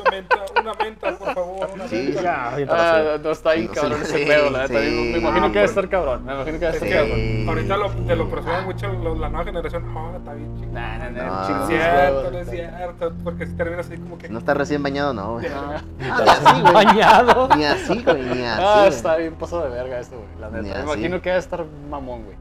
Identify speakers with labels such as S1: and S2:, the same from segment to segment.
S1: una menta, una menta, por favor, una
S2: Sí,
S1: menta.
S3: Ya, ya te
S4: Ah,
S3: pasé.
S4: no está ahí,
S2: No sé.
S4: cabrón, ese pedo, la neta.
S2: Sí,
S4: Me
S2: no,
S4: imagino que debe
S2: por-
S4: estar cabrón. Me imagino que debe
S1: Es
S4: estar
S1: que
S4: cabrón.
S1: ahorita lo, te lo procesan mucho lo- la nueva generación. Ah, está bien chido.
S4: Nah,
S2: No,
S4: nah, nah,
S1: No
S4: chingón,
S1: es
S2: sí,
S1: cierto,
S4: huevos,
S1: no es
S4: neta.
S1: cierto. Porque si terminas así como que.
S2: No está recién bañado, no, güey. Ah,
S4: Ah,
S2: ni así, güey.
S3: Bañado.
S2: Ni así, güey, ni así.
S4: Ah,
S2: güey.
S4: está bien pasado de verga esto, güey. La
S2: Ni
S4: neta. Me
S2: así.
S4: imagino que debe estar mamón, güey.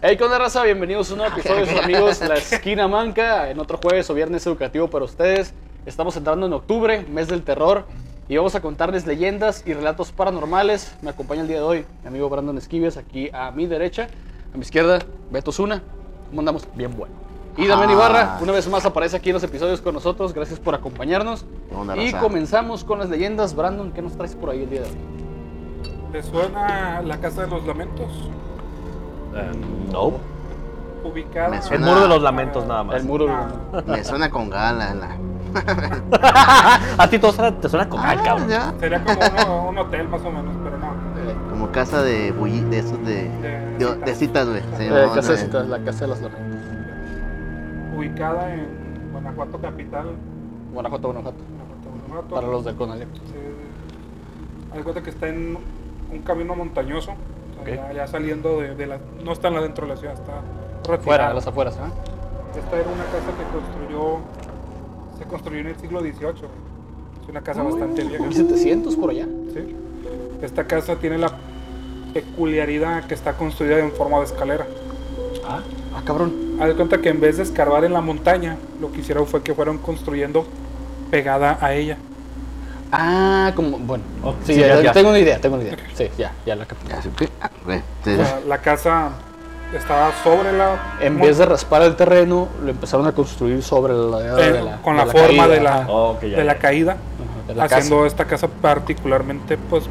S4: Hey, ¿qué onda, raza? Bienvenidos a un nuevo episodio de sus amigos La Esquina Manca. En otro jueves o viernes educativo para ustedes. Estamos entrando en octubre, mes del terror. Y vamos a contarles leyendas y relatos paranormales. Me acompaña el día de hoy mi amigo Brandon Esquives, aquí a mi derecha. A mi izquierda, Beto Zuna. ¿Cómo andamos? Bien bueno. Y Damián
S2: Ah.
S4: Ibarra, una vez más aparece aquí en los episodios con nosotros. Gracias por acompañarnos.
S2: ¿Qué onda,
S4: Y
S2: raza?
S4: comenzamos con las leyendas. Brandon, ¿qué nos traes por ahí el día de hoy?
S1: ¿Te suena la Casa de los Lamentos?
S3: Eh, no.
S1: Ubicada.
S2: Me
S3: El
S2: suena-
S3: muro de los lamentos, nada más.
S4: El muro.
S1: Ah,
S2: Me suena con gala. La...
S3: A ti todo suena- te suena con
S2: Ah,
S3: mal, cabrón.
S2: ya.
S1: Sería como uno- un hotel más o menos, pero no.
S4: Eh,
S2: Como casa de bulli... de esos de.
S1: De-
S2: De, de citas, güey. Sí,
S4: Eh,
S2: no,
S4: casa
S2: no,
S4: de citas, la casa de los lamentos.
S1: Ubicada en Guanajuato Capital.
S4: Guanajuato, Guanajuato.
S1: Guanajuato, Guanajuato.
S4: Para los del Conalep.
S1: Eh, Haz cuenta que está en un camino montañoso. o sea,
S3: Ok.
S1: ya, ya saliendo de, de la. No está en la dentro de la ciudad, está
S4: Fuera,
S1: retirada.
S4: a las afueras, ¿eh?
S1: Esta era una casa que construyó. Se construyó en el siglo XVIII. Es una casa
S4: Ah.
S1: bastante vieja.
S4: 1700 por allá.
S1: ¿sí? Esta casa tiene la peculiaridad que está construida en forma de escalera.
S4: Ah, ah, cabrón.
S1: Haz de cuenta que en vez de escarbar en la montaña, lo que hicieron fue que fueron construyendo pegada a ella.
S4: Ah, como, bueno.
S3: Oh,
S4: sí,
S3: sí,
S4: ya,
S3: ya,
S4: ya
S3: ya.
S4: tengo una idea, tengo una idea. Sí, ya, ya la capté.
S2: Ya, sí, ¿qué? Ah, güey. Sí,
S1: O sea, la casa estaba sobre la.
S4: En vez de raspar el terreno, lo empezaron a construir sobre la
S1: Eh,
S4: de la-
S1: con
S4: de
S1: la, forma
S4: caída, Ah,
S1: de la,
S4: ajá,
S3: Ok, ya,
S1: de la
S3: ya.
S1: caída,
S4: ajá, de la
S1: haciendo
S4: casa.
S1: esta casa particularmente, pues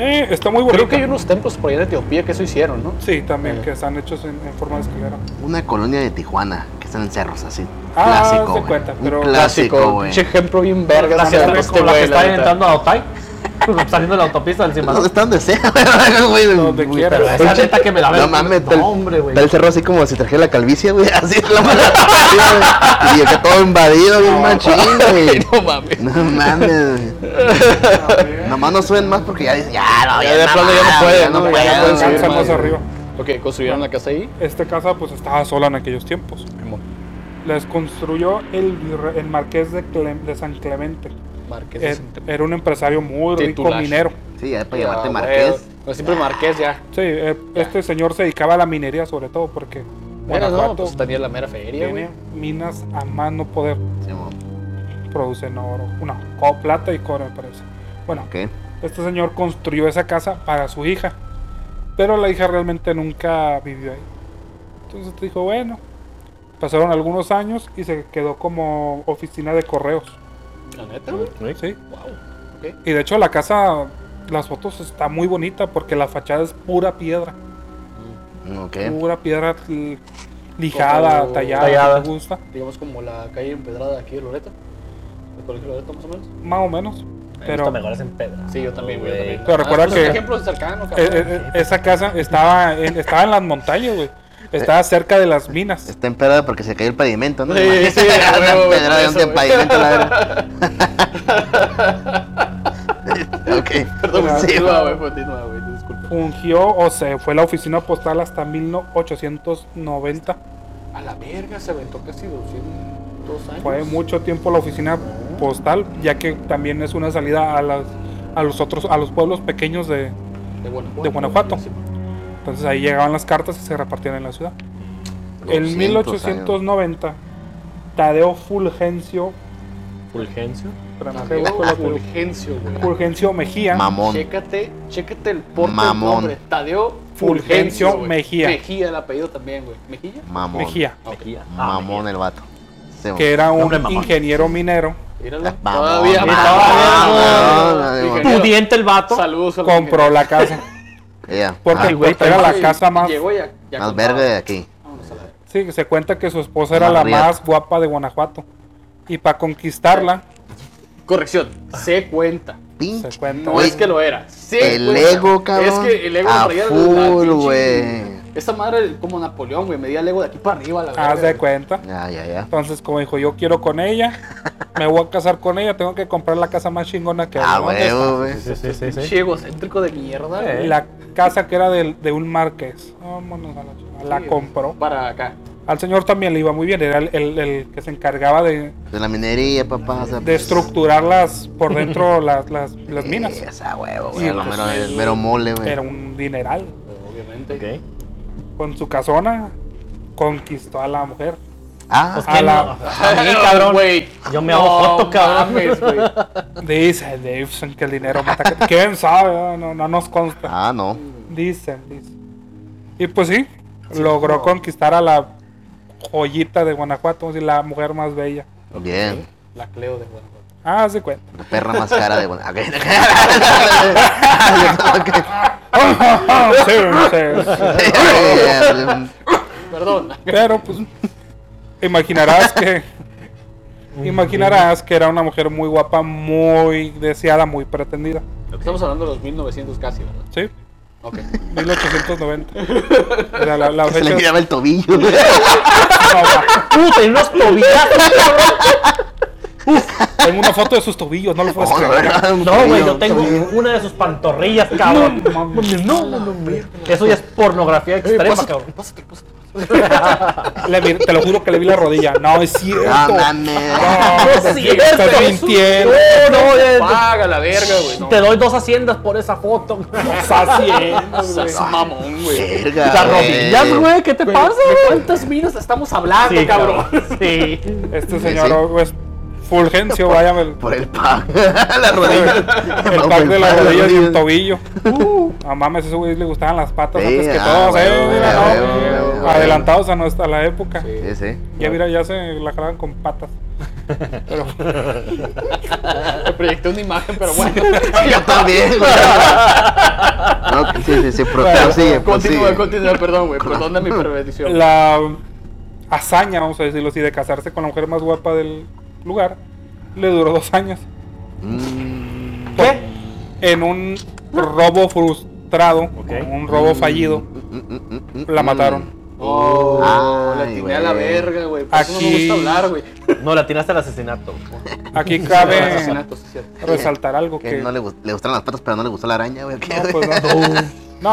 S1: eh, está muy bonita.
S4: Creo que hay unos templos por allá en Etiopía que eso hicieron, ¿no?
S1: Sí, también
S4: Eh.
S1: que están hechos en, en forma de escalera.
S2: Una colonia de Tijuana que están en cerros así.
S1: Ah,
S2: clásico,
S1: se
S2: güey.
S1: cuenta,
S2: Un
S1: pero-
S2: clásico, güey.
S4: Pinche ejemplo bien verga.
S3: Gracias,
S4: dame
S3: como la
S4: güey,
S3: que
S4: la
S3: está
S4: neta.
S3: entrando a Otay. Saliendo de la autopista encima.
S2: No, Está donde sea, güey.
S1: Donde
S2: Güey,
S1: quiera.
S2: pero
S3: Esa
S2: pinche-
S3: neta que me la ve-
S2: No mames,
S3: No,
S2: tal-
S3: hombre, güey.
S2: Está el cerro así como si trajera la calvicie, güey. Así es la mala. Y acá todo invadido, bien machín, güey.
S4: No mames.
S2: No mames, güey.
S1: A ver,
S2: Nomás no suben más porque ya dicen, ya, no,
S4: Ya de
S2: es
S4: plano ya no
S2: mamada,
S4: pueden,
S2: ya no
S4: ¿no?
S2: pueden,
S4: Ya no pueden
S2: güey.
S4: subir
S1: Alcanza más
S4: madre.
S1: arriba.
S4: Ok, construyeron la casa ahí.
S1: Esta casa pues estaba sola en aquellos tiempos. Las construyó el, virre- el marqués de, Clem- de San Clemente.
S4: Marqués. de
S1: Eh,
S4: Santa-
S1: Era un empresario muy rico
S4: Titulazo.
S1: minero.
S2: Sí, ya para
S4: Ah,
S2: llamarte
S4: güey.
S2: Marqués.
S4: No, siempre Marqués ya.
S1: Sí, eh, este señor se dedicaba a la minería sobre todo porque
S4: Bueno, no,
S1: Guanajuato
S4: pues tenía la mera feria, güey.
S1: tiene minas a más no poder.
S2: Simón,
S1: producen oro, no, co- plata y cobre me parece. Bueno,
S2: ok.
S1: este señor construyó esa casa para su hija, pero la hija realmente nunca vivió ahí. Entonces dijo, bueno, pasaron algunos años y se quedó como oficina de correos.
S4: La neta, güey.
S1: ¿sí?
S4: Wow.
S1: Y de hecho la casa, las fotos está muy bonita porque la fachada es pura piedra,
S2: Ok.
S1: pura piedra l- lijada,
S4: Como
S1: tallada,
S3: tallada.
S1: como te gusta,
S4: Digamos como la calle empedrada aquí de Loreto. ¿El colegio Loreto más o menos?
S1: más o menos. Pero
S3: Esto mejores en pedra.
S4: Sí, yo también, güey. yo también.
S1: Pero
S4: Ah,
S1: recuerda
S4: pues, un
S1: que-
S4: ejemplo cercano,
S1: eh,
S4: cabrón.
S1: eh, esa casa estaba en, estaba en las montañas, güey. Estaba cerca de las minas.
S2: Está empedrada porque se cayó el pavimento, ¿no?
S4: Sí,
S2: Imagínate,
S4: sí, a
S2: una
S4: huevo, güey,
S2: pedrada
S4: por
S2: de
S4: eso,
S2: un
S4: güey.
S2: pavimento, la verdad. ok.
S4: Perdón,
S1: Sí,
S4: continúa,
S1: va.
S4: güey, continúa, güey. Disculpa.
S1: Fungió o se fue a la oficina postal hasta 1890.
S4: A la verga se aventó casi 200 años.
S1: Fue mucho tiempo la oficina postal, ya que también es una salida a las a los otros a los pueblos pequeños de
S4: De Guanajuato.
S1: de Guanajuato.
S4: Sí.
S1: entonces ahí llegaban las cartas y se repartían en la ciudad. En
S2: 200 años.
S1: 1890 Tadeo Fulgencio
S3: Fulgencio.
S1: espérame,
S4: Mateo
S1: Tadeo Fulgencio-
S4: Fulgencio, güey.
S1: Fulgencio Mejía
S2: Mamón.
S4: Chécate, chécate el porte del
S2: Mamón.
S4: nombre. Tadeo
S1: Fulgencio
S4: Fulgencio güey.
S1: Mejía.
S4: Mejía el apellido también, güey. ¿Mejilla?
S2: Mamón.
S1: Mejía,
S4: Ah, ok.
S3: Aquí. Ah,
S2: Mamón el vato. Simón.
S1: que era un
S3: Nombre mamón.
S1: ingeniero minero
S4: Míralo.
S2: Mamón,
S4: Todavía
S2: mamón,
S4: más.
S2: mamón,
S4: Ingeniero.
S3: Pudiente el vato.
S4: Saludos a la
S1: compró la casa
S2: Ya.
S1: porque
S2: Ah,
S1: el güey era la casa más
S4: pues, Llegó ya. ya
S2: Más
S4: contaba.
S2: verga de aquí.
S4: Vámonos a la verga.
S1: Sí, que se cuenta que su esposa era la
S2: Marriott.
S1: más guapa de Guanajuato. Y para conquistarla,
S4: Corrección, se cuenta.
S2: Pinche.
S1: se cuenta.
S4: No
S2: Güey,
S4: es que lo era. Se
S2: el
S4: cuenta.
S2: ego, cabrón.
S4: Es que el ego
S2: a
S4: traía la
S2: full,
S4: pinche-
S2: güey.
S4: Esta madre, como Napoleón, güey, medía el ego de aquí para arriba, la verdad.
S1: Haz de cuenta.
S2: Ya, ya, ya.
S1: Entonces, como dijo, yo quiero con ella, me voy a casar con ella, tengo que comprar la casa más chingona que
S2: Ah,
S1: había. ¿Dónde está?
S2: huevo, güey.
S3: Sí, sí, sí, sí.
S4: Pinche egocéntrico de mierda,
S3: Eh,
S4: güey.
S1: La casa que era del- de, un marqués. Vámonos a la chingada. La
S4: Sí,
S1: compró.
S4: Para acá.
S1: Al señor también le iba muy bien, era el, el- el que se encargaba de,
S2: De la minería, papá. o
S1: de
S2: sea, pues,
S1: estructurarlas por dentro las, las, las
S2: sí,
S1: minas.
S2: Esa huevo,
S1: Sí,
S2: güey. lo
S1: pues,
S2: mero, el mero mole, güey.
S1: Era un dineral.
S4: Obviamente.
S3: Ok.
S1: Con su casona conquistó a la mujer.
S2: Ah,
S3: Pues
S1: A
S3: que
S1: la-
S3: no. A mí,
S4: No,
S3: cabrón.
S4: güey.
S3: Yo me hago foto, cabrón.
S4: mames, güey.
S1: Dice Davidson que el dinero mata. que- ¿Quién sabe? No, no, no nos consta.
S2: ah, no.
S1: Dicen, dicen. Y pues sí, logró conquistar a la joyita de Guanajuato, vamos a decir, la mujer más bella.
S2: Bien.
S4: La Cleo de Guanajuato.
S1: Ah, se cuenta.
S2: La perra más cara de Guanajuato.
S1: Sí, sí, sí.
S4: Perdón.
S1: Pero pues imaginarás que imaginarás que era una mujer muy guapa, muy deseada, muy pretendida.
S4: Estamos hablando de los 1900 casi, ¿verdad?
S1: Sí,
S4: Ok.
S1: 1890. Era la, la
S2: Se le
S1: fecha.
S2: miraba el tobillo.
S1: No, va.
S3: Uh, tenía unos tobillazos, cabrón.
S1: tengo una foto de sus tobillos, no lo puedes
S2: Oh,
S1: creer.
S3: No, güey, yo tengo una de sus pantorrillas, cabrón. No, no, no, güey. Eso ya es pornografía extrema, cabrón.
S4: Pásate, pásate.
S1: Le vi- te lo juro que le vi la rodilla. No
S2: Ah,
S1: es cierto.
S2: No mames.
S1: No,
S3: No es cierto,
S1: Estás
S3: es un-
S1: mintiendo.
S3: No, no, eh,
S4: Paga la verga, güey. No.
S3: Te doy dos haciendas por esa foto.
S1: Estás haciendo, güey.
S4: Seas mamón, güey.
S2: Verga,
S3: Las
S2: güey.
S3: rodillas, güey, ¿qué te pasa,
S4: ¿De
S3: güey?
S4: cuántas minas estamos hablando,
S3: Sí,
S4: cabrón?
S3: Sí.
S1: Este
S2: Sí,
S1: señor
S2: sí.
S1: oh, es Fulgencio, vaya el,
S2: Por el pack. la rodilla.
S1: el
S2: No,
S1: pack
S2: por
S1: de
S2: el
S1: la
S2: pack,
S1: rodilla y el
S2: pues, rodilla.
S1: tobillo. Uh, No mames, ese güey le gustaban las patas
S2: Sí,
S1: antes que
S2: ah,
S1: todos.
S2: güey,
S1: eh,
S2: güey,
S1: mira, no,
S2: güey,
S1: eh,
S2: güey, güey.
S1: adelantados a nuestra a la época.
S2: Sí, sí.
S1: Ya mira, ya se la jalaban con patas. Pero
S4: Te proyecté una imagen, pero bueno.
S2: Yo también, güey. No, sí, sí, sí, pro-
S1: Bueno,
S2: prosigue,
S4: Continúa,
S2: prosigue.
S4: continúa, perdón, güey. Perdona mi perversión.
S1: la hazaña, vamos a decirlo así, de casarse con la mujer más guapa del lugar, le duró dos años.
S2: Mm,
S1: ¿Qué? En un robo frustrado, un robo fallido,
S2: mm, mm, mm, mm,
S1: la
S2: mm.
S1: mataron.
S4: Oh,
S2: Ay,
S4: la atiné a la
S2: güey.
S4: verga, güey. Por eso no me
S1: Aquí-
S4: gusta hablar, güey.
S3: No, la tiraste al asesinato.
S1: Aquí
S4: Los
S1: cabe
S4: asesinatos, sí, es cierto.
S1: resaltar algo
S2: Que
S1: que...
S2: no le, gust- le gustaron las patas, pero no le gustó la araña, güey.
S1: No, pues, no.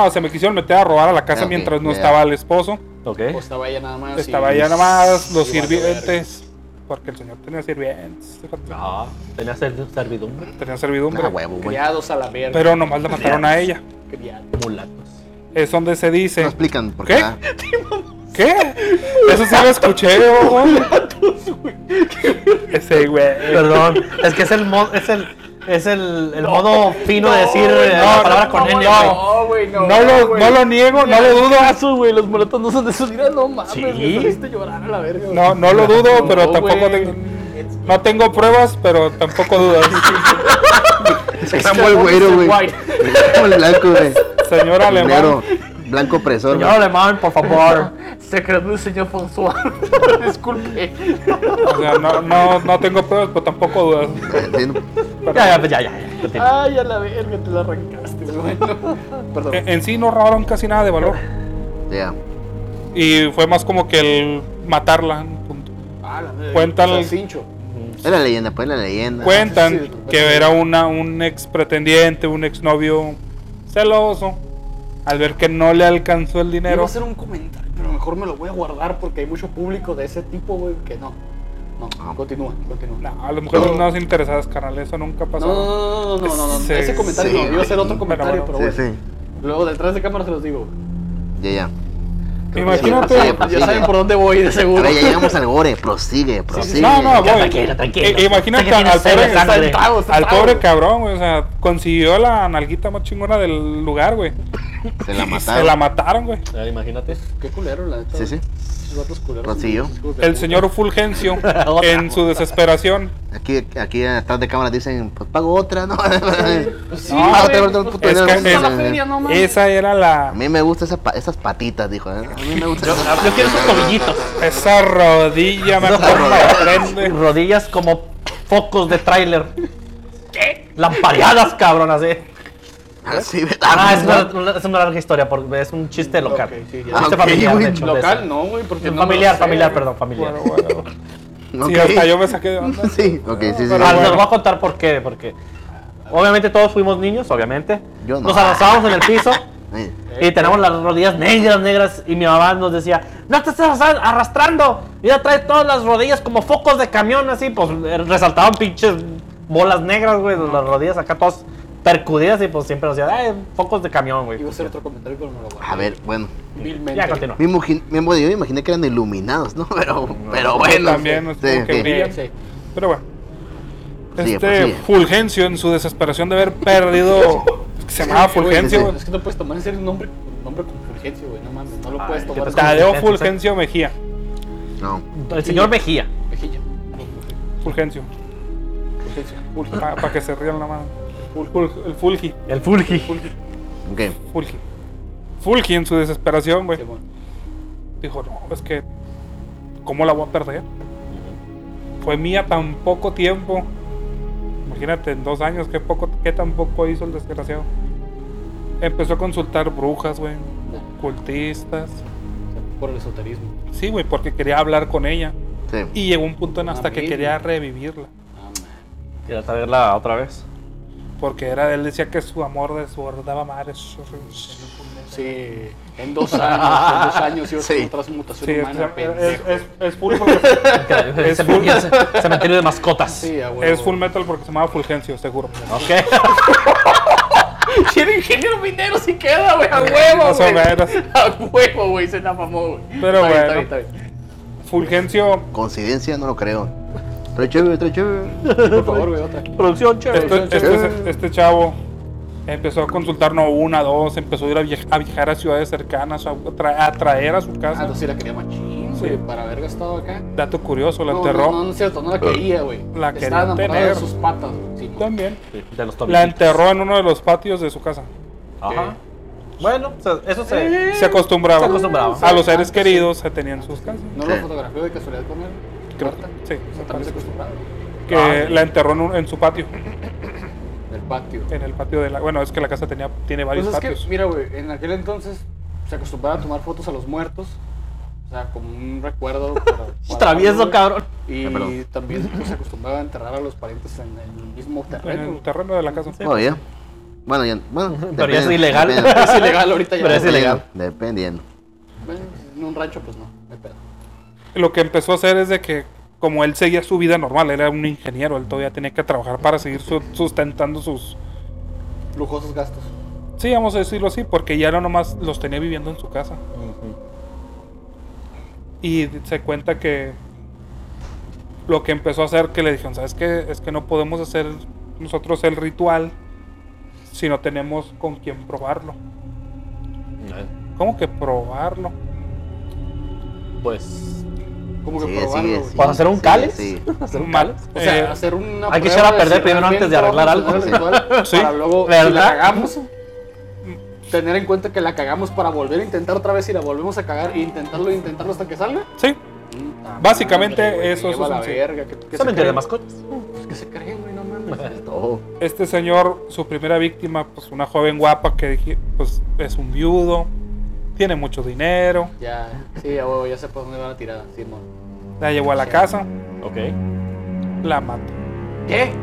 S1: No, se me quisieron meter a robar a la casa
S2: Ah, ok,
S1: mientras no
S2: ya. Ah,
S1: estaba el esposo.
S3: Ok.
S4: O estaba ella nada más. y-
S1: Estaba ya nada más los
S4: Sí, vale,
S1: sirvientes. Porque el señor tenía sirvientes. fíjate.
S3: Ah, tenía ser- servidumbre.
S1: Tenía servidumbre.
S2: Ah, huevo, güey.
S4: Criados a la verga.
S1: pero nomás la mataron a ella.
S4: Criados.
S3: Mulatos.
S1: Es donde se
S2: No
S1: dice.
S2: explican por
S1: ¿Qué?
S2: qué.
S1: ¿Qué? Eso sí lo escuché, güey. Ese güey.
S3: Perdón, es que es el modo, es el, es el, el modo fino de decir eh, la
S1: no,
S3: palabra
S1: no,
S3: con N, güey.
S4: No, güey, no.
S1: No lo,
S4: güey.
S1: no lo niego, no lo dudo.
S4: Caso, güey, los mulatos no son de su vida, no mames.
S3: Sí.
S4: Me hiciste llorar a la verga. güey.
S1: No, no lo dudo, pero
S4: No,
S1: tampoco
S4: güey.
S1: tengo. No tengo pruebas, pero tampoco dudas.
S2: Es como el güero, güey.
S4: White.
S2: Es como el blanco, güey.
S1: Señor
S2: Negro,
S1: alemán.
S2: blanco opresor.
S3: Señor Alemán, por favor.
S4: Se creó un señor François. Disculpe.
S1: O sea, no, no, no tengo pruebas, pero tampoco dudas.
S2: güey. Ah, Sí,
S3: Ya, pues, ya, ya, ya. ya, Ah. continúa.
S4: Ay, a la verga, te la arrancaste, güey. Perdón.
S1: En en sí no robaron casi nada de valor.
S2: Ya.
S1: Y fue más como que el matarla. punto.
S4: Ah, la verga.
S1: Cuéntale.
S4: O sea, cincho.
S2: Es la leyenda, pues la leyenda.
S4: sí, sí,
S1: Cuentan
S4: sí.
S1: que era una, un ex pretendiente, un ex novio celoso. Al ver que no le alcanzó el
S4: Iba a
S1: dinero,
S4: hacer un comentario, pero mejor me lo voy a guardar porque hay mucho público de ese tipo, güey, que no. No, continúa, continúa. No,
S1: no, a las mujeres no se interesadas, carnal. Eso nunca pasó.
S4: no, no, no, no, no, no,
S1: Sí,
S4: Ese comentario
S2: sí,
S4: no, iba a hacer
S2: güey.
S4: otro comentario,
S1: Bueno,
S4: pero
S2: Sí,
S4: bueno.
S2: sí.
S4: Luego detrás de cámara se los digo.
S2: Ya, ya.
S1: Imagínate.
S2: Sí,
S4: Ya saben por dónde voy, de
S2: A
S4: seguro.
S2: ver, ya llegamos al gore. Prosigue, prosigue.
S1: No, no,
S3: Ya,
S1: voy.
S3: tranquilo, tranquilo.
S1: Eh, imagínate
S3: Sé que
S1: al
S3: tienes sed de
S1: pobre-
S3: sangre.
S4: Está entrado, está
S1: Al
S4: entrado,
S1: pobre
S4: güey.
S1: cabrón, güey, o sea, consiguió la nalguita más chingona del lugar, güey.
S2: Se la
S1: Y se la
S2: mataron.
S1: mataron, güey.
S3: Ah, Imagínate.
S4: Qué culero, la neta.
S2: Sí, sí.
S4: Esos vatos culeros.
S2: Prosiguió.
S4: Hijos de
S1: El
S4: puta.
S1: señor Fulgencio, en su desesperación,
S2: Aquí, aquí atrás de cámara dicen, pues pago otra, ¿no?
S4: Sí,
S1: No,
S4: güey,
S2: te guardo el puto
S4: pues,
S1: dinero.
S4: es que
S1: Es-
S4: a la feria, no mames.
S1: esa era
S2: A
S1: la.
S2: mí me gustan esas, pa- esas patitas, dijo. ¿eh? A mí me gustan esas
S3: Ah, Yo quiero esos tobillitos.
S1: Esa rodilla, me acuerdo, prende.
S3: Rodillas como focos de tráiler. ¿Qué? Lampareadas, cabrón, así.
S2: Así, ¿verdad?
S3: Ah, es una, una- es una larga historia, porque es un chiste local.
S4: Ok, sí, ya.
S3: Un chiste
S2: Ah, ok,
S3: familiar,
S2: güey.
S3: de hecho. de
S4: Local,
S3: ese.
S4: no, güey, porque no me lo
S3: familiar,
S4: sé,
S3: familiar,
S4: güey.
S3: perdón, familiar.
S1: Bueno, bueno, bueno.
S2: Ok.
S1: Sí, hasta yo me saqué de onda.
S2: Sí, ok, sí, sí. sí.
S1: Pero
S3: Ah,
S1: bueno.
S3: Les voy a contar por qué, porque obviamente todos fuimos niños, obviamente.
S2: Yo no.
S3: Nos arrasábamos en el piso
S2: Eh,
S3: y tenemos las rodillas negras, negras. Y mi mamá nos decía, no te estás arrastra- arrastrando. Mira, trae todas las rodillas como focos de camión, así. Pues eh, resaltaban pinches bolas negras, güey. Las rodillas acá todas percudidas y pues siempre nos decía, ay, focos de camión, güey.
S4: Iba a hacer otro comentario, pero me lo guardé.
S2: A ver, bueno.
S4: Vilmente.
S3: Ya continúa.
S2: Me imagi- me imagino, yo me imaginé que eran iluminados, ¿no? Pero, pero bueno.
S1: También,
S2: sí,
S1: supongo que
S2: ok.
S1: brillan.
S4: Sí, sí.
S1: Pero bueno.
S2: Sigue,
S1: Este
S2: pues, sigue.
S1: Fulgencio, en su desesperación de haber perdido. Se llamaba Fulgencio.
S2: sí,
S1: güey.
S4: Es que no puedes tomar en serio un nombre, un nombre con Fulgencio, güey. No mames, no lo
S3: Ay,
S4: puedes
S3: qué
S4: tomar.
S3: pesado.
S4: con
S1: Tadeo
S3: Fulgencio,
S1: Fulgencio Mejía.
S2: No.
S3: El señor Mejía.
S4: Mejilla.
S1: Fulgencio.
S4: Fulgencio. Fulgencio.
S1: Para que se rían la mano. Ful- ful- El Fulgi.
S3: El Fulgi.
S2: Ok.
S1: Fulgi. Fulgi en su desesperación, güey.
S4: Simón.
S1: Dijo, no, es que. ¿Cómo la voy a perder? Fue mía tan poco tiempo. Imagínate, en dos años, qué, poco, qué tan poco hizo el desgraciado. Empezó a consultar brujas, güey. Cultistas.
S4: Por el esoterismo.
S1: Sí, güey, porque quería hablar con ella.
S2: Sí.
S1: Y llegó un punto en hasta que
S4: Amén.
S1: quería revivirla.
S4: Ah, man.
S3: Quiero traerla otra vez.
S1: Porque era, él decía que su amor desbordaba mares. Sí,
S4: Sí, en dos años, en dos años iba a ser
S2: Sí.
S4: una transmutación
S1: es,
S4: humana,
S1: es,
S4: pendejo.
S1: es, es full porque-
S3: Se
S1: full.
S3: metía ese cementerio de mascotas.
S4: Sí, a huevo.
S1: es full metal porque se llamaba Fulgencio, seguro.
S3: Ok.
S4: Si el ingeniero minero sí queda, güey, a huevo,
S1: Más o
S4: güey.
S1: menos.
S4: A huevo, güey, se la mamó, güey.
S1: Pero
S4: Está bien, está
S1: bueno.
S4: bien, está bien.
S1: Fulgencio,
S2: Coincidencia, no lo creo. Trae chévere, trae chévere.
S4: Por favor, güey, otra.
S3: Producción chévere.
S1: este, este- este chavo empezó a consultar no una, dos, empezó a ir a, viaj- a viajar a ciudades cercanas, a, tra- a traer a su
S4: Ah,
S1: casa.
S4: no, sí la quería machín,
S1: Sí.
S4: güey, para haber gastado acá.
S1: Dato curioso, la
S4: no,
S1: enterró.
S4: No, no, no es cierto, no la quería, güey.
S1: La
S4: Estaba
S1: quería
S4: enamorada
S1: tener.
S4: de sus patas, güey. Sí, güey.
S1: También.
S3: De los
S1: La
S3: tobillitos.
S1: enterró en uno de los patios de su casa.
S3: Ajá. Bueno, o sea, eso se.
S1: Se acostumbraba.
S3: Se acostumbraba.
S1: A los seres queridos se tenían sus casas.
S4: ¿No
S2: Sí.
S4: lo fotografió de casualidad con él?
S1: Creo-
S4: Marta.
S1: sí,
S4: O sea,
S1: me
S4: también
S1: parece.
S4: se acostumbraba.
S1: que
S3: Ah.
S1: la enterró en, un- en su patio,
S4: Del patio.
S1: en el patio de la... Bueno, es que la casa tenía, tiene varios
S4: Pues es
S1: patios.
S4: que, mira, güey, en aquel entonces se acostumbraba a tomar fotos a los muertos. O sea, como un recuerdo. para- para-
S3: Travieso, cabrón.
S4: Y
S2: Ah, perdón.
S4: también pues, se acostumbraba a enterrar a los parientes en el mismo
S1: en el
S4: terreno.
S1: terreno de la casa.
S2: Bueno, ya. Bueno, ya. Bueno,
S3: Pero ya es
S2: depende-
S3: ilegal.
S2: depende-
S4: Es ilegal ahorita ya.
S3: Pero es
S4: güey.
S3: ilegal.
S2: Dependiendo.
S4: Bueno, En un rancho, pues no, no hay pedo.
S1: Lo que empezó a hacer es de que, como él seguía su vida normal, era un ingeniero, él todavía tenía que trabajar para seguir su- sustentando sus...
S4: Lujosos gastos.
S1: Sí, vamos a decirlo así, porque ya no nomás los tenía viviendo en su casa. Y se cuenta que lo que empezó a hacer, que le dijeron, ¿sabes qué? Es que no podemos hacer nosotros el ritual si no tenemos con quién probarlo. ¿Cómo que probarlo?
S3: Pues.
S4: Como que
S2: Sigue,
S4: probarlo,
S2: sigue,
S4: güey.
S2: sigue.
S3: ¿Para hacer un
S2: Sí,
S3: cáliz?
S2: sí.
S3: ¿Hacer un
S1: Mal.
S3: cáliz?
S4: O sea,
S1: Eh,
S4: hacer una.
S3: hay que
S4: prueba
S3: echar a perder
S4: si
S3: primero antes de
S4: realmente
S3: arreglar
S4: vamos a
S3: algo.
S4: tener ritual
S1: Sí.
S4: Para luego, si
S3: ¿Verdad?
S4: la cagamos, tener en cuenta que la cagamos para volver a intentar otra vez y la volvemos a cagar e intentarlo e intentarlo hasta que salga.
S1: Sí,
S4: Puta
S1: Básicamente,
S4: madre, güey,
S1: eso es
S4: lleva
S1: un
S4: la
S1: sí.
S4: verga. Que, que
S3: Cementerio de
S4: creen,
S3: mascotas.
S4: que se creen, güey, no mames.
S2: Todo.
S1: este señor, su primera víctima, pues una joven guapa que dije, pues es un viudo, tiene mucho dinero,
S4: ya, sí, ya, güey, ya sé por dónde va la tirada, Simón.
S1: la llevó a la casa,
S3: Ok.
S1: la mató.
S4: ¿Qué?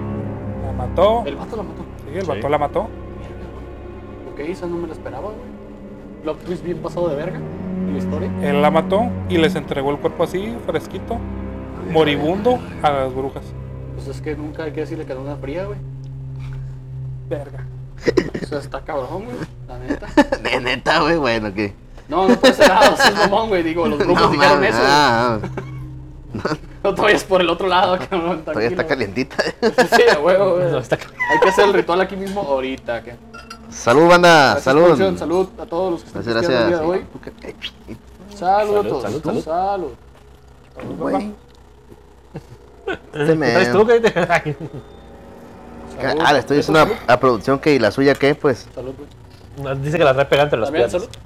S1: La mató,
S4: El vato la mató.
S1: sí, el
S3: Sí.
S1: vato la mató.
S4: Ok, eso no me lo esperaba, güey. Plot twist bien pasado de verga en la historia.
S1: Él la mató y les entregó el cuerpo así, fresquito, moribundo, a las brujas.
S4: Pues es que nunca hay que decirle que no una fría, güey.
S1: Verga.
S4: O sea, está cabrón, güey. La neta.
S2: De neta, güey, bueno, ¿qué?
S4: No, no puede ser nada, sí, mamón, güey. Digo, los grupos dijeron
S2: mames,
S4: eso. güey.
S2: ah, ah,
S4: No te vayas por el otro lado, cabrón.
S2: todavía está
S4: tranquilo.
S2: calientita.
S4: Sí, a huevo, güey.
S2: Eh.
S3: No, está-
S4: Hay que hacer el ritual aquí mismo ahorita. que-
S2: Salud, banda.
S4: Gracias,
S2: Ah, Salud.
S4: producción, salud a todos los que están
S2: Gracias,
S4: pisteando el día
S2: gracias.
S4: de hoy. Salud, a
S3: Salud,
S4: todos.
S3: salud,
S4: Salud,
S3: salud.
S2: Güey. Este
S3: ¿Qué traes tú?
S2: me.
S3: ¿Qué te- Ay,
S2: Ah, le estoy diciendo a, a producción que y la suya qué, pues.
S4: Salud, güey.
S3: Dice que la trae pegada entre las
S4: También
S3: piernas.
S4: salud.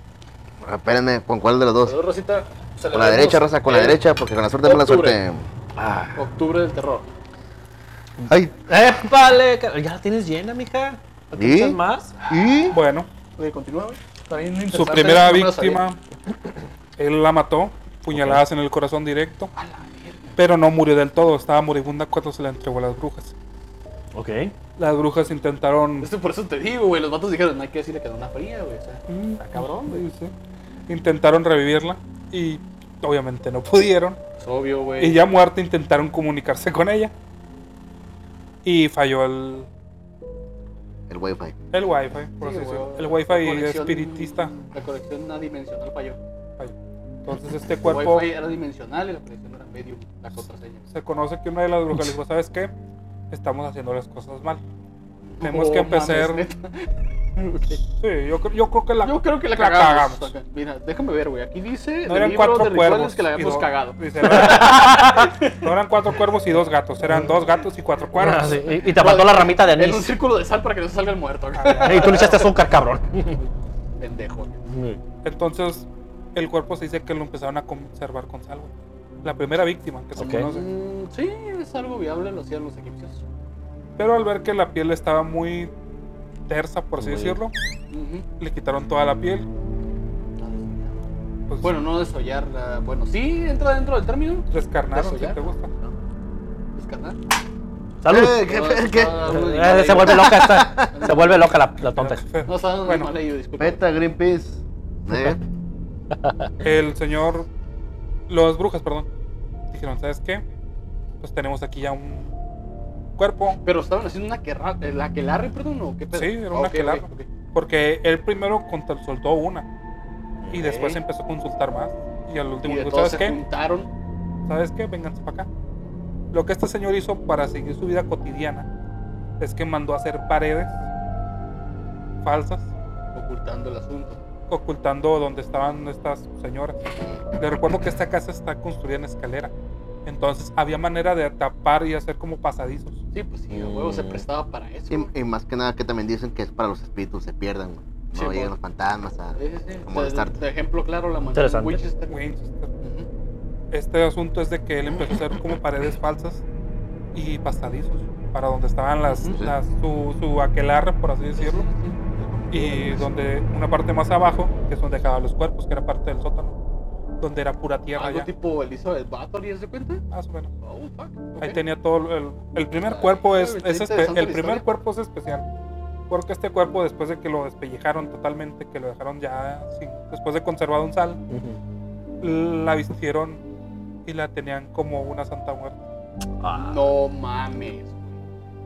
S2: Pues, Espérenme, ¿con cuál de los dos?
S4: Salud, Rosita.
S2: Con la derecha, raza, con la derecha, porque con la suerte mala
S4: Eh, octubre.
S2: suerte. Ah.
S4: Octubre del terror.
S2: Ay,
S3: Eh, ¡Épale! car- Ya la tienes llena, mija.
S2: ¿Y?
S3: ¿Escuchas más?
S2: ¿Y?
S1: Bueno,
S4: Oye, continúa, güey. Está bien
S1: su
S4: interesante,
S1: primera
S4: no me lo sabía.
S1: víctima, él la mató, puñaladas en el corazón directo, pero no murió del todo, estaba moribunda cuando se la entregó a las brujas.
S3: Ok.
S1: Las brujas intentaron
S4: Esto por eso te digo, güey. Los vatos dijeron, no hay que decirle que no una fría, güey. O sea, está cabrón, güey.
S1: Sí, sí. Intentaron revivirla y obviamente no pudieron.
S4: Es obvio, güey.
S1: Y ya muerta intentaron comunicarse con ella. Y falló el,
S2: El wifi.
S1: el wifi, por
S4: Sí,
S1: así decirlo.
S4: güey.
S1: El
S4: La
S1: wifi
S4: conexión-
S1: espiritista.
S4: La conexión adimensional falló.
S1: falló. Entonces este
S4: El
S1: cuerpo
S4: wifi era dimensional y la conexión era medium, la contraseña.
S1: se conoce que una de las brujas le dijo, ¿sabes qué? Estamos haciendo las cosas mal. Tenemos
S4: Oh,
S1: que empezar...
S4: mames, neta. Ok.
S1: sí, yo, cre- yo creo que la...
S4: Yo creo que la
S1: La
S4: cagamos.
S1: cagamos.
S4: Mira, déjame ver, güey. Aquí dice
S1: no
S4: el
S1: eran
S4: libro
S1: cuatro
S4: de rituales
S1: cuervos.
S4: que la
S1: y
S4: habíamos
S1: dos-
S4: cagado.
S1: dice, no eran- no eran cuatro cuervos y dos gatos, eran dos gatos y cuatro cuervos.
S3: Ah, sí. y, y te mató la ramita de
S4: En un
S3: anís.
S4: círculo de sal para que no se salga el muerto.
S3: Y tú le echaste azúcar, cabrón.
S4: Pendejo.
S1: Entonces, el cuerpo se dice que lo empezaron a conservar con sal. güey. La primera víctima que se
S3: Ok.
S1: conoce.
S4: Mm, sí, es algo viable, lo hacían los egipcios.
S1: Pero al ver que la piel estaba muy tersa, por así
S3: Muy-
S1: decirlo,
S4: Ujú.
S1: le quitaron toda la piel. Pues,
S4: Bueno, no desollar. la- Bueno, sí, entra dentro del término.
S1: descarnaron, si
S4: desollar.
S1: te gusta.
S4: Descarnar.
S3: Salud.
S2: Eh, ¿Qué? qué- qué?
S3: Eh, se vuelve loca esta. Se vuelve loca la, la tonta.
S4: No estaba
S1: Bueno.
S4: mal ello, disculpe.
S2: Vete, Greenpeace. Eh,
S1: El señor, los brujas, perdón, dijeron, ¿sabes qué? Pues tenemos aquí ya un cuerpo,
S4: Pero estaban haciendo una querra, eh, la quelarre, perdón, o qué pedo.
S1: Sí, era
S4: Ah,
S1: una
S4: ok, ok,
S1: quelarre.
S4: ok.
S1: porque él primero contra- soltó una y después empezó a consultar más. Y al último
S4: Y de
S1: dijo,
S4: todos
S1: ¿sabes
S4: se
S1: qué?
S4: juntaron.
S1: ¿sabes qué? Vénganse para acá. Lo que este señor hizo para seguir su vida cotidiana es que mandó a hacer paredes falsas
S4: ocultando el asunto.
S1: ocultando donde estaban estas señoras. Les recuerdo que esta casa está construida en escalera. Entonces había manera de tapar y hacer como pasadizos.
S4: Sí, pues sí, el huevo se
S3: Mm.
S4: prestaba para eso. güey.
S2: Y, y más que nada que también dicen que es para los espíritus se pierdan, güey. No
S4: Sí, Eh.
S2: llegan
S4: bueno.
S2: los fantasmas a,
S4: Sí, sí, sí.
S2: a
S4: De,
S2: molestarte.
S4: de ejemplo claro, la mansión
S3: Interesante.
S4: Winchester.
S1: Winchester.
S4: Ujú.
S1: Este asunto es de que él empezó a hacer como paredes falsas y pasadizos para donde estaban las,
S4: Ujú.
S1: las- su, su aquelarre, por así decirlo. y donde una parte más abajo, que es donde dejaban los cuerpos, que era parte del sótano, donde era pura tierra
S4: Algo
S1: ya,
S4: tipo Elizabeth Bathory, ¿se cuenta?
S1: más o menos.
S4: Oh, fuck. ok.
S1: Ahí tenía todo el, el primer
S4: Ay,
S1: cuerpo es,
S4: güey,
S1: es
S4: está
S1: espe-
S4: interesante
S1: el
S4: la
S1: primer
S4: historia.
S1: cuerpo es especial porque este cuerpo después de que lo despellejaron totalmente, que lo dejaron ya sin- después de conservado en sal, la vistieron y la tenían como una santa muerte.
S4: No mames.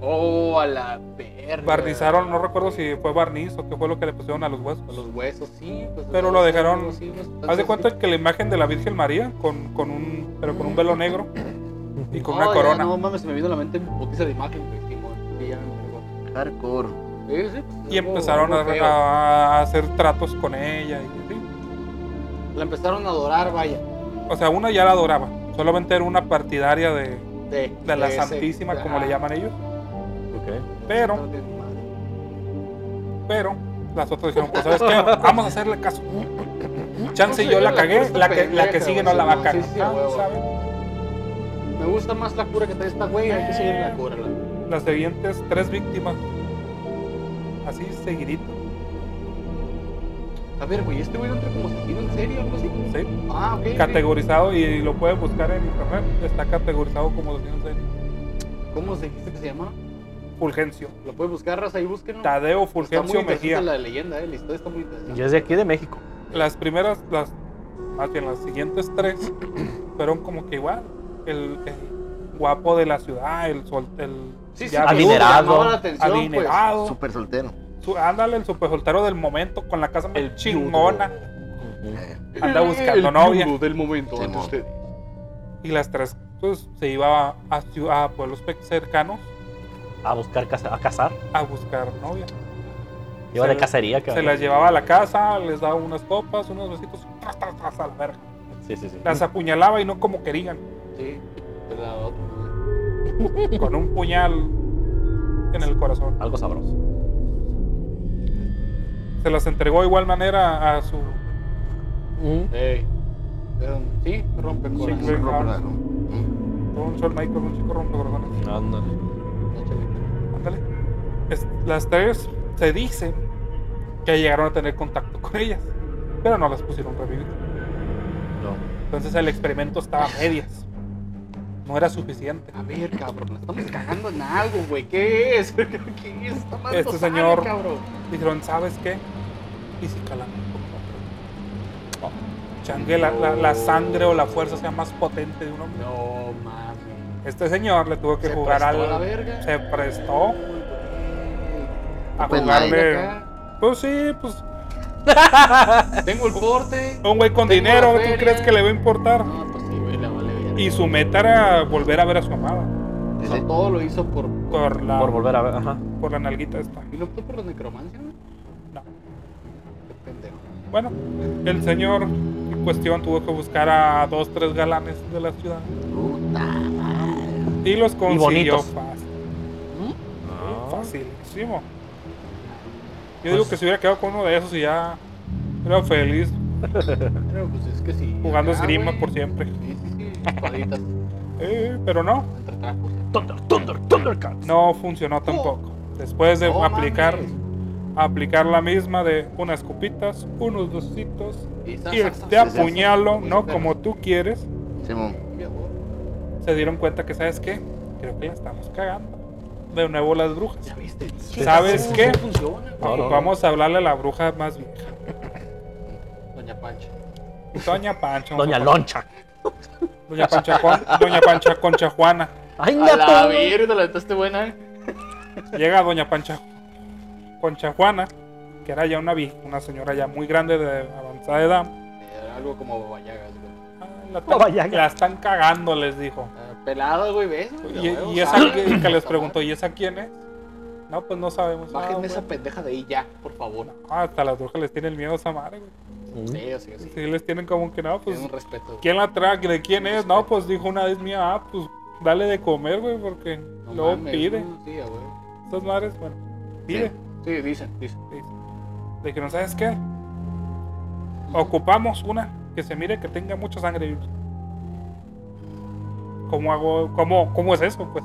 S4: Oh, a la verga.
S1: Barnizaron, no recuerdo si fue barniz o qué fue lo que le pusieron a los huesos.
S4: Con los huesos, sí. pues,
S1: Pero
S4: no,
S1: lo
S4: sí,
S1: dejaron-
S4: no, sí, no,
S1: Haz de
S4: entonces,
S1: cuenta que la imagen de la Virgen María con, con un pero con un velo negro y con
S4: Ay,
S1: una
S4: ya,
S1: corona.
S4: No mames, se me vino a la mente putiza de imagen, güey. Simón. Sí, ya me pegó.
S2: Hardcore.
S4: Sí, sí, pues,
S1: Y
S4: algo-
S1: empezaron
S4: algo feo.
S1: a, a hacer tratos con ella y así.
S4: La empezaron a adorar, vaya.
S1: O sea, una ya la adoraba. Solamente era una partidaria de,
S4: De,
S1: de la
S4: ese-
S1: Santísima, como
S4: ajá.
S1: le llaman ellos.
S3: Ok.
S1: Pero, pero, las otras dijeron, pues, ¿sabes qué? Vamos a hacerle caso. Chance yo la cagué, la que, la que sigue no la va a cagar.
S4: Sí, sí, a
S1: Ah,
S4: huevo.
S1: ¿saben?
S4: Me gusta más la cura que trae esta güey. Hay que seguir la cura. la-
S1: Las siguientes tres víctimas. Así seguidito,
S4: A ver, güey, este güey no entra como asesino en serio o algo así.
S1: ¿sí?
S4: Ah, ok. ok.
S1: Categorizado, y lo pueden buscar en internet, está categorizado como asesino serio.
S4: ¿Cómo se dijiste que se llama?
S1: Fulgencio.
S4: Lo puedes buscar, raza, y búsquenlo.
S1: Tadeo
S4: Está muy
S1: Fulgencio Mejía.
S4: interesante la leyenda, eh. La historia está muy interesante.
S3: Yo es de aquí de México.
S1: las primeras, las más bien las siguientes tres, fueron como que igual. El, el guapo de la ciudad, el sol, el
S4: Sí, sí,
S1: ya
S4: pero
S1: viudo,
S3: adinerado.
S4: llamaba la atención, pues.
S1: adinerado,
S2: Super soltero.
S1: su- ándale, el super soltero del momento con la casa más
S4: El
S1: chingona.
S2: Eh,
S1: Anda buscando
S4: El
S1: novia.
S4: viudo del momento
S2: Sí,
S4: ante
S2: mo.
S4: ustedes.
S1: Y las tres, pues se iba a, a ciu- a pueblos pe- cercanos
S3: A buscar, casa- a cazar.
S1: a buscar novia.
S3: Iba
S1: Se
S3: de
S1: la-
S3: cacería,
S1: Se
S3: cabrón.
S1: las llevaba a la casa, les daba unas copas, unos besitos, tras, tras, tras, a la verga.
S3: Sí, sí, sí.
S4: Mm.
S1: Las apuñalaba y no como querían.
S4: Sí, pero la otra.
S1: con un puñal en el corazón.
S3: Algo sabroso.
S1: Se las entregó de igual manera a su...
S4: Ey. Pero, Sí, rompe
S1: Sí,
S4: corazón.
S1: güey.
S2: un rock raro. Mm.
S1: Un Shawn Michaels, un chico rompecorazones.
S3: Ándale.
S4: Échale.
S1: Ándale. Es- las tres se dice que llegaron a tener contacto con ellas, pero no las pusieron revivir.
S2: No.
S1: Entonces el experimento estaba a medias. No era suficiente.
S4: A ver, cabrón, la estamos cagando en algo, güey. ¿Qué es? ¿Qué es? Está mal
S1: Este
S4: tosada,
S1: señor-
S4: cabrón.
S1: Dijeron, ¿sabes qué? Y si calamos con otro". Oh, Changue, la, la- la sangre o la fuerza sea más potente de un hombre.
S4: No mames.
S1: Este señor le tuvo que
S4: Se
S1: jugar
S4: prestó
S1: al.
S4: a la verga.
S1: Se prestó a
S2: Pues
S1: jugarle.
S4: nadie acá.
S1: Pues sí, pues.
S4: Tengo el porte.
S1: Un güey con
S4: Tengo
S1: dinero,
S4: la
S1: ¿tú
S4: feria.
S1: crees que le va a importar?
S4: No, pues sí, güey, la vale verga.
S1: Y su meta era volver a ver a su amada.
S4: O
S2: Sí,
S4: sea,
S2: sí.
S4: todo lo hizo por.
S1: Por la,
S3: Por
S1: por,
S3: volver a ver, ajá.
S1: la nalguita esta.
S4: ¿Y no fue por la necromancia, güey?
S1: No.
S4: Qué pendejo.
S1: Bueno, el señor en cuestión tuvo que buscar a dos, tres galanes de la ciudad. Y los consiguió
S3: bonitos.
S1: fácil.
S4: ¿Mm?
S1: Facilísimo. Yo
S3: Pues
S1: digo que se hubiera quedado con uno de esos y ya era feliz
S4: Pero pues es que sí.
S1: jugando
S4: acá,
S1: esgrima
S4: güey.
S1: por siempre.
S4: Sí, sí, sí. Espaditas.
S1: Eh, pero no,
S4: entre trapos.
S3: Thunder, Thunder, Thundercats.
S1: no funcionó tampoco. Después de
S4: Oh. No
S1: aplicar,
S4: mames.
S1: aplicar la misma de unas copitas, unos dositos
S4: Y sa-
S1: y
S4: sa-
S1: el
S4: sa-
S1: te
S4: sa- sa- sa-
S1: apuñalo,
S4: sa-
S1: no
S4: sa-
S1: como tú quieres,
S2: Simón.
S4: Mi amor,
S1: se dieron cuenta que, ¿sabes qué? Creo que la estamos cagando. De nuevo las brujas.
S4: ¿Ya viste?
S1: ¿Sabes
S4: No,
S1: qué?
S4: no funciona, güey.
S3: No, no.
S1: Vamos a hablarle a la bruja más vieja.
S4: Doña Pancha.
S1: Doña Pancha. vamos
S3: Doña
S1: a poner-
S3: Loncha.
S1: Doña Pancha, Juan- Doña Pancha Concha Juana.
S3: Ay,
S4: A la
S3: gato.
S4: virgen, la neta buena.
S1: Llega Doña Pancha Concha Juana, que era ya una vi- una señora ya muy grande de avanzada edad.
S4: Eh, algo como babayagas, güey.
S1: Ah, La,
S3: No vaya.
S1: la están cagando, les dijo.
S4: Ah, Pelado, güey, ¿ves? ah, güey?
S1: Y,
S4: A huevo,
S1: y esa
S4: sabe.
S1: que, que les preguntó, ¿y esa quién es? No, pues no sabemos. Ah,
S4: Bájenme
S1: bueno.
S4: esa pendeja de ahí ya, por favor.
S1: Ah, hasta las brujas les tienen miedo a esa madre, güey.
S4: Sí, así, así.
S1: Sí, les tienen como que no, pues.
S4: Tiene un respeto.
S1: ¿Quién la trae? ¿De quién es? No, pues dijo una vez mía, ah, pues dale de comer, güey, porque
S4: No
S1: luego
S4: mames,
S1: pide.
S4: no, Sí, a huevo.
S1: Estas madres, bueno, pide.
S4: Sí, Sí, dicen, dicen.
S1: Le dijeron, ¿sabes qué? Ocupamos una que se mire que tenga mucha sangre. ¿Cómo hago? ¿Cómo, cómo es eso? Pues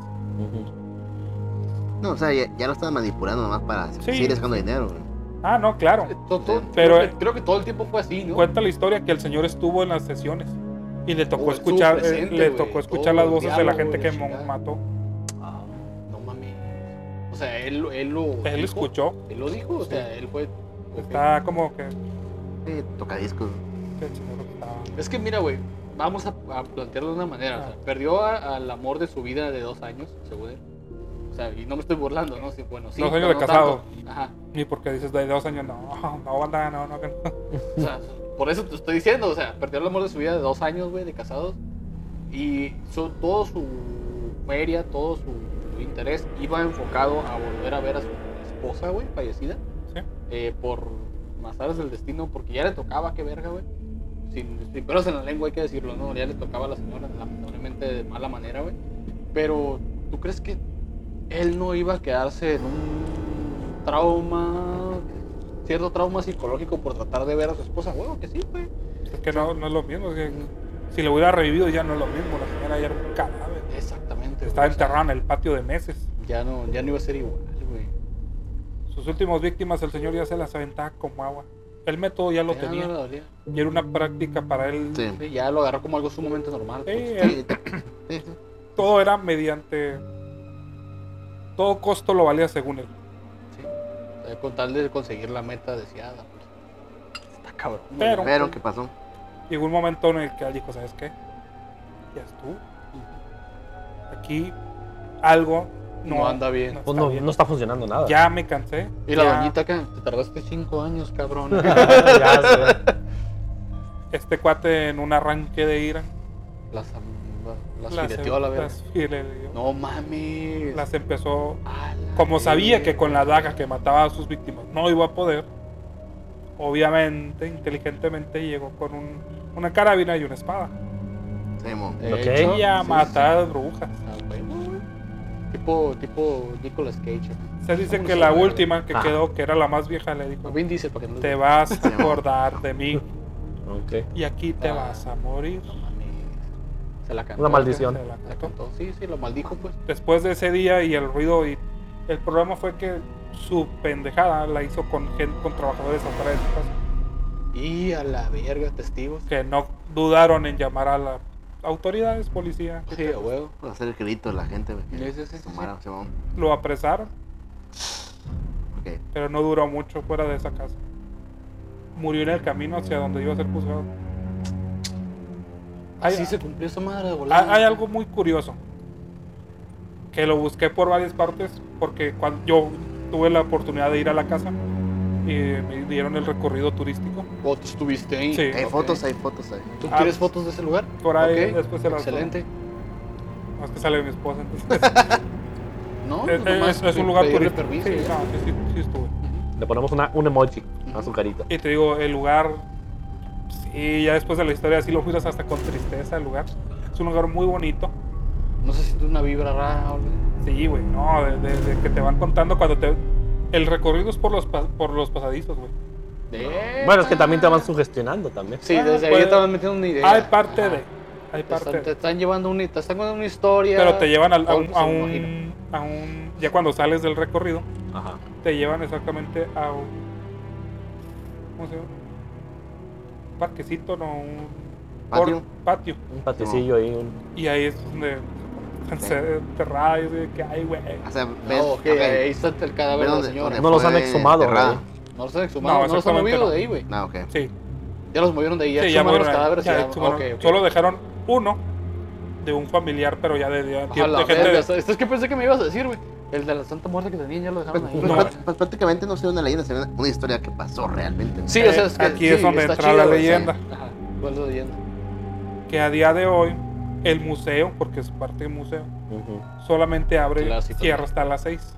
S2: No, o sea, ya, ya lo estaba manipulando nomás para seguir sacando dinero, güey.
S1: Ah, no, claro.
S4: To- to-
S1: Pero- eh,
S4: creo, que, creo que todo el tiempo fue así, ¿no?
S1: Cuenta la historia que el señor estuvo en las sesiones y le tocó
S4: Oh, estuvo
S1: escuchar, eh,
S4: presente,
S1: le
S4: güey,
S1: tocó
S4: todo
S1: escuchar las
S4: el
S1: voces de la
S4: diálogo,
S1: gente
S4: la
S1: que mo-
S4: chingada.
S1: mató.
S4: Ah, no mames. O sea, él, él lo.
S1: Él
S4: dijo,
S1: escuchó.
S4: Él lo dijo, o sea, él fue.
S1: Está como que,
S2: Eh, tocadiscos.
S1: que el señor estaba-
S4: Es que mira, güey, vamos a, a plantearlo de una manera. o sea,
S1: Ah.
S4: perdió a- al amor de su vida de dos años, según él. O sea, y no me estoy burlando, ¿no? Sí, bueno, sí.
S1: Dos años
S4: pero
S1: de
S4: no
S1: casado.
S4: tanto. Ajá.
S1: Ni porque dices de dos años, no, no, banda, no, no, que no.
S4: O sea, por eso te estoy diciendo, o sea, perdió el amor de su vida de dos años, güey, de casados. Y su, todo su feria, todo su interés iba enfocado a volver a ver a su esposa, güey, fallecida.
S1: Sí.
S4: Eh, por más aras del destino, porque ya le tocaba, qué verga, güey. Sin, sin pelos en la lengua, hay que decirlo, ¿no? Ya le tocaba a la señora, lamentablemente de mala manera, güey. Pero, ¿tú crees que él no iba a quedarse en un trauma, cierto trauma psicológico por tratar de ver a su esposa? Huevo, que sí, güey.
S1: Es que no, no es lo mismo. es que si lo hubiera revivido ya no es lo mismo. La señora ya era un cadáver.
S4: Exactamente.
S1: Estaba
S4: güey, o sea,
S1: enterrada en el patio de meses.
S4: Ya no, ya no iba a ser igual, güey.
S1: Sus últimas víctimas, el señor ya se las aventaba como agua. El método ya lo
S4: ya
S1: tenía.
S4: No le dolía.
S1: Y era una práctica para él.
S2: Sí.
S4: Sí, ya lo agarró como algo sumamente normal.
S1: Sí,
S4: pues.
S1: él-
S2: Sí, sí, sí.
S1: todo era mediante. Todo costo lo valía según él.
S4: Sí. O sea, con tal de conseguir la meta deseada. pues. Está cabrón. güey.
S1: Pero-
S2: Pero, ¿qué pasó?
S1: Llegó un momento en el que él dijo: ¿Sabes qué? Ya estuvo. Aquí algo no,
S4: No anda bien.
S1: está
S3: Pues no,
S1: bien.
S3: no está funcionando nada.
S1: Ya me cansé.
S4: Y la
S1: ya-
S4: doñita acá, te tardaste cinco años, cabrón.
S3: Ya sé.
S1: Este cuate en un arranque de ira.
S4: las las,
S1: las-
S4: fileteó a la verga.
S1: las fileteó.
S4: No pues. mames.
S1: las empezó.
S4: A la
S1: Como sabía
S4: verga.
S1: que con la daga que mataba a sus víctimas no iba a poder, obviamente, inteligentemente llegó con un- una carabina y una espada.
S2: Simón.
S4: De
S3: Ok.
S4: hecho,
S1: Y a
S4: sí,
S1: matar brujas.
S4: sí. Ah, bueno, güey. Tipo, tipo Nicolas Cage. güey.
S1: Se dice
S4: Vámonos
S1: que
S4: a
S1: la
S4: la verga.
S1: última que
S4: Ah.
S3: Ajá.
S1: quedó, que era la más vieja, le dijo:
S4: Vin Diesel, para que no
S1: Te vas a acordar de mí
S3: Ok.
S1: y aquí te
S4: Ah.
S1: vas a morir.
S4: No mames. Se la cantó.
S3: Una maldición.
S1: Se la
S4: Se la
S1: cantó.
S4: cantó. Sí, sí, lo maldijo, pues.
S1: Después de ese día y el ruido y el problema fue que su pendejada la hizo con gente, con trabajadores afuera de su casa,
S4: Y a la verga, testigos.
S1: que no dudaron en llamar a las autoridades, policía,
S4: Sí, a huevo.
S2: Para hacer el grito de la gente, güey. que
S4: Sí, sí, sí, sí,
S2: se sumara, se mamó.
S1: lo apresaron,
S2: Ok.
S1: pero no duró mucho fuera de esa casa. Murió en el camino hacia donde iba a ser juzgado. Hay-
S4: Así se cumplió esa madre de
S1: Hay,
S4: volada.
S1: Ah, hay algo muy curioso que lo busqué por varias partes porque cuando yo tuve la oportunidad de ir a la casa y me dieron el recorrido turístico.
S4: Fotos tuviste ahí.
S1: Sí.
S2: Hay
S4: Ok.
S2: fotos, hay fotos ahí.
S4: ¿Tú
S1: Ah,
S4: quieres
S1: pues,
S4: fotos de ese lugar?
S1: por ahí,
S4: Ok,
S1: después se las-
S4: Excelente.
S1: No, es que sale mi esposa. entonces,
S4: No, pues
S1: es,
S4: nomás
S1: Eh, es- es un lugar
S4: pedirle
S1: turístico.
S4: permiso y
S1: Sí, ah.
S4: ya.
S1: no, sí, sí, sí estuve.
S3: Le ponemos una, un emoji a su carita.
S1: Y te digo, el lugar, sí, ya después de la historia, sí lo fueras hasta con tristeza el lugar. Es un lugar muy bonito.
S4: No se siente una vibra rara. o algo.
S1: Sí, güey, no, desde que te van contando cuando te... El recorrido es por los, pas- por los pasadizos, güey.
S3: Bueno, es que también te van sugestionando también.
S4: Sí,
S1: Ah,
S4: desde ahí
S1: puede-
S4: ya te van metiendo una idea. Ah,
S1: Hay parte de. Hay
S4: Te
S1: parte
S4: están, te
S1: de.
S4: están llevando una, te están contando una historia.
S1: Pero te llevan al- a, un,
S4: Algo,
S1: a,
S4: sí, me imagino.
S1: un, a un- Ya cuando sales del recorrido,
S3: Ajá.
S1: te llevan exactamente a un. ¿Cómo se llama? Un parquecito, no, un.
S2: Patio.
S1: por- patio.
S3: Un patecillo ahí, un...
S1: Y ahí es donde. Se enterrada y de que hay, güey.
S2: O sea, ves.
S4: No, ok,
S2: ok.
S4: ahí está el cadáver
S2: Ve
S4: de la
S2: dónde-
S4: señora.
S3: No los han
S2: fue
S3: exhumado,
S2: enterrada.
S3: güey.
S4: No los han
S1: No,
S4: exhumado, no, los han
S1: exactamente
S4: movido
S1: no.
S4: de ahí, güey.
S2: No, ok.
S1: Sí,
S4: Ya los movieron de ahí, ya
S1: sí, ya
S4: exhumaron los
S1: murieron,
S4: cadáveres.
S1: ya
S4: Ya,
S1: exhumaron.
S4: ok, ok.
S1: Solo dejaron uno de un familiar, pero ya de, de, de-
S4: A la
S1: de gente
S4: verga,
S1: de-
S4: esto es que pensé que me ibas a decir, güey. El de la Santa Muerte que tenían ya lo
S2: Pues,
S4: dejaron ahí.
S2: pues,
S4: güey.
S2: práct- pues, prácticamente no sería una leyenda, sería una historia que pasó realmente. güey.
S4: Sí, o sea, es que
S1: Aquí es
S4: sí,
S1: donde
S4: está
S1: entra
S4: chido,
S1: la
S4: güey, sí.
S1: leyenda.
S4: Ajá, ¿cuál es la leyenda?
S1: que a día de hoy el museo, porque es parte del museo,
S3: ujú.
S1: solamente abre,
S4: Claro, sí, también.
S1: cierra hasta las 6.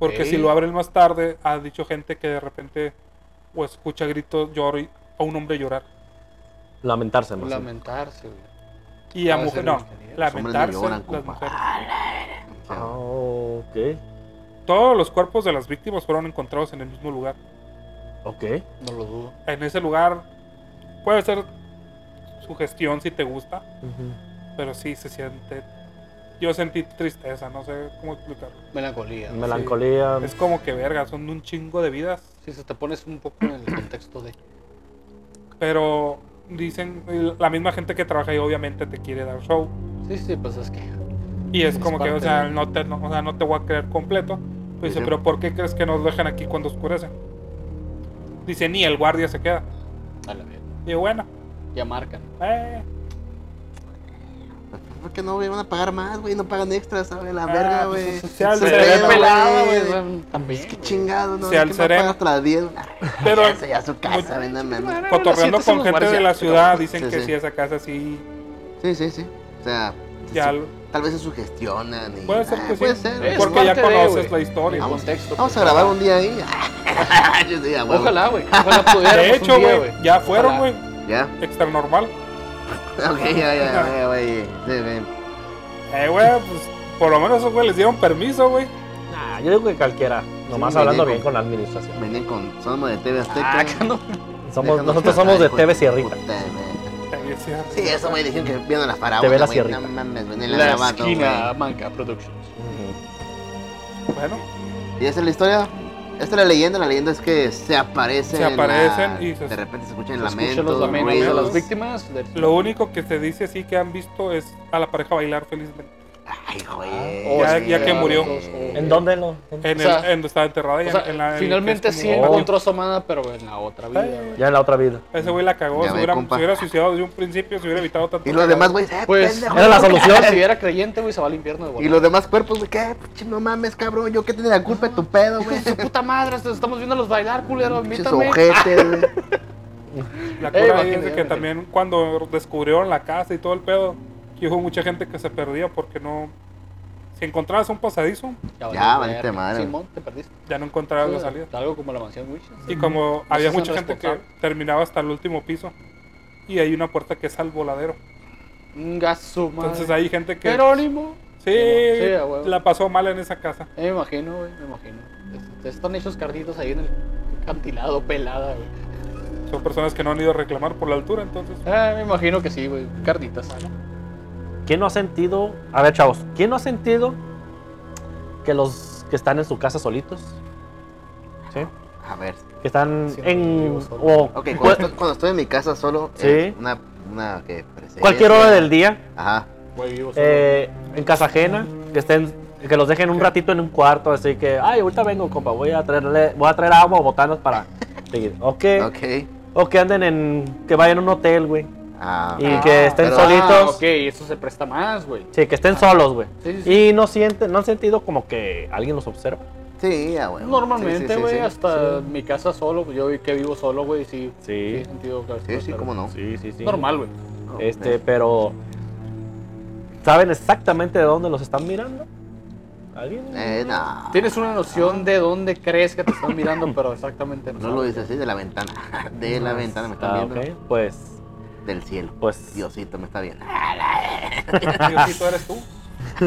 S1: Porque
S4: Ok.
S1: si lo abren más tarde, ha dicho gente que de repente o escucha gritos, lloro y- a un hombre llorar.
S3: Lamentarse
S1: pues
S3: más.
S4: Lamentarse, güey.
S1: Y a
S4: Ah,
S1: mujeres,
S4: sí,
S1: no,
S4: los hombres no
S1: lamentarse,
S2: lloran,
S1: las
S2: compa.
S1: mujeres.
S3: Ah, ok.
S1: Todos los cuerpos de las víctimas fueron encontrados en el mismo lugar.
S3: Ok.
S4: No lo dudo.
S1: En ese lugar puede ser su gestión si te gusta,
S3: Ujú.
S1: pero sí se siente... Yo sentí tristeza, no sé cómo explicarlo.
S4: Melancolía. güey.
S3: Melancolía.
S1: Es como que verga, son un chingo de vidas.
S4: Si se te pones un poco en el contexto de.
S1: Pero dicen, la misma gente que trabaja ahí obviamente te quiere dar show.
S4: Sí, sí, pues es que.
S1: Y es
S4: Es
S1: como que, o
S4: parte
S1: sea,
S4: de-
S1: no te, no, o sea, no te voy a creer completo. Pues dice,
S2: Ujú.
S1: pero ¿por qué crees que nos dejan aquí cuando oscurece? Dice, ni el guardia se queda.
S4: A la verga.
S1: Y yo, bueno,
S4: Ya marcan.
S1: eh,
S2: ¿Por qué no, güey? Van a pagar más, güey. No pagan extra, ¿sabes? La
S1: Ah,
S2: verga,
S1: pues,
S2: güey.
S1: eso se alza,
S2: Ese
S1: se ve
S2: pedo,
S4: pelado, güey. También.
S2: Es que chingado, ¿no?
S1: Se
S2: ¿Quién
S1: alza
S2: va a
S1: sereno.
S2: pagar hasta las 10?
S1: Pero-
S2: Ah,
S1: pues,
S2: Ya, se- ya su casa, ven, no mames.
S1: cotorreando con gente de la ciudad, dicen
S2: Sí,
S1: que
S2: sí.
S1: sí, esa casa sí,
S2: Sí, sí, sí. O sea,
S1: ya,
S2: su- tal vez se sugestionan. Y,
S1: puede ser
S2: Ah,
S1: que sí.
S2: puede ser,
S4: Es
S1: Porque
S2: güey.
S1: ya
S4: parte de,
S1: conoces
S4: güey.
S1: la historia. pues.
S4: Vamos, texto,
S2: Vamos a grabar un día ahí. Yo diría, güey.
S4: Ojalá, güey. Ojalá pudiéramos.
S1: De hecho,
S4: pues un día,
S1: güey, ya fueron,
S4: Ojalá.
S1: güey,
S2: Ya.
S1: extranormal.
S2: Ok, ya, ya, ya, güey. Sí, ven.
S1: Eh, güey, pues por lo menos esos güey les dieron permiso, güey.
S3: Nah, Ah, yo digo que cualquiera. Nomás
S2: Sí,
S3: hablando
S2: venían
S3: bien con la administración.
S2: Venían con Soma de TV Azteca.
S4: Ah, que no.
S3: Somos,
S2: Déjanos
S3: nosotros
S2: tratar,
S3: somos de
S2: hijo
S3: TV
S2: puta,
S3: Sierrita.
S2: güey.
S1: Ahí Eh, sí,
S2: Sí, eso me dijeron que viendo la faraona.
S3: Te ve la
S2: güey,
S3: sierrita.
S2: No mames, ven en la,
S4: La
S2: grabando,
S4: esquina Manca Productions.
S3: Ujú.
S1: Bueno,
S2: güey. ¿Y esa es la historia? Esta es la leyenda. La leyenda es que se aparecen.
S1: Se aparecen
S2: la-
S1: y se-
S2: De repente se escuchan
S4: Se
S2: lamentos.
S4: escuchan los lamentos de
S2: ruidos.
S4: las víctimas. de-
S1: Lo único que se dice sí que han visto es a la pareja bailar felizmente.
S2: Ay, güey.
S4: Oh,
S1: Ya-
S4: sí,
S1: ya que murió.
S3: ¿En dónde lo? en-
S1: En
S4: O sea,
S1: el, en donde estaba enterrada. y
S4: O
S1: en-
S4: sea,
S1: en la- en el que
S4: finalmente
S1: es como-
S4: sí
S3: Oh.
S4: encontró a su amada, pero en la otra vida. güey.
S3: Ya en la otra vida.
S1: Ese güey la cagó.
S2: Ya
S1: Se
S2: ve,
S1: hubiera,
S2: compa.
S1: se hubiera suicidado desde un principio, se hubiera evitado tanto.
S2: Y los demás, güey. eh,
S4: Pues
S2: pendejo,
S3: Era la
S2: ¿no?
S3: solución.
S4: Si era creyente, güey, se va al infierno de
S2: Y
S4: vuelta.
S2: los demás cuerpos, güey. ¿Qué? Pinche, No mames, cabrón. Yo qué tenía la culpa de tu pedo, güey.
S4: Su puta madre, estamos viendo los bailar, culero,
S2: Pinches
S4: invítame.
S2: ojetes, güey.
S1: La cura ahí es
S4: Eh, imagínate,
S1: de que
S4: imagínate.
S1: también cuando descubrieron la casa y todo el pedo, que hubo mucha gente que se perdía porque no. Si encontrabas un pasadizo,
S2: Ya,
S4: valió
S2: valiste
S4: verga.
S2: madre.
S4: Simón, te perdiste.
S1: ya no encontrabas la salida.
S4: Algo como la mansión Witches.
S1: Y como había
S4: se hacen
S1: mucha gente que
S4: responsables.
S1: terminaba hasta el último piso, y hay una puerta que es al voladero.
S4: Un gaso, madre.
S1: Entonces hay gente que.
S4: Jerónimo.
S1: Sí,
S4: Sí, a huevo.
S1: la pasó mal en esa casa.
S4: Eh, me imagino, güey, me imagino. Es- Están hechos carditos ahí en el cantilado, pelada, güey.
S1: Son personas que no han ido a reclamar por la altura, entonces.
S4: Ah, me imagino que sí, güey. Carditas.
S3: ¿Quién no ha sentido? A ver, chavos, ¿quién no ha sentido que los que están en su casa solitos. ¿Sí?
S2: A ver.
S3: Que están
S4: Sí, no
S3: en.
S4: vivo solo.
S3: O
S2: Ok,
S3: cu-
S2: cuando, estoy, cuando estoy en mi casa solo,
S3: Sí.
S2: eh, una, una que presencia.
S3: cualquier hora del día.
S2: Ajá.
S4: Güey, vivo solo.
S3: eh, en casa ajena, que estén, que los dejen un ratito en un cuarto, así que, ay, ahorita vengo, compa, voy a traerle, voy a traer agua o botanas para seguir. Ok.
S2: Ok.
S3: O que anden en, que vayan a un hotel, güey,
S2: Ah,
S3: y
S2: ok.
S3: que estén
S2: pero-
S4: Ah,
S3: solitos.
S4: ok, eso se presta más, güey.
S3: Sí, que estén solos, güey.
S4: Sí, sí,
S3: Y no sienten, no han sentido como que alguien los observa.
S2: Sí, ah, bueno. Sí, sí,
S4: Normalmente,
S2: sí,
S4: güey,
S2: sí.
S4: hasta mi casa solo, yo vi que vivo solo, güey, sí.
S3: Sí.
S4: sí, sentido que-
S2: Sí, sí, cómo no.
S3: Sí, sí, sí.
S4: Normal, güey.
S3: Este, pero saben exactamente de dónde los están mirando. ¿Alguien?
S2: Eh, no.
S4: Tienes una noción de dónde crees que te están mirando, pero exactamente no.
S2: No lo
S4: sabes.
S2: dices así, de la ventana. De la ventana me
S3: Ah,
S2: están viendo.
S3: ok. Pues,
S2: Del cielo.
S3: pues.
S2: Diosito me está viendo.
S3: Eh,
S1: pues, Diosito eres tú.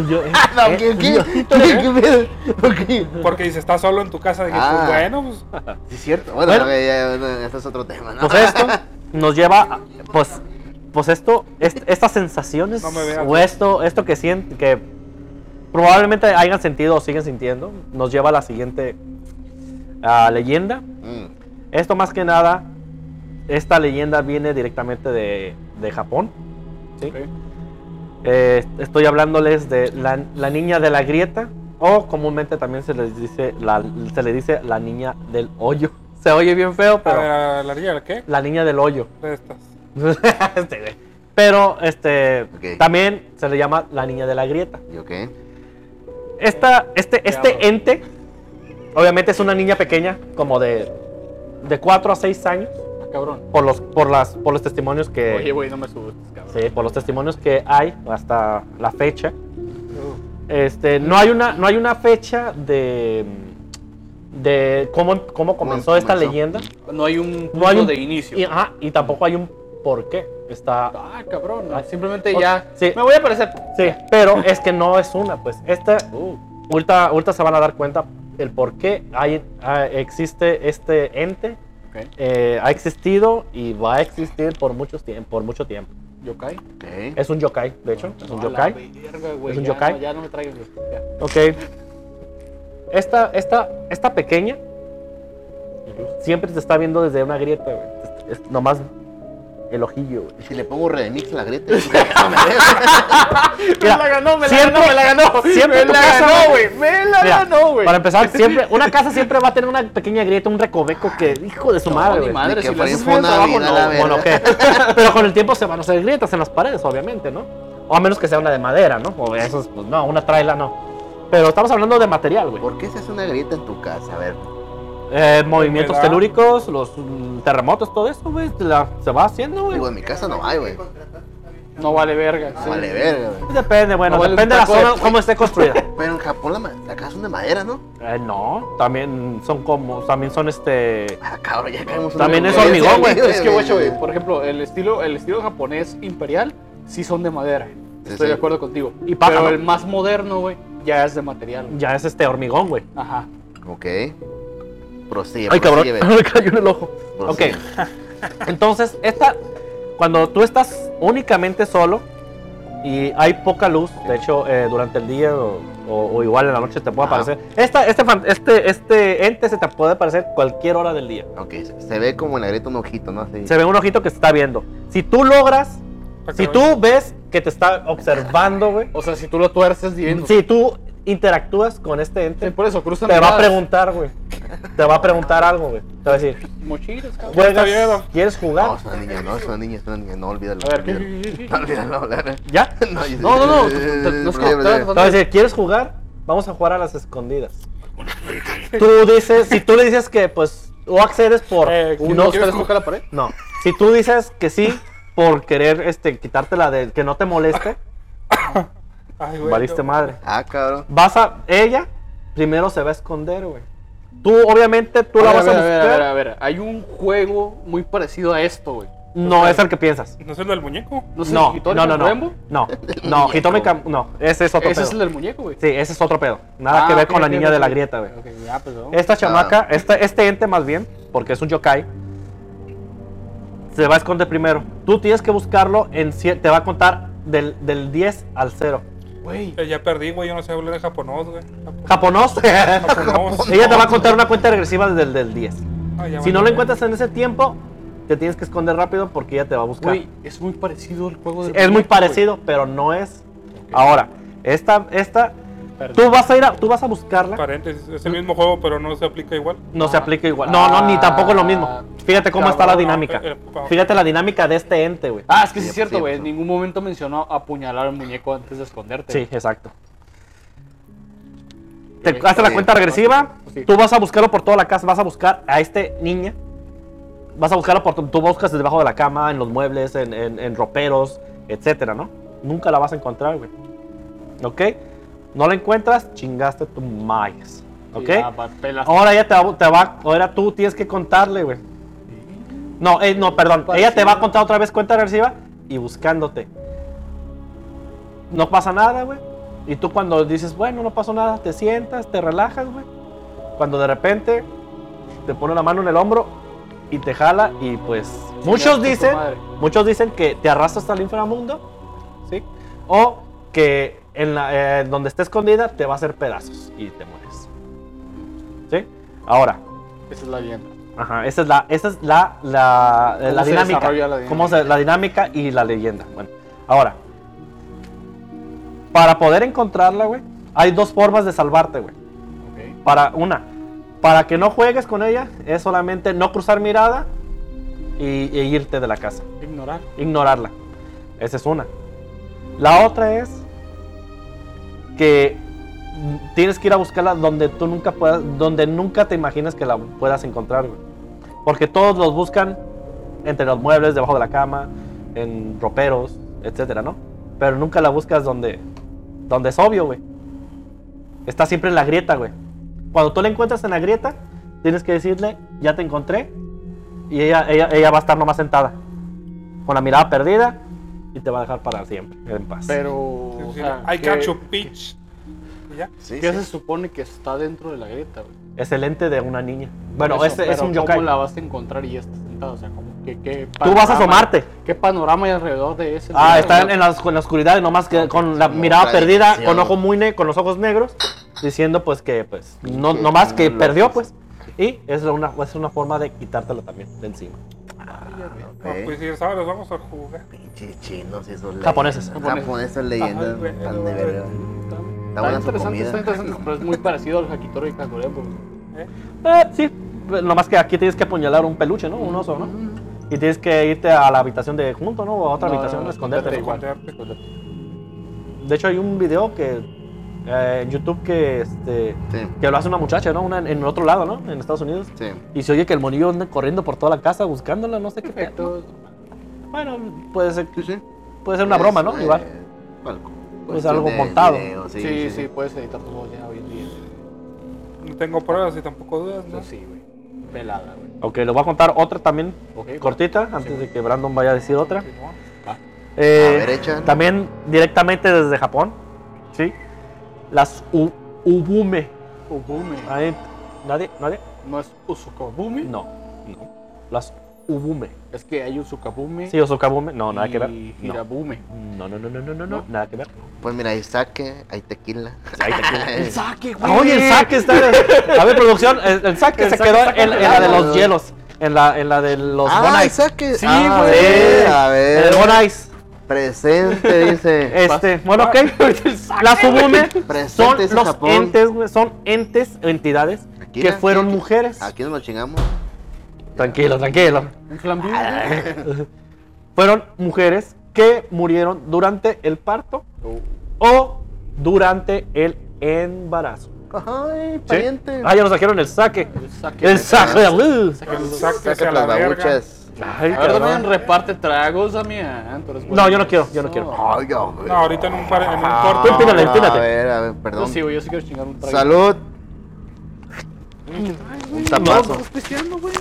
S3: Yo- eh,
S2: Ah, no,
S3: eh,
S2: ¿qué, qué?
S3: yo-
S2: ¿Qué, qué pedo? Ok.
S1: Porque dice, estás solo en tu casa. Dije,
S2: Ah.
S1: pues bueno, pues.
S2: Sí, es cierto. Bueno,
S3: Bueno.
S2: ya, ya, bueno, este es otro tema, ¿no?
S3: Pues esto nos lleva, a- pues, pues esto, est- estas sensaciones
S1: No me veas.
S3: o esto, esto que sienten, que probablemente hayan sentido o siguen sintiendo, nos lleva a la siguiente ah, leyenda.
S2: Mm.
S3: Esto más que nada, esta leyenda viene directamente de, de Japón. ¿sí?
S4: Ok.
S3: Eh, estoy hablándoles de la, la niña de la grieta o comúnmente también se les dice la, se le dice la niña del hoyo. Se oye bien feo,
S1: A
S3: pero
S1: ver, a la niña, ¿qué?
S3: la niña del hoyo.
S1: De estas.
S3: Este güey. Pero este
S2: Ok.
S3: también se le llama la niña de la grieta.
S2: ¿Y ok?
S3: Esta, este,
S4: abro.
S3: este ente, obviamente es una niña pequeña, como de, de 4 a 6 años,
S4: Ah, Cabrón.
S3: por los, por las, por los testimonios que.
S4: Oye, güey, no me subes, cabrón.
S3: Eh. Sí, por los testimonios que hay hasta la fecha. Este, no hay una, no hay una fecha de, de cómo, cómo comenzó
S2: ¿Cómo
S3: esta
S2: comenzó?
S3: leyenda.
S4: No hay un punto
S3: No hay un-
S4: de inicio.
S3: Y, ajá, y tampoco hay un por qué. Está,
S4: Ah, cabrón. no,
S3: Ah.
S4: Simplemente
S3: Oh,
S4: ya.
S3: sí.
S4: Me voy a aparecer.
S3: Sí, pero es que no es una, pues. Esta,
S4: Uh,
S3: ahorita, ahorita se van a dar cuenta el por qué hay, ah, existe este ente.
S4: ok.
S3: eh, ha existido y va a existir por, muchos tiemp- por mucho tiempo.
S4: Yokai.
S2: Ok.
S3: Es un yokai, de hecho. Es un
S4: A la
S3: yokai.
S4: verga, güey,
S3: ¿Es un
S4: ya
S3: yokai?
S4: no- Ya no me traigas. güey, ya.
S3: Ok. Esta, esta, esta pequeña siempre te está viendo desde una grieta, güey. Es- es nomás el ojillo, güey.
S2: ¿Y Si le pongo remix a la grieta. No me dejo.
S3: Mira,
S4: me la ganó, me
S3: siempre-
S4: la ganó, me la ganó.
S3: siempre
S4: me la
S3: pasa,
S4: ganó,
S3: güey.
S4: güey. Me la
S3: Mira,
S4: ganó, güey.
S3: Para empezar, siempre, una casa siempre va a tener una pequeña grieta, un recoveco que, hijo de su
S4: No,
S3: madre,
S4: ni
S3: güey.
S2: Ni
S4: madre,
S2: que
S4: si le
S2: fuera
S4: haces bien el
S2: Infonavit,
S4: trabajo,
S2: a la
S4: no,
S2: verga.
S3: Bueno, ok. Pero con el tiempo se van a hacer grietas en las paredes, obviamente, ¿no? O a menos que sea una de madera, ¿no? O esas, pues no, una traila no. Pero estamos hablando de material, güey.
S2: ¿Por qué se hace una grieta en tu casa? A ver.
S3: Eh, movimientos
S1: Humedad.
S3: telúricos, los mm, terremotos, todo eso, güey, se la- se va haciendo, güey.
S2: Digo, en mi casa no hay, güey.
S4: No vale verga. sí.
S2: Vale, verga, güey.
S3: Depende, bueno,
S4: No vale
S3: depende de la
S4: un taco de
S3: zona,
S4: tri-
S3: cómo esté construida.
S2: Pero en Japón la, ma- la casa es de madera, ¿no?
S3: Eh, no, también son como, también son este...
S2: Ah, cabrón, ya caemos en
S3: También
S2: una
S3: es
S2: controversia,
S3: hormigón, güey.
S4: Es que, guacho, güey, por ejemplo, el estilo, el estilo japonés imperial sí son de madera.
S2: Sí, sí.
S4: Estoy de acuerdo contigo.
S3: Y paja,
S4: Pero
S3: ¿no?
S4: el más moderno, güey, ya es de material. güey.
S3: Ya es este hormigón, güey.
S4: Ajá.
S2: Ok. Prosigue,
S3: Ay, cabrón,
S2: prosigue,
S3: me cayó en el ojo. Ok.
S2: prosigue.
S3: Entonces, esta, cuando tú estás únicamente solo y hay poca luz, de hecho, eh, durante el día o, o- o igual en la noche te puede
S2: Ajá.
S3: aparecer. Esta, este, fan- este, este ente se te puede aparecer cualquier hora del día.
S2: Ok, se se ve como en la grieta un ojito, ¿no? Así.
S3: Se ve un ojito que se está viendo. Si tú logras,
S1: Para que
S3: si
S1: lo
S3: tú ves que te está observando, güey,
S4: O sea, si tú lo tuerces viendo.
S3: si tú interactúas con este
S4: Sí,
S3: ente,
S4: Por eso cruzan
S3: te va a
S4: miradas.
S3: preguntar, güey. Te va a preguntar algo, güey. Te va a decir,
S4: Mochilas, cabrón.
S3: ¿juegas?
S1: miedo.
S3: ¿Quieres jugar?
S2: No, es una niña, no, es una niña, es una niña, no, olvídalo.
S4: A ver, ¿qué-
S2: olvídalo.
S4: qué- qué-
S2: No,
S4: qué?
S2: olvídalo, olvídalo.
S3: ¿Ya?
S2: No, yo-
S4: No, no, no, no es que-
S2: Prosigue, prosigue.
S3: Te va a decir, ¿quieres jugar? Vamos a jugar a las escondidas. Tú dices, si tú le dices que pues, o accedes por
S1: Eh,
S3: un-
S4: ¿No
S3: no,
S4: quieres tocar la pared?
S3: no. si tú dices que sí por querer este quitártela de que no te moleste,
S1: Ay, güey,
S3: valiste
S1: yo-
S3: madre.
S2: Ah, cabrón.
S3: Vas a ella primero se va a esconder, güey. Tú obviamente tú
S4: A
S3: la
S4: ver,
S3: vas a
S4: a ver, a ver, a
S3: buscar.
S4: ver. Hay un juego muy parecido a esto, güey.
S3: No es el que piensas.
S1: ¿No es el del muñeco?
S4: No sé,
S3: No,
S4: Hitori
S3: no, no,
S4: con
S3: no.
S4: Rembo.
S3: No, no, Hitome Kam- no, ese es otro
S4: Ese
S3: pedo.
S4: es el del muñeco, güey.
S3: Sí, ese es otro pedo. Nada
S4: Ah,
S3: que ver
S4: ok,
S3: con la
S4: ok,
S3: niña
S4: ok.
S3: de la grieta, güey.
S4: Ok, ya, pues, ¿no?
S3: Esta chamaca, esta- este ente más bien, porque es un yokai, se va a esconder primero. Tú tienes que buscarlo en cie- te va a contar del, del 10 al 0.
S4: Güey.
S1: Eh, ya perdí, güey. Yo no sé hablar de japonés, güey. Japo-
S3: Japonós.
S1: Japonés.
S3: Ella te va a contar una cuenta regresiva desde el 10.
S1: Ah, ya
S3: Si
S1: vale,
S3: no lo
S1: güey.
S3: encuentras en ese tiempo, te tienes que esconder rápido porque ella te va a buscar.
S4: Güey, es muy parecido al juego del
S3: es muy
S4: muñeco, güey.
S3: parecido, pero no es. Ahora, esta, esta,
S4: Perdón.
S3: tú vas a ir a, tú vas a buscarla.
S1: Paréntesis, es el mismo juego, pero no se aplica igual.
S3: No se aplica igual. No, no, ni tampoco lo mismo. Fíjate cómo está la
S4: Cabrón,
S3: dinámica.
S1: eh, eh,
S3: Fíjate la dinámica de este ente, güey.
S4: Ah, es que sí
S2: Sí,
S4: es cierto,
S2: sí,
S4: güey.
S2: pues.
S4: En ningún momento mencionó apuñalar al muñeco antes de esconderte.
S3: Sí, exacto. Este,
S4: Ok,
S3: Te hace la
S2: bien.
S3: cuenta regresiva.
S4: Sí.
S3: Tú vas a buscarlo por toda la casa. Vas a buscar a este niña. Vas a buscarla por. Tú buscas debajo de la cama, en los muebles, en, en- en roperos, etcétera, ¿no? Nunca la vas a encontrar, güey. ¿Ok? No la encuentras, chingaste tu mayas. ¿Ok? Oh.
S4: Y ya, pa- pelas.
S3: Ahora ella te va, te va- Ahora tú tienes que contarle, güey. No, eh, no, perdón. Ella te va a contar otra vez cuenta regresiva y buscándote. No pasa nada, güey. Y tú cuando dices, bueno, no pasó nada, te sientas, te relajas, güey. Cuando de repente te pone la mano en el hombro y te jala y pues... Muchos
S4: tu
S3: dicen,
S4: madre.
S3: muchos dicen que te arrastra hasta el inframundo, ¿sí? O que en la- eh, donde esté escondida te va a hacer pedazos y te mueres. ¿Sí? Ahora,
S4: Esa es la leyenda.
S3: Ajá, esa es la, esa es la, la, eh,
S4: ¿Cómo
S3: la
S4: se
S3: dinámica.
S4: desarrolla la dinámica?
S3: ¿Cómo se- la dinámica y la leyenda? Bueno, ahora, para poder encontrarla, güey, hay dos formas de salvarte, güey.
S4: Ok.
S3: Para una, para que no juegues con ella, es solamente no cruzar mirada y, e irte de la casa,
S4: Ignorar.
S3: ignorarla. Esa es una. La otra es que mm, tienes que ir a buscarla donde tú nunca puedas, donde nunca te imaginas que la puedas encontrar, güey. Porque todos los buscan entre los muebles, debajo de la cama, en roperos, etcétera, ¿no? Pero nunca la buscas donde, donde es obvio, güey. Está siempre en la grieta, güey. Cuando tú la encuentras en la grieta, tienes que decirle, ya te encontré. Y ella, ella, ella va a estar nomás sentada, con la mirada perdida, y te va a dejar para siempre, en paz.
S4: Pero.
S1: Sí,
S4: o
S1: sí,
S3: Ah,
S4: sea,
S1: I
S4: ¿qué-
S1: got you, bitch. Y ya.
S2: Sí,
S4: ¿Qué
S2: sí.
S4: se supone que está dentro de la grieta, güey?
S3: Es el ente de una niña. Bueno,
S4: Por
S3: es,
S4: eso,
S3: es
S4: pero
S3: un yokai.
S4: ¿Cómo la vas a encontrar y ya estás sentado? O sea, como que. qué
S3: Tú vas a
S4: panorama-
S3: asomarte.
S4: ¿Qué panorama hay alrededor de ese?
S3: Ah,
S4: lugar,
S3: está en,
S4: güey?
S3: en la, os- en la oscuridad y nomás que con la
S2: Como
S3: mirada
S2: otra
S3: perdida,
S2: dimensión.
S3: con ojo muy ne- con los ojos negros, diciendo pues que pues no
S2: Que
S3: nomás
S2: no
S3: que
S2: lo
S3: perdió
S2: haces.
S3: pues. Y es una es una forma de quitártelo también de encima.
S1: No,
S4: Ah,
S2: Ok.
S1: pues si ya sabes, los vamos a jugar.
S2: Pinche chinos y esos
S3: Japoneses.
S2: leyendas. Japoneses
S1: Ay,
S2: leyendas.
S1: güey,
S2: al de
S1: no,
S2: verga. Está
S4: Está
S2: buena su
S4: interesante, está
S2: comida.
S4: interesante, pero es muy parecido al Hakitoro y pues. Kakurebo.
S1: ¿eh?
S3: Eh, sí, pues, nomás que aquí tienes que apuñalar un peluche, ¿no? Un oso, ¿no? Y tienes que irte a la habitación de junto, ¿no? O a otra habitación, a esconderte. ¿no?
S1: esconderte.
S3: De hecho hay un video que eh, en YouTube que este
S2: Sí,
S3: que lo hace una muchacha, ¿no? Una en- en otro lado, ¿no? En Estados Unidos.
S2: sí.
S3: Y se oye que el monillo anda corriendo por toda la casa buscándola, no sé qué. pedo.
S4: Perfecto.
S3: Bueno, puede ser,
S2: Sí, sí.
S3: puede ser una
S2: Es,
S3: broma, ¿no?
S2: eh,
S3: Igual.
S2: bueno,
S3: Pues
S2: cuestión
S3: algo
S2: de
S3: montado.
S2: video, sí,
S4: Sí, sí, puedes editar tu voz ya hoy en día.
S1: No tengo pruebas y tampoco dudas, ¿no?
S4: No, sí, güey. Pelada, güey.
S3: Ok, les voy a contar otra también,
S4: Ok,
S3: cortita, antes de que Brandon vaya a decir otra.
S1: Simón.
S4: Ah.
S3: Eh,
S2: A ver, échale.
S3: también directamente desde Japón, ¿sí? Las u- Ubume.
S4: Ubume.
S3: Ahí- ¿Nadie? ¿Nadie?
S4: ¿No es Usukabume?
S3: Ah. No, no. Las Ubume.
S4: Es que hay Usukabume
S3: Sí, Osokabume. No, nada que ver.
S4: y
S3: No.
S4: Hirabume.
S3: No, no, no, no, no, no, no,
S4: ¿No?
S3: nada que ver.
S2: Pues mira, hay saque, hay tequila.
S3: Ahí te quedas.
S4: ¡El saque, güey!
S3: Ah, Oye, el saque está. A ver, producción, el, el saque
S4: El
S3: se
S4: saque
S3: quedó
S4: está
S3: en, en la de
S2: congelado,
S3: los
S2: güey.
S3: hielos. En la, en la de los
S2: ah,
S3: Bon
S2: hay
S3: Ice.
S2: saque.
S4: Sí,
S2: Ah, a
S4: güey.
S2: ver, A
S3: En el
S2: ver.
S3: Bon Ice.
S2: Presente, dice.
S3: Este, bueno, ok. Las Subume son
S2: Presentes en
S3: los
S2: Japón.
S3: entes, güey, son entes o entidades
S2: Aquí,
S3: que
S2: aquí,
S3: fueron
S2: aquí.
S3: mujeres.
S2: Aquí nos lo chingamos.
S3: Tranquilo, tranquilo.
S4: Un flambido, güey.
S3: Ah. Fueron mujeres que murieron durante el parto o durante el embarazo.
S2: Ay,
S3: ¿sí?
S2: pariente.
S3: Ah, ya nos sacaron el saque.
S4: El saque.
S3: El saque. uh.
S1: El
S2: Sácate
S1: saque a la
S2: las
S1: verga.
S2: babuchas.
S3: Ay,
S4: A ver,
S3: cabrón.
S4: Damián, reparte tragos, Damián. tú eres bueno.
S3: No, yo no quiero, yo no
S4: Eso.
S3: quiero.
S2: Ay, ya, güey.
S1: No, ahorita en un, par, en
S2: Ah,
S1: un corto.
S3: tírale,
S2: no,
S3: tírale.
S2: A ver, a ver,
S4: Yo
S2: perdón.
S4: sí, güey, yo sí quiero chingar un trago.
S2: Salud. Un tapazo.
S1: pues,
S4: ¿Estás pisteando, güey?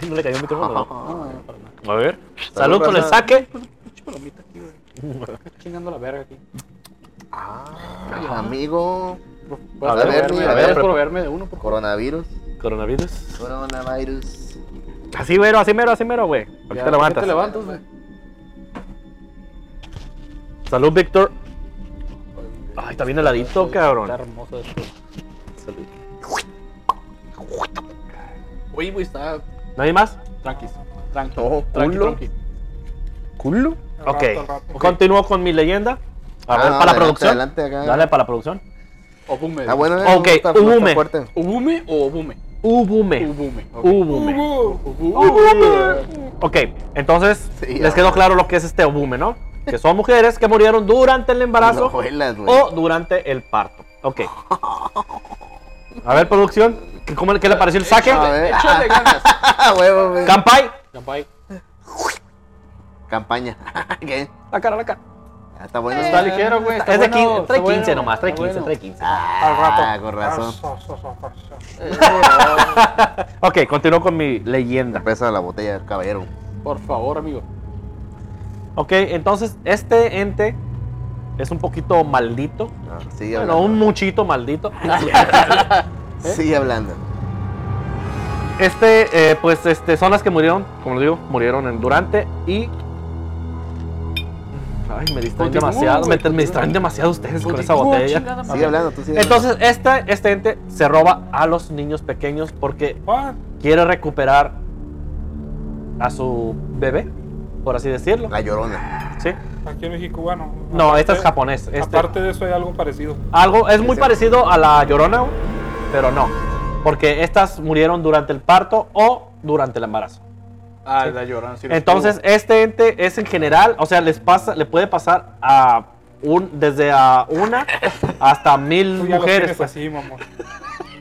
S3: Ay, no le cayó el micrófono.
S4: No, no, para nada.
S3: A ver. Salud con el
S2: raza.
S3: saque.
S4: Pinche palomita aquí, güey. Estás chingando la verga aquí.
S2: Ah, amigo.
S4: Puedes
S3: ver,
S2: a
S4: proveerme-
S2: ver,
S4: puedes
S2: pero-
S4: proveerme de uno, por favor.
S2: Coronavirus.
S3: Coronavirus.
S2: Coronavirus.
S3: Así mero, así mero, así mero, güey. Aquí te
S4: Ya, ¿por qué
S3: levantas.
S4: te levantas, güey?
S3: Salud, Víctor. Ay, está bien heladito, cabrón.
S4: Está hermoso esto. Uy, güey, está
S3: ¿Nadie más?
S4: tranqui. Tranqui,
S2: Oh,
S4: tranqui,
S2: culo.
S4: tranqui.
S2: ¿Culo?
S1: Al
S3: Ok.
S1: rato, al rato.
S3: Continúo con mi leyenda.
S2: Ah,
S3: A ver, para la
S2: adelante,
S3: producción.
S2: adelante, acá.
S3: Dale para la producción.
S4: Obume.
S3: Ah,
S2: Está bueno, eh,
S3: Ok,
S2: no está- no está
S3: Ubume.
S2: fuerte.
S4: ¿Obume o obume?
S3: Ubume.
S4: Ubume. ok.
S3: Oh, Ubume.
S1: Hugo.
S3: Ok, entonces
S2: Sí,
S3: les
S2: ya,
S3: quedó
S2: güey.
S3: claro lo que es este obume, ¿no? Que son mujeres que murieron durante el embarazo
S2: No, velas, güey.
S3: o durante el parto. Ok. A ver, producción. ¿qué- cómo- ¿Qué le pareció el saque?
S2: A ver.
S4: Échale ganas.
S2: Ah, huevo, güey.
S3: Campai.
S4: Campai.
S2: Campaña. ¿Qué?
S4: La cara, la cara.
S2: Ah, Está bueno.
S4: Está ligero, güey. está
S3: Es de
S4: bueno,
S3: 15, trae
S4: está
S3: 15
S4: bueno,
S3: nomás, trae
S4: está
S3: 15,
S4: bueno.
S3: trae 15.
S1: Al rato.
S2: Ah, con razón.
S3: Ok, continúo con mi leyenda.
S2: Pesa la botella, caballero.
S4: Por favor, amigo.
S3: Ok, entonces este ente es un poquito maldito.
S2: Ah, sigue
S3: Bueno,
S2: hablando.
S3: un ¿eh? muchito maldito.
S2: Sigue hablando.
S3: Este, eh, pues, este, son las que murieron, como les digo, murieron en durante y. Ay, me distraen
S4: Continúa,
S3: demasiado,
S4: güey,
S3: me, me
S4: continúa.
S3: distraen demasiado ustedes con esa
S4: Continúa,
S3: botella.
S4: chingada madre.
S2: Sigue hablando, tú sigue
S3: Entonces, este, este ente se roba a los niños pequeños porque
S1: What?
S3: quiere recuperar a su bebé, por así decirlo.
S2: hablando. La llorona.
S3: ¿sí?
S1: Aquí en México, bueno.
S3: No, este es
S1: aparte-
S3: japonés. este-
S1: Aparte de eso, hay algo parecido.
S3: Algo, es muy
S2: Sí.
S3: parecido a la llorona, güey, pero no. Porque estas murieron durante el parto o durante el embarazo.
S4: Ah, la llorando. sí,
S3: Entonces, este ente es en general, o sea, les pasa, le puede pasar a un, desde a una hasta mil
S1: Tú ya lo
S3: mujeres.
S1: tienes
S3: pues.
S1: así, mamón.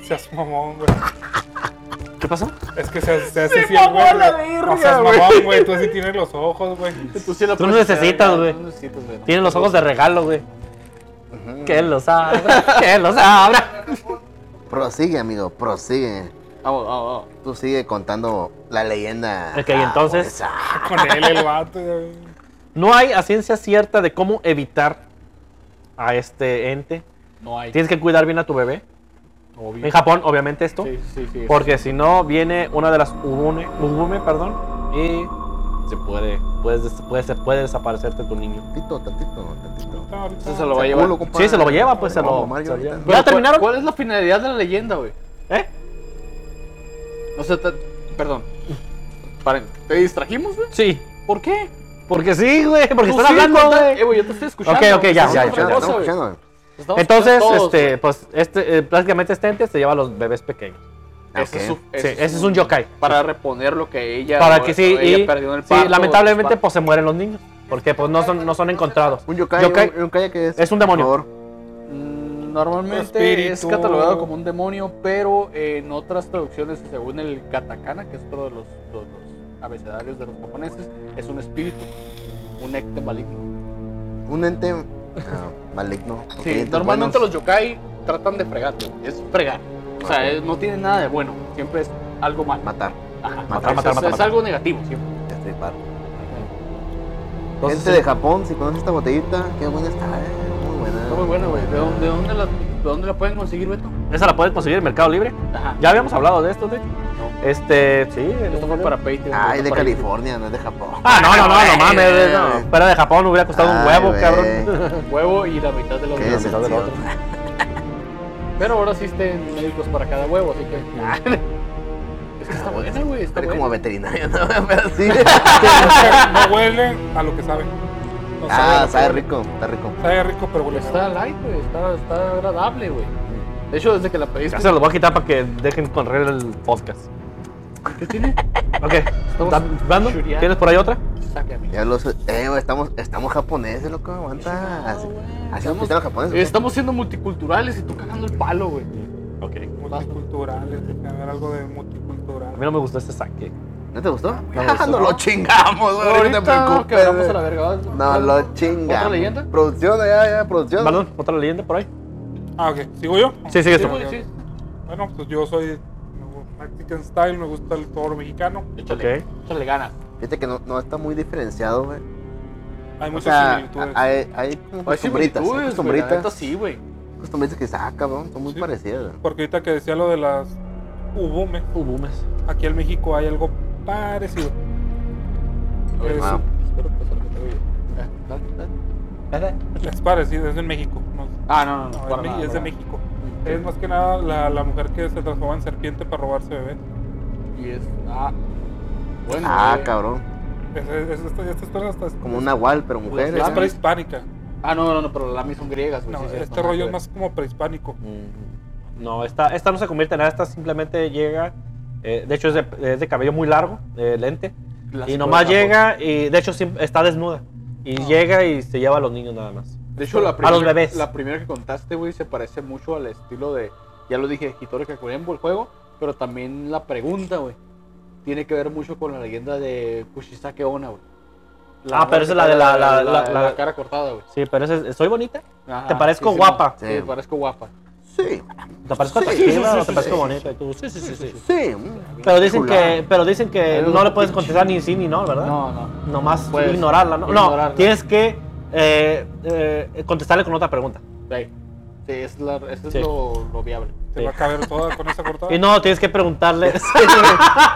S1: Seas mamón, güey.
S3: ¿Qué pasó?
S1: Es que se, se hace así el güey. güey. No seas mamón, güey. Tú así tienes los ojos, güey.
S4: Tú, sí la
S3: Tú no
S4: puedes
S3: necesitas,
S4: hacer,
S3: güey.
S4: no necesitas, güey.
S3: Tienen los ojos de regalo, güey.
S4: Mm.
S3: Que lo abra, que los abra.
S2: Prosigue, amigo, prosigue.
S4: Vamos, vamos, vamos.
S2: Tú sigue contando la leyenda. Ah,
S3: Ok, entonces-
S2: japonesa.
S1: Con él, el vato, güey.
S3: No hay a ciencia cierta de cómo evitar a este ente.
S4: No hay.
S3: Tienes que cuidar bien a tu bebé.
S4: Obvio.
S3: En Japón, obviamente, esto.
S4: Sí, sí, sí.
S3: Porque si no, viene una de las ubume, ubume, perdón, y se puede, puedes des- puede, se puede desaparecerte tu niño.
S2: Tantito, tantito, tantito.
S1: No, ahorita-
S4: Eso se lo va a llevar.
S2: Culo, compa.
S3: Sí, se lo lleva, pues se
S2: Vamos,
S3: lo...
S2: Mario,
S3: se lo-
S2: ahorita.
S4: Pero,
S3: ¿Ya
S4: ¿cuál-
S3: terminaron?
S4: ¿Cuál es la finalidad de la leyenda, güey?
S3: ¿Eh?
S4: O sea, te- perdón. Paren. ¿Te distrajimos, güey?
S3: Sí.
S4: ¿Por qué?
S3: Porque sí, güey, porque
S4: Tú
S3: están
S4: sigues
S3: hablando,
S4: contando-
S3: güey.
S4: Eh, güey, yo te estoy escuchando.
S3: Ok, ok, ya,
S4: Estamos
S3: ya,
S4: en
S3: ya,
S4: otra
S3: ya.
S4: cosa, güey.
S2: escuchando.
S4: Estamos
S3: Entonces,
S4: escuchando todos,
S3: este,
S4: güey.
S3: pues, este, eh, prácticamente este ente se lleva a los bebés pequeños.
S2: Ah,
S4: Ese es
S2: ok.
S4: su-
S3: Sí, ese es un yokai.
S4: Para reponer lo que ella.
S3: Para
S4: o-
S3: que sí,
S4: o ella
S3: y
S4: perdió en el
S3: sí,
S4: parto,
S3: lamentablemente,
S4: o-
S3: pues se mueren los niños. Porque pues no son, no son encontrados.
S2: Un yokai,
S3: Yokai-
S2: Un, un yokai que es.
S3: es un demonio.
S2: por favor.
S4: Mm, Normalmente es
S1: Espíritu.
S4: catalogado como un demonio, pero en otras traducciones, según el katakana, que es otro de los, los- los abecedarios de los japoneses, es un espíritu, un ente maligno.
S2: Un ente. ah, maligno. Ok,
S4: Sí,
S2: entes
S4: normalmente
S2: buenos.
S4: los yokai tratan de fregarte, es fregar. O sea, es- no tiene nada de bueno, siempre es algo malo.
S2: Matar.
S4: Ajá,
S2: matar,
S4: es-
S3: matar,
S4: es,
S3: matar,
S4: es
S3: matar.
S4: algo negativo siempre.
S2: Destripar.
S3: Entonces,
S2: Gente
S3: sí.
S2: de Japón, si conoces esta botellita, qué buena está, eh. Muy buena.
S4: Está muy bueno, güey. ¿De dónde, de dónde la, de dónde la pueden conseguir, Beto?
S3: Esa la puedes conseguir en Mercado Libre.
S4: Ajá.
S3: Ya habíamos hablado de esto, de hecho. Este, sí. en
S4: Esto
S3: un
S4: fue
S3: video.
S4: para Patreon.
S2: Ay,
S4: esto
S2: de
S4: fue para YouTube.
S2: California, no es de Japón.
S3: Ah, no, no, no, no
S2: Ay,
S3: mames.
S2: güey.
S3: no. Fuera de Japón hubiera costado un
S2: Ay,
S3: huevo,
S2: güey.
S3: cabrón.
S4: Huevo y la mitad de los
S2: Qué
S4: de la mitad del
S2: decepción.
S4: otro. Pero ahora existen médicos para cada huevo, así que.
S2: Ah,
S4: es que está buena, güey. Está
S2: Eres
S4: buena.
S2: como veterinario, ¿no? Pero sí.
S1: No huele a lo que sabe. No sabe a
S2: Ah,
S1: lo que
S2: sabe
S1: huele.
S2: rico, está rico.
S1: Sabe rico, pero huele
S4: Está light, güey. Está, está agradable, güey.
S2: Mm.
S4: De hecho, desde que la pediste.
S3: Ya se los voy a quitar para que dejen correr el podcast.
S4: ¿Qué tiene?
S3: Ok.
S4: Estamos
S3: ¿estás dando?
S4: chureando.
S3: ¿Tienes por ahí otra?
S4: Saca, amigo.
S2: Ya los. Eh, güey, estamos, estamos japoneses, loco, aguanta. Así, así nos pintan los japoneses. ¿o qué?
S4: Estamos siendo multiculturales y tú cagando el palo, güey.
S3: Ok. A
S1: multiculturales. tiene que haber algo de multicultural.
S3: mí no me gustó este saque.
S2: ¿No te gustó?
S4: me gustó.
S2: no lo chingamos, güey. No te
S4: Ahorita
S2: preocupes.
S4: quebramos a la
S2: güey.
S4: verga.
S2: eh. No lo chingamos.
S4: ¿Otra leyenda?
S2: Producción, ya, ya, producción.
S3: Perdón, otra leyenda por ahí.
S1: Ah, ok. ¿Sigo yo?
S3: Sí, sigues tú.
S4: Sí, güey, sí.
S1: Bueno, pues yo soy Mexican Style, me gusta el toro mexicano.
S4: Échale,
S3: Ok.
S4: échale ganas.
S2: Fíjate que no, no está muy diferenciado, güey.
S1: Hay
S2: O
S1: muchas
S2: sea,
S1: similitudes.
S2: hay, hay como
S4: Hay
S2: costumbritas.
S4: similitudes,
S2: hay
S4: güey, este,
S2: costumbritas.
S4: la neta sí, güey.
S2: costumbritas que saca, cabrón. Son muy
S1: Sí.
S2: parecidas. güey.
S1: Porque ahorita que decía lo de las ubumes,
S3: Ubumes.
S1: aquí en México hay algo parecido.
S4: Oye,
S1: Es,
S2: wow.
S4: Espero que se lo que te digo. Eh, dale, dale.
S1: es parecido, es en México. no-
S4: Ah, no, no, no.
S1: No,
S4: para
S1: es,
S4: nada,
S1: me- es de
S4: para
S1: México. Es más que nada la, la mujer que se transforma en serpiente para robarse bebé.
S4: nada. Y es. Ah. Bueno. eh.
S2: Ah,
S4: güey.
S2: cabrón.
S1: Es, es- es- esta, esta historia hasta es,
S2: Como un nahual, pero
S1: es
S2: mujeres. ¿no?
S1: prehispánica.
S4: Ah, no, no, no, pero las mis son griegas, güey.
S1: No,
S4: sí, sí,
S1: este
S4: no,
S1: rollo
S4: güey.
S1: es más como prehispánico.
S2: Mm.
S3: No, esta, esta no se convierte en nada, esta simplemente llega. eh, de hecho, es de, es de cabello muy largo, de lente.
S4: Las
S3: y nomás
S4: cosas, güey.
S3: llega y de hecho sim- está desnuda. Y llega y se lleva a los niños nada más.
S4: De hecho, la
S3: A los
S4: primera,
S3: bebés.
S4: la primera que contaste, güey, se parece mucho al estilo de, ya lo dije, Hitori Kakurembo, el juego, pero también la pregunta, güey, tiene que ver mucho con la leyenda de Kushisake Ona, güey.
S3: Ah,
S4: morra
S3: pero
S4: que
S3: esa es la
S4: trae
S3: de la- la- la-
S4: la
S3: la-
S4: cara cortada, güey.
S3: Sí, pero ese, ¿soy bonita?
S4: Ajá,
S3: Te parezco
S4: sí,
S3: guapa.
S4: Sí, te
S2: Sí.
S4: parezco guapa.
S2: Sí,
S3: ¿Te parezco
S2: Sí,
S3: atractiva
S2: sí, sí,
S3: o te
S2: sí,
S3: parezco
S2: sí,
S3: bonita? Y tú, sí, sí, sí, sí.
S2: sí. mm,
S3: Pero dicen que,
S2: Chulada.
S3: pero dicen que
S4: Algo
S3: no le puedes
S4: pinche.
S3: contestar ni sí ni no, ¿verdad?
S4: No, no.
S3: Nomás
S4: Puedes
S3: ignorarla, ¿no?
S4: ignorarla.
S3: No, tienes que eh, eh, contestarle con otra pregunta.
S4: Sí, sí, es, la, eso es
S3: Sí.
S4: lo, lo viable.
S1: Te
S3: Sí.
S1: va a caber toda con esa cortada.
S3: Y no, tienes que preguntarle.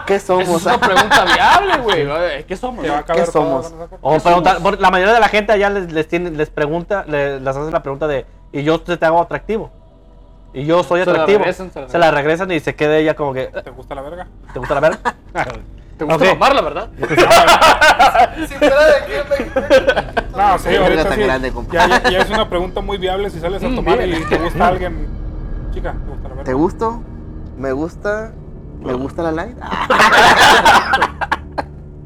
S2: ¿Qué
S4: Esa es
S2: somos?
S4: una pregunta viable, güey. ¿Qué somos?
S1: Te va a
S2: ¿qué
S1: caber toda
S2: somos?
S1: con esa cortada.
S3: O preguntar, por- la mayoría de la gente allá les, les, tiene- les pregunta, le- les hace la pregunta de, ¿y yo te, te hago atractivo? Y yo soy
S4: Se la
S3: atractivo.
S4: regresan, se la
S3: se la regresan y se queda ella como que, "Eh,
S1: ¿Te gusta la verga?
S3: ¿te gusta la verga?
S4: Te gusta
S3: Ok.
S4: mamarla, ¿verdad?
S1: No, sí,
S2: Verga
S1: ahorita
S2: tan
S1: sí.
S2: grande, compa.
S1: ya, ya- ya es una pregunta muy viable si sales a
S4: Mm,
S1: tomar
S4: bien.
S1: y te gusta alguien. Chica, ¿te gusta la verga?
S2: ¿Te gusto? ¿Me gusta? ¿Me gusta la light?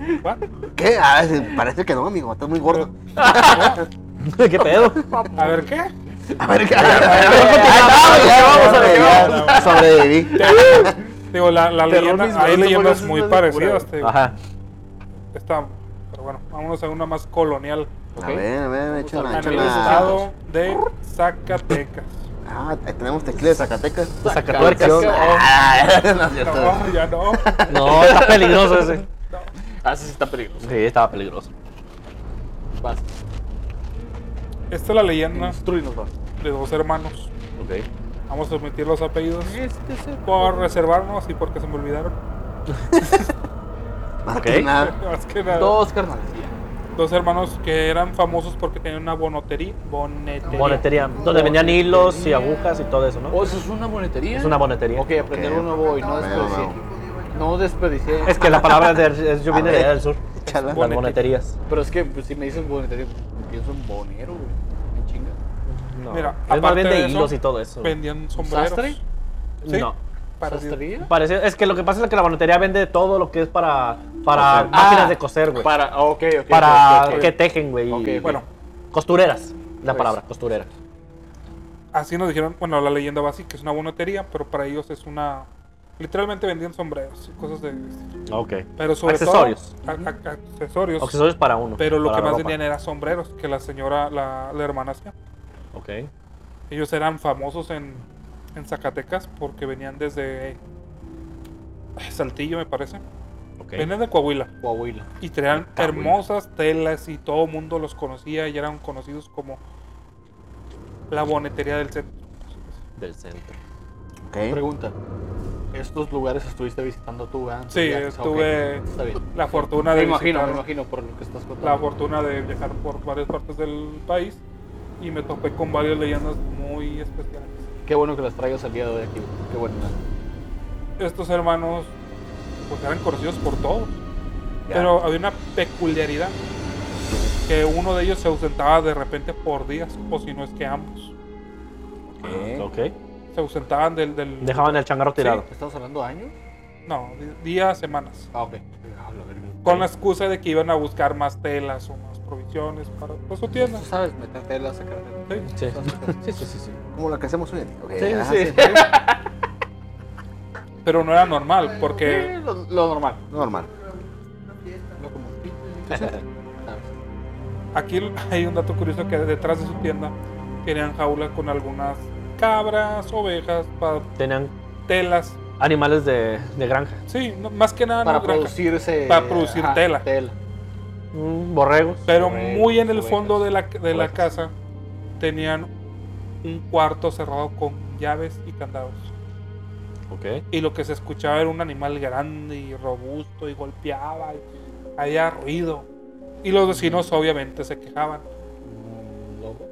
S2: Ah,
S1: ¿What?
S2: ¿Qué? Ah, parece que no, amigo. Estás muy gordo.
S3: ¿Qué pedo?
S1: A ver, ¿qué?
S2: A ver, ¿qué?
S3: vamos, a ver,
S1: ¿qué
S2: Ya,
S1: vamos?
S2: ya, Sobreviví.
S1: Digo, la, la leyenda,
S4: mismo,
S1: hay
S4: este
S1: leyendas
S4: podcast
S1: muy
S4: es una locura,
S1: parecidas. te digo.
S3: Ajá.
S1: Está, pero bueno, vámonos a una más colonial.
S2: A ver, a ver, échala,
S1: En el
S2: échala.
S1: estado de Zacatecas.
S2: Ah, tenemos tequila de Zacatecas.
S3: Sacatuercas.
S2: Ah, no es cierto.
S1: No, ya no.
S3: Ah, No, está peligroso ese.
S4: Ah, sí, sí está peligroso.
S3: Sí, estaba peligroso.
S4: Vas.
S1: Esta es la leyenda
S4: Instruinos, vas.
S1: de dos hermanos.
S4: Ok.
S1: Vamos a omitir los apellidos por reservarnos y porque se me olvidaron.
S2: Más
S3: Ok.
S2: que nada.
S1: Más que nada.
S4: Dos carnales.
S1: Dos hermanos que eran famosos porque tenían una bonotería. Bonetería.
S3: Bonetería. Donde vendían hilos y agujas y todo eso,
S4: Oh,
S3: ¿no?
S4: ¿eso es una bonetería?
S3: Es una bonetería.
S4: Ok, aprender uno nuevo y no
S2: Bueno,
S4: desperdicié.
S2: bueno.
S4: No desperdicié.
S3: Es que la palabra es de, es- yo vine de allá del sur.
S2: Échala.
S3: Las boneterías.
S4: Pero es que pues, si me dices bonetería, pues, pienso en bonero, güey. En chinga.
S3: No.
S1: Mira,
S3: es más
S1: aparte
S3: bien
S1: de
S3: de
S1: eso,
S3: hilos y todo eso.
S1: Vendían sombreros.
S4: ¿Sastre?
S1: Sí.
S3: No.
S1: parecido.
S4: ¿Sastrería?
S3: Parece, es que lo que pasa es que la bonetería vende todo lo que es para, para máquinas
S4: Ah,
S3: de coser, güey. Para,
S4: Para, ah, ok, ok. ok, ok.
S3: que tejen, güey. y-
S4: Ok, ok.
S1: Bueno,
S3: Costureras. La
S4: Pues.
S3: palabra, costurera.
S1: así nos dijeron, bueno, la leyenda va así, que es una bonotería, pero para ellos es una... Literalmente vendían sombreros y cosas de... este
S3: Ok.
S1: Pero sobre
S3: Accesorios.
S1: todo... a- a- accesorios.
S3: Accesorios para uno.
S1: Pero lo
S3: para
S1: que más
S3: la ropa.
S1: vendían eran sombreros, que la señora, la, la hermana hacía.
S3: Ok.
S1: Ellos eran famosos en, en Zacatecas porque venían desde Saltillo, me parece.
S3: ok.
S1: Venían de Coahuila.
S4: Coahuila.
S1: Y traían
S4: Ah,
S3: Cahuila.
S1: hermosas telas y todo el mundo los conocía y eran conocidos como la bonetería del centro.
S3: Del centro. ¿Eh?
S2: Ok.
S4: Pregunta. ¿Estos lugares estuviste visitando tú antes?
S1: Sí,
S4: Ya, pues,
S1: estuve
S4: ok, Está bien.
S1: La fortuna
S4: Me
S1: de
S4: imagino,
S1: visitar-
S4: me imagino por lo que estás contando.
S1: la fortuna de viajar por varias partes del país y me topé con varias leyendas muy especiales.
S4: Qué bueno que las traigas al día de hoy aquí. güey. Qué bueno.
S1: Estos hermanos pues eran conocidos por todos, pero había una peculiaridad que uno de ellos se ausentaba de repente por días o si no es que ambos
S3: Ok.
S1: se ausentaban del, del
S3: Dejaban el changarro tirado.
S4: ¿Estamos hablando años?
S1: no, di- días, semanas.
S4: Ah, ok. Ah, la verga.
S1: con la excusa de que iban a buscar más telas o más provisiones para pues, su tienda.
S4: Tú sabes meter telas, sacar telas.
S1: ¿sí?
S3: Sí.
S4: Sí, sí, sí, sí.
S2: Como lo que hacemos hoy en día. Ok,
S4: Sí,
S2: ajá,
S4: Eh, sí.
S1: Pero no era normal, porque
S4: Lo, lo normal.
S2: Normal.
S4: Lo común. Ah,
S1: aquí hay un dato curioso que detrás de su tienda tenían jaulas con algunas cabras, ovejas, pa-
S3: Tenían
S1: telas.
S3: animales de, de granja.
S1: Sí, no- más que nada no
S4: Para
S1: granja,
S4: producirse.
S1: Para producir
S4: ajá,
S1: tela.
S4: Tela.
S3: Mm, borregos.
S1: Pero
S4: Ovejas,
S1: muy en el
S4: ovejas,
S1: fondo de la, de la
S4: ovejas.
S1: casa tenían un cuarto cerrado con llaves y candados.
S3: Ok.
S1: Y lo que se escuchaba era un animal grande y robusto y golpeaba y había ruido. Y los vecinos obviamente se quejaban.
S4: Lobo.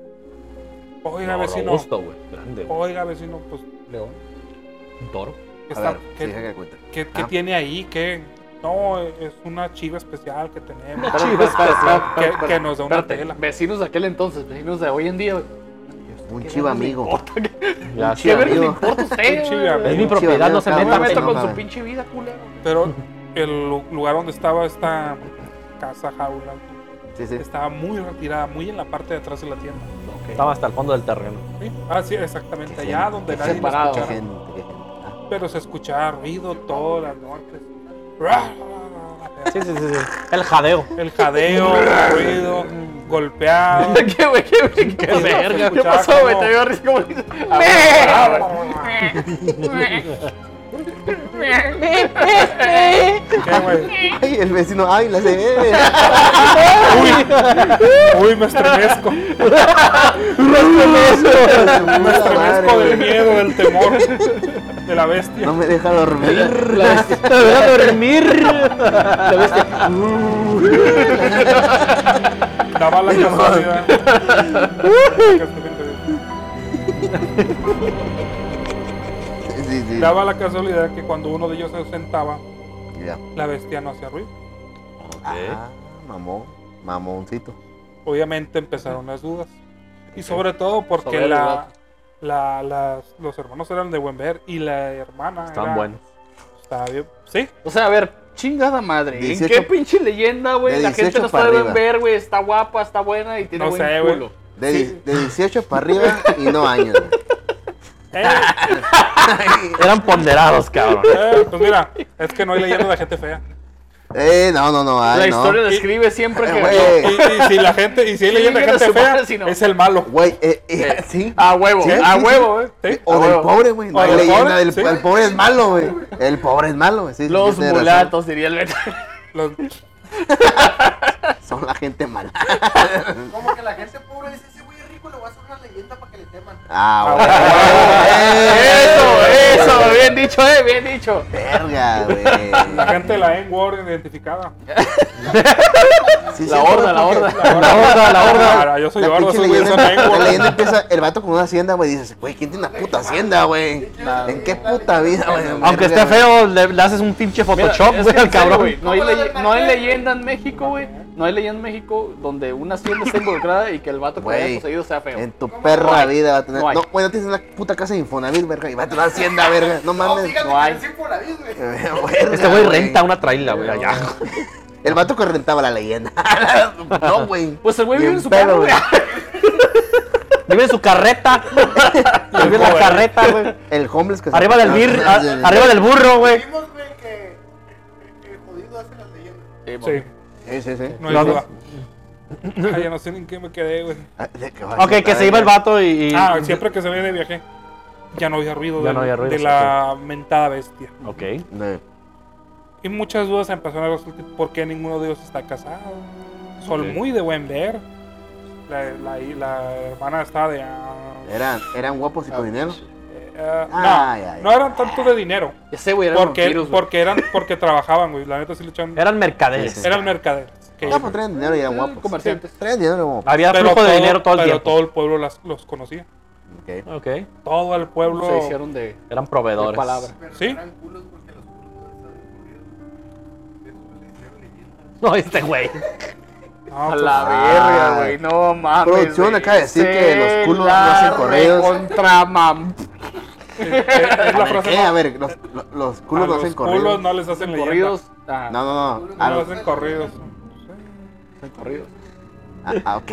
S1: Oiga,
S3: no,
S1: vecino.
S3: robusto, güey. Grande, güey.
S1: Oiga, vecino, pues,
S4: León.
S3: Un toro.
S1: ¿qué,
S2: A
S1: está-
S2: ver,
S1: qué-
S2: sí, deja que cuente.
S1: qué- qué
S2: Ah.
S1: tiene ahí? ¿Qué? No, es una chiva especial que tenemos.
S4: Espérate,
S3: Chiva
S4: espérate, espérate,
S1: que,
S4: Ah, espérate,
S1: que nos da una
S4: espérate.
S1: tela.
S4: Vecinos de aquel entonces, vecinos de hoy en día. güey.
S2: Un
S4: ¿Qué
S2: chiva
S4: vergas le
S2: amigo.
S4: importa? ¿Qué
S3: Ya
S2: chiva
S4: qué vergas
S2: amigo.
S4: le importa a usted?
S1: Un chiva
S4: güey?
S1: amigo.
S3: Es mi
S2: Un
S3: propiedad,
S2: chivanío,
S3: no se
S2: cada
S3: metan.
S4: Está
S2: vez
S4: molesto
S2: no
S3: pendejo.
S4: con su
S2: mames.
S4: pinche vida, culero.
S1: Pero el lu- lugar donde estaba esta casa jaula
S2: Sí, sí.
S1: estaba muy retirada, muy en la parte de atrás de la tienda.
S3: Estaba hasta el fondo del terreno.
S1: ¿sí? Ah, sí, exactamente,
S2: Qué
S1: allá
S2: gente,
S1: donde
S2: qué
S1: nadie lo
S4: separado.
S2: Qué
S1: escuchara.
S2: gente, qué gente. Ah,
S1: Pero se escuchaba ruido todas las noches. Ra, ra, ra, ra.
S3: Sí, sí, sí, sí. El jadeo.
S1: El jadeo, el ruido, golpeado.
S4: ¿Qué, güey? ¿Qué, güey? ¿Qué,
S1: Eso se
S4: verga? ¿Qué
S1: escuchaba
S4: pasó, güey?
S1: como-
S4: Te veo risa como...
S1: ¿Qué, güey?
S2: Ay, el vecino, ay, la se.
S1: Uy, me estremezco. Me estremezco del miedo, del temor, de la
S2: No
S1: bestia.
S2: me deja dormir.
S4: La bestia-
S3: Te voy a dormir.
S4: la bestia.
S1: Daba la casualidad.
S2: Sí, sí.
S1: Daba la casualidad que cuando uno de ellos se sentaba,
S2: Ya.
S1: la bestia no hacía ruido.
S2: Ah, mamón. Mamoncito.
S1: Obviamente empezaron las dudas. Y sobre todo porque
S4: Sobre el
S1: la,
S4: vato.
S1: la, las- los hermanos eran de buen ver y la hermana
S3: Están
S1: era-
S3: buenos.
S1: Estaba bien. Sí,
S4: O sea, a ver, chingada madre. ¿En
S2: 18
S4: qué pinche leyenda, güey?
S2: de
S4: La gente
S2: 18
S4: no
S2: para
S4: sabe
S2: arriba.
S4: ver, güey. Está guapa, está buena y tiene
S1: No
S4: buen
S1: sé, güey.
S4: culo.
S2: De, di- de 18 para arriba y no años. güey.
S1: Eh,
S3: Eran ponderados, cabrón.
S1: eh, pues mira, es que no hay leyenda de gente fea.
S2: Eh, no, no, no. Ay,
S4: la
S2: no.
S4: historia describe siempre
S2: Eh,
S4: que.
S2: güey.
S1: Y, y si la gente, y si hay leyenda de
S4: Chingue
S1: gente
S4: su madre
S1: fea,
S4: si no.
S1: es el malo.
S2: Güey, eh, eh, sí.
S4: A huevo,
S2: Sí,
S4: a
S2: sí,
S4: huevo, ah, eh.
S1: ¿sí?
S2: O
S4: a
S2: del
S4: huevo.
S2: pobre, güey. No
S1: O
S2: hay
S1: del
S2: leyenda
S1: pobre,
S2: del
S1: sí.
S2: el pobre es malo, güey. El pobre es malo, güey. Sí, sí,
S4: Los
S2: tiene razón.
S4: mulatos, diría el Beto.
S1: Los-
S2: Son la gente mala.
S5: Como que la gente pobre dice, ese güey es rico, le voy a hacer una leyenda para que le teman.
S2: Ah, güey.
S4: Eso,
S2: Eh,
S4: eso, bien dicho, eh, bien dicho.
S2: Verga, güey.
S1: la gente de la N-Word identificada.
S2: Sí,
S4: La
S2: sí,
S4: horda, la
S2: porque-
S4: horda.
S1: La horda, la horda. Ah, yo soy
S2: La
S1: horda,
S2: pinche
S1: soy güey,
S2: leyenda,
S1: son
S2: la
S1: N-Word.
S2: leyenda empieza el vato con una hacienda, güey, dices, güey, ¿quién tiene una puta hacienda, güey? ¿En qué puta vida, güey?
S3: Aunque
S2: Verga,
S3: esté feo, le, le haces un pinche
S4: Mira,
S3: Photoshop,
S4: es
S3: güey,
S4: que
S3: al
S4: en serio,
S3: cabrón.
S4: güey, No hay,
S5: Como la
S4: ley-
S5: del
S4: no hay
S5: Marqués.
S4: leyenda en México, güey. No hay leyenda en México donde una hacienda esté involucrada y que el vato que
S2: Güey,
S4: haya poseído sea feo.
S2: En tu
S5: No
S2: perra
S4: hay,
S2: vida va a tener.
S4: no hay.
S2: No, güey, no tienes una puta casa de Infonavit, verga, y va a tener una hacienda, verga. No
S5: No,
S2: mames.
S5: fíjate
S4: no
S5: que
S4: hay.
S5: el sí por la vida, güey.
S2: Verga,
S3: Este güey renta una traila, güey, allá.
S2: El vato que rentaba la leyenda. No, güey.
S4: Pues el güey
S2: Bien
S4: vive en su
S2: pedo,
S4: carro, güey.
S3: Vive en su carreta. Vive en la
S1: Joder.
S3: carreta, güey.
S2: El homeless que se-
S3: Arriba del, bir, a- arriba del burro, güey.
S5: Vimos, güey, que que el jodido hace las leyendas.
S1: Sí,
S2: Sí, sí, sí.
S1: no hay duda. Ay, ya no sé ni en qué me quedé, güey.
S2: Ah, de que va a
S3: Ok, que
S2: sentar,
S3: se iba el
S2: güey.
S3: vato y. y-
S1: Ah, siempre que se veía de viaje, ya no había ruido,
S3: Ya
S1: del-
S3: no había ruido,
S1: de
S3: sí,
S1: la mentada bestia.
S3: Ok.
S2: No.
S1: Y muchas dudas empezaron a resultar por qué ninguno de ellos está casado. Son
S3: Ok.
S1: muy de buen ver. La, la- la hermana está de... ah,
S2: Eran, eran guapos y con dinero.
S1: eh, ah,
S2: Ay,
S1: no,
S2: ay,
S1: no eran tanto de dinero.
S4: Ya sé, güey, eran
S1: Porque,
S4: vampiros, güey.
S1: porque eran porque trabajaban, güey. La neta sí le echaban...
S3: Eran este, mercaderes.
S2: Sí, sí.
S1: Eran mercaderes. que-
S2: No, pues traían dinero y eran
S4: Eh,
S2: guapos.
S4: comerciantes.
S2: Traían dinero como.
S3: Había flujo de dinero todo el
S1: pero
S3: tiempo.
S1: todo el pueblo las- los conocía.
S2: Ok.
S3: Ok.
S1: Todo el pueblo...
S4: Se hicieron de,
S3: Eran
S4: de
S3: proveedores.
S4: palabra.
S5: Pero
S1: ¿Sí?
S5: no eran culos porque los culos no estaban ocurridos. Eso le hicieron leyendas.
S3: No, este güey.
S1: No,
S4: A
S1: pues,
S4: la verga, güey, no mames.
S2: Producción
S4: güey.
S2: acaba de decir que los culos no hacen
S4: Se
S2: corridos.
S4: la Contra mam.
S1: es la frase
S2: ¿Qué?
S1: más-
S2: A ver, los, los- los
S1: a
S2: culos no
S1: los
S2: hacen
S1: culos
S2: corridos.
S1: no les hacen corridos.
S4: Corridos. Ah,
S2: No, no, no.
S1: No
S2: A
S1: les
S2: los,
S1: hacen corridos.
S4: corridos.
S2: ah, ah, ok.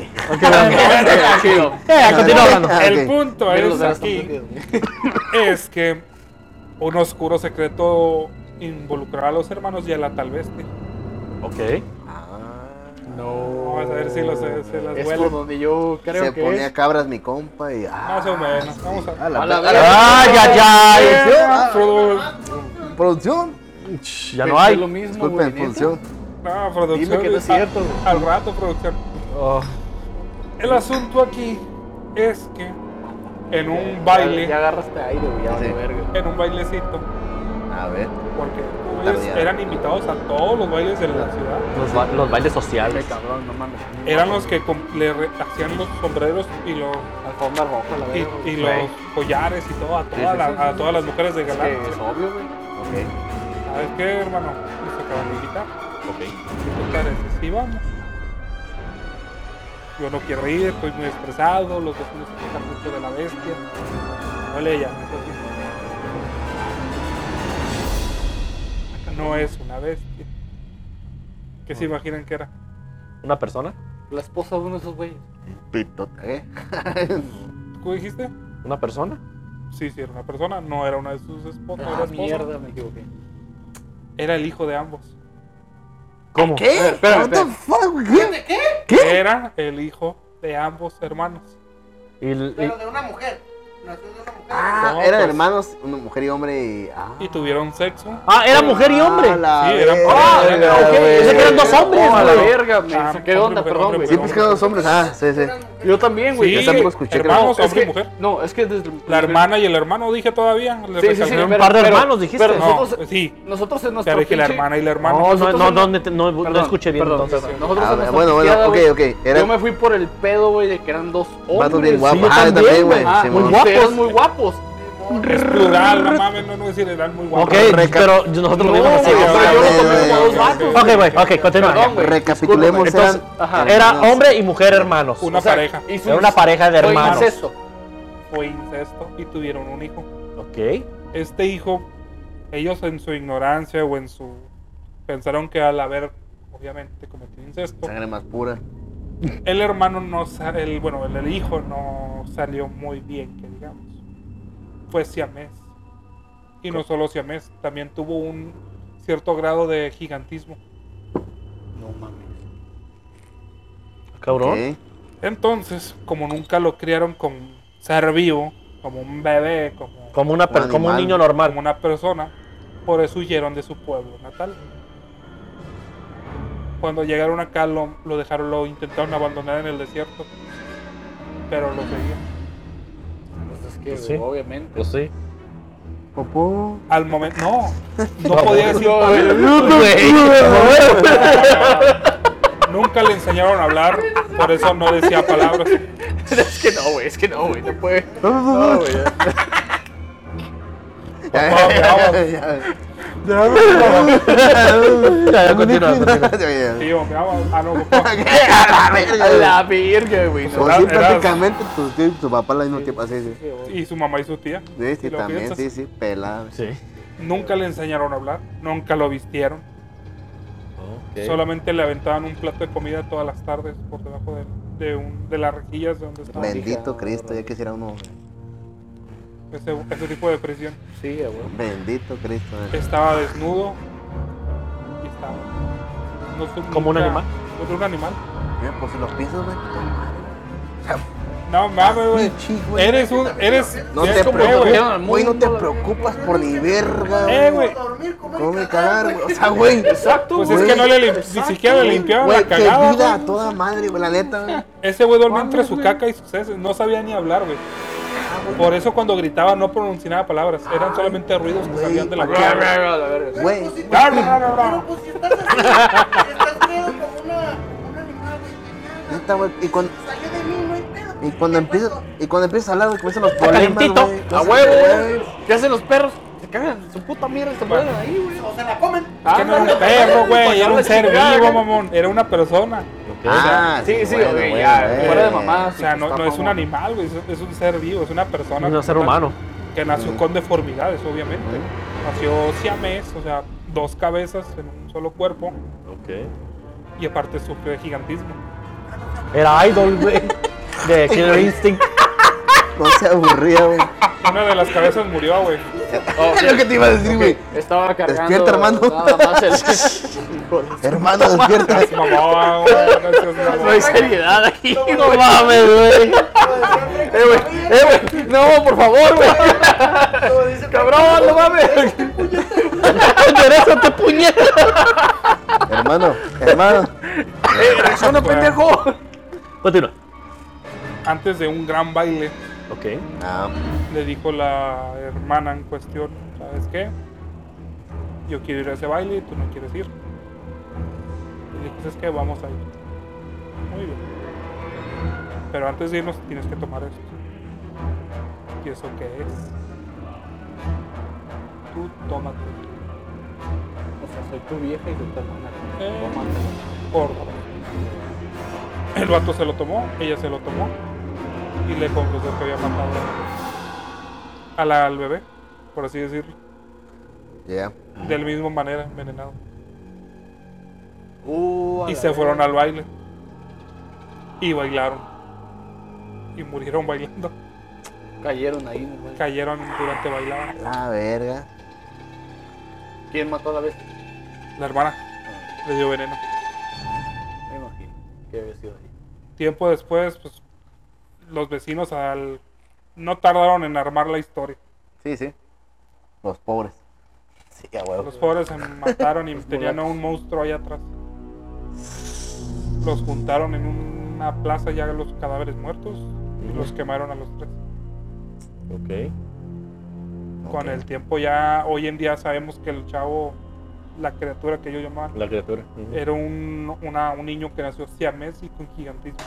S4: Chido.
S3: Eh, continúa hablando.
S2: Ah,
S1: El
S2: ok.
S1: punto
S4: Mira los
S1: es
S4: demás
S1: aquí...
S4: están perdidos,
S1: es que un oscuro secreto involucrará a los hermanos y a la tal bestia.
S3: Ok.
S2: Ah,
S4: No.
S1: Vamos a ver si los- se las
S4: Es
S1: huelen.
S4: por donde yo creo
S2: se
S4: que
S2: ponía
S4: es.
S2: cabras mi compa y. Ah,
S1: Más o menos, vamos a-
S2: a la,
S4: A la
S2: a la-
S4: verga.
S3: ¡Ay, ay, ay!
S1: Ah, Frodo-
S2: producción.
S3: Ya no
S4: Pensé
S3: hay.
S4: Lo mismo,
S2: Disculpen,
S4: güey, neta.
S2: producción.
S1: no, Ah, producción,
S4: Dime que no es
S1: a-
S4: cierto, güey.
S1: Al rato, producción.
S3: Oh,
S1: El asunto aquí es que en un baile,
S4: Eh, Ya, ya agarraste aire, güey, ya vale
S2: Sí.
S4: verga.
S1: en un bailecito,
S2: A ver.
S1: Porque estos güeyes
S2: Tardía.
S1: eran invitados a todos los bailes de la ciudad.
S3: Los, ba- los bailes
S4: Qué
S3: sociales.
S4: cabrón, no mames.
S1: Eran los que com- le re- hacían los sombreros y los,
S4: Alfombra roja, la verdad.
S1: y, y
S4: güey.
S1: los collares y todo a,
S4: Sí,
S1: todas
S4: sí,
S1: las-
S4: sí,
S1: a
S4: sí.
S1: todas las mujeres de
S4: Es
S1: galán.
S4: que es obvio, güey.
S2: Ok.
S1: ¿Sabes qué, hermano? Nos acaban de invitar.
S2: Ok.
S1: ¿Qué te parece? Sí, vamos. Yo no quiero ir, estoy muy estresado, los vecinos se quejan mucho de la bestia. Ole ella. No es una bestia. ¿Qué se imaginan que era?
S3: ¿Una persona?
S4: La esposa de uno de esos güeyes.
S2: Pitota, ¿eh?
S1: ¿Tú dijiste?
S3: ¿Una persona?
S1: Sí, sí, era una persona, no era una de sus esposas. era,
S4: Ah,
S1: esposa.
S4: mierda, me equivoqué.
S1: era el hijo de ambos.
S3: ¿Cómo?
S2: ¿Qué?
S4: ver, espérame,
S2: What the
S4: espérame.
S2: fuck, güey? ¿Qué?
S1: Era el hijo de ambos hermanos.
S3: Y, y-
S6: Pero de una mujer. Nació de una mujer.
S2: Ah,
S1: No,
S2: eran
S1: pues.
S2: hermanos, una mujer y hombre y. Ah.
S1: Y tuvieron sexo.
S3: Ah, era mujer y hombre.
S2: Ah, la
S1: Sí, eran-
S2: verga,
S1: Ah, ok,
S2: güey.
S3: pensé que eran dos hombres,
S4: Oh, a la
S3: güey.
S4: verga, me
S1: Ah,
S4: saqué
S1: hombre,
S4: de onda,
S1: mujer,
S4: perdón,
S1: hombre,
S4: güey.
S2: Sí, pues que eran dos hombres. Ah, sí, sí.
S4: Yo también, güey.
S1: Sí,
S4: yo también.
S2: escuché que eran
S1: hermanos,
S4: Es
S1: hombre y
S4: que-
S1: mujer.
S4: No, es que desde el-
S1: La hermana y el hermano, dije todavía. le
S4: Sí, sí, sí,
S1: recalcaron.
S3: Un par de hermanos, dijiste.
S4: Pero
S1: No,
S4: nosotros,
S1: sí.
S4: nosotros en nuestro
S1: Pero dije la
S4: pinche-
S1: hermana y la hermana.
S3: no, no,
S4: nosotros
S3: no,
S4: en-
S3: no, te- no, no
S4: Perdón,
S3: escuché bien
S4: perdón,
S3: entonces.
S4: perdón. Nosotros
S2: Ah,
S4: en nuestra
S2: bueno, bueno,
S4: pisteada,
S2: ok,
S4: güey,
S2: ok, era-
S4: Yo me fui por el pedo, güey, de que eran dos hombres.
S2: Vatos bien
S4: güey.
S2: guapos. Ah, yo también, güey.
S4: Ah,
S2: Simón.
S4: muy
S2: Sí.
S4: guapos. Eran muy guapos.
S1: Es plural, no mames, no, no decir, eran muy guapos.
S3: Ok,
S2: Reca-
S3: pero nosotros lo
S4: No,
S3: vimos así.
S4: güey,
S2: güey,
S4: pero yo lo tomé
S2: güey,
S4: como dos
S2: güey,
S4: vatos.
S1: güey.
S4: güey.
S3: Ok, güey, ok, continúa.
S4: Perdón, güey.
S2: Recapitulemos,
S4: Disculpa,
S2: eran.
S4: güey. Entonces, ajá.
S3: Era hombre y mujer hermanos.
S1: Una
S4: O sea,
S1: pareja.
S4: y su-
S3: Era una pareja de
S4: fue
S3: hermanos.
S4: incesto.
S1: Fue incesto y tuvieron un hijo.
S3: Ok.
S1: Este hijo, ellos en su ignorancia o en su. pensaron que al haber, obviamente, cometido incesto,
S2: Sangre más pura.
S1: el hermano no. sa- El, bueno, el, el hijo no salió muy bien, que digamos. Fue siamés. Y no solo siamés, también tuvo un cierto grado de gigantismo.
S4: No mames.
S3: Cabrón.
S2: Ok.
S1: Entonces, como nunca lo criaron como ser vivo, como un bebé, como,
S3: Como, una, per-
S2: Un
S3: como un
S2: animal.
S3: niño
S1: como
S3: normal.
S1: una persona, por eso huyeron de su pueblo natal. Cuando llegaron acá lo, lo dejaron, lo intentaron abandonar en el desierto, pero lo seguían.
S4: Pues es que,
S3: Sí.
S4: güey, obviamente.
S3: Pues sí.
S2: Popó.
S1: Al momento, no, no podía decir
S4: No,
S1: palabras.
S4: güey.
S1: Nunca le enseñaron a hablar, por eso no decía palabras.
S4: Es que no, güey, es que no, güey, no puede. No, güey.
S2: Ah.
S3: Ya, ya, continúa, continúa.
S1: Y yo, me daba- ah, no, papá.
S4: A la verga, güey. no.
S2: Pues
S1: Era-
S2: sí,
S1: era-
S2: prácticamente tu tío y tu papá al mismo tiempo. Así, sí.
S1: y su mamá y su tía.
S2: Sí,
S1: ¿Y
S2: sí,
S1: lo
S2: también,
S1: piensas?
S2: sí, sí, pelado.
S3: Sí.
S1: Nunca le enseñaron a hablar, nunca lo vistieron. Solamente le aventaban un plato de comida todas las tardes por debajo de, de un- de las rejillas de donde estaba
S2: Bendito Cristo, ya quisiera uno. güey.
S1: ese, ese tipo de prisión.
S4: Sí, güey.
S2: Bendito Cristo. güey.
S1: Estaba desnudo y estaba. no fue
S3: ¿Como un
S1: nunca-
S3: animal?
S1: como un animal.
S2: Mira, Por si los pisos, güey.
S1: No mames, güey.
S2: Pinche, Ah, güey.
S1: Eres un. Eres.
S2: No
S1: eres
S2: te
S1: como, eh,
S2: preocupes,
S1: güey.
S4: al
S2: güey, no te
S4: mundo, la
S2: preocupas por ni verga,
S1: Eh,
S2: güey.
S1: güey.
S6: Dormir, comer
S2: ¿Cómo me
S6: y
S2: cagar, güey? O sea, güey.
S4: Exacto,
S1: Pues
S4: güey.
S1: es que no le lim- ni
S4: Exacto,
S1: siquiera le
S4: güey.
S1: limpiaban
S2: Güey,
S1: la
S2: qué vida
S1: cagada.
S2: a
S1: güey.
S2: toda madre, güey, la neta, güey.
S1: Ese güey dormía entre
S4: Mames,
S1: su
S4: güey.
S1: caca y sus heces. No sabía ni hablar, güey. Por eso cuando gritaba no pronunciaba palabras. Eran solamente ruidos que
S2: güey,
S1: salían de la
S2: ¿pa'
S4: A
S1: boca.
S4: la verga, a la verga.
S2: Güey.
S6: Pues, si-
S1: Darwin.
S6: Pero pues si estás así, estás creado como una, como un animal, güey. que nada,
S2: Neta, güey. Y cuando,
S6: Salió de mí, no hay pedo.
S2: y cuando
S6: Te
S2: empiezas
S6: cuento.
S2: y cuando empiezas a hablar, güey, comienzan los problemas,
S3: calentito.
S2: güey.
S4: A huevo, güey. ¿Qué hacen los perros? Se cagan en su puta mierda Ah, y se mueren ahí, güey.
S6: O se la comen.
S1: Que no era un ah, perro, güey, era un ser vivo, mamón. Era una persona.
S2: Ah,
S4: Sí, sí,
S2: bueno,
S4: güey,
S2: bueno,
S4: ya,
S2: güey.
S4: fuera de mamá.
S1: O sea, no, no es un animal, güey, es- es un ser vivo, es una persona.
S3: Un ser
S1: que-
S3: humano.
S1: Que nació con deformidades, obviamente.
S2: Ujú.
S1: Nació siamés, o sea, dos cabezas en un solo cuerpo y aparte sufrió de gigantismo.
S3: Era idol, güey. De Killer Instinct.
S2: No se aburría, güey.
S1: Una de las cabezas murió, güey.
S2: Es lo que te iba a decir, güey.
S4: Oh, Estaba cargando.
S2: Despierta, hermano.
S4: Nada más el. Hijo de-
S2: Hermano, despierta.
S1: Es mamá, güey, no seas
S4: No hay
S1: mamá.
S4: seriedad aquí,
S3: No
S4: güey.
S3: mames, güey.
S4: Eh, güey, eh, güey. No, por favor, güey. Cabrón, no mames.
S3: Enderezate, puñeta.
S2: hermano, hermano.
S4: Reacciona, pendejo.
S3: Continúa.
S1: Antes de un gran baile,
S3: Ok.
S2: Ah,
S1: le dijo la hermana en cuestión, ¿sabes qué? yo quiero ir a ese baile, tú no quieres ir. Y le dices que vamos a ir. Muy bien. Pero antes de irnos tienes que tomar esto. ¿Y eso qué es? Tú tómate.
S4: O sea, soy tu vieja y tú tu hermana.
S1: Eh.
S4: Tómate.
S1: Por favor. El vato se lo tomó, ella se lo tomó. Y le confesó que había matado a la- al bebé, por así decirlo.
S2: Ya.
S1: Del mismo manera, envenenado.
S4: Uh, a
S1: Y
S4: la
S1: se
S4: verga.
S1: fueron al baile. Y bailaron. Y murieron bailando.
S4: Cayeron ahí, no mames.
S1: Cayeron durante bailar.
S2: La verga.
S4: ¿Quién mató a la bestia?
S1: La hermana le dio veneno.
S4: Me imagino. Qué vestido ahí.
S1: Tiempo después, pues, los vecinos al... no tardaron en armar la historia.
S2: Sí, sí. Los pobres. Sí, a huevo.
S1: Los pobres se mataron y tenían a un monstruo ahí atrás. Los juntaron en una plaza ya los cadáveres muertos y los quemaron a los tres.
S3: Ok.
S1: Con el tiempo ya, hoy en día sabemos que el chavo, la criatura que yo llamaba,
S3: La criatura. ujú.
S1: era un, una- un niño que nació siamés y con gigantismo.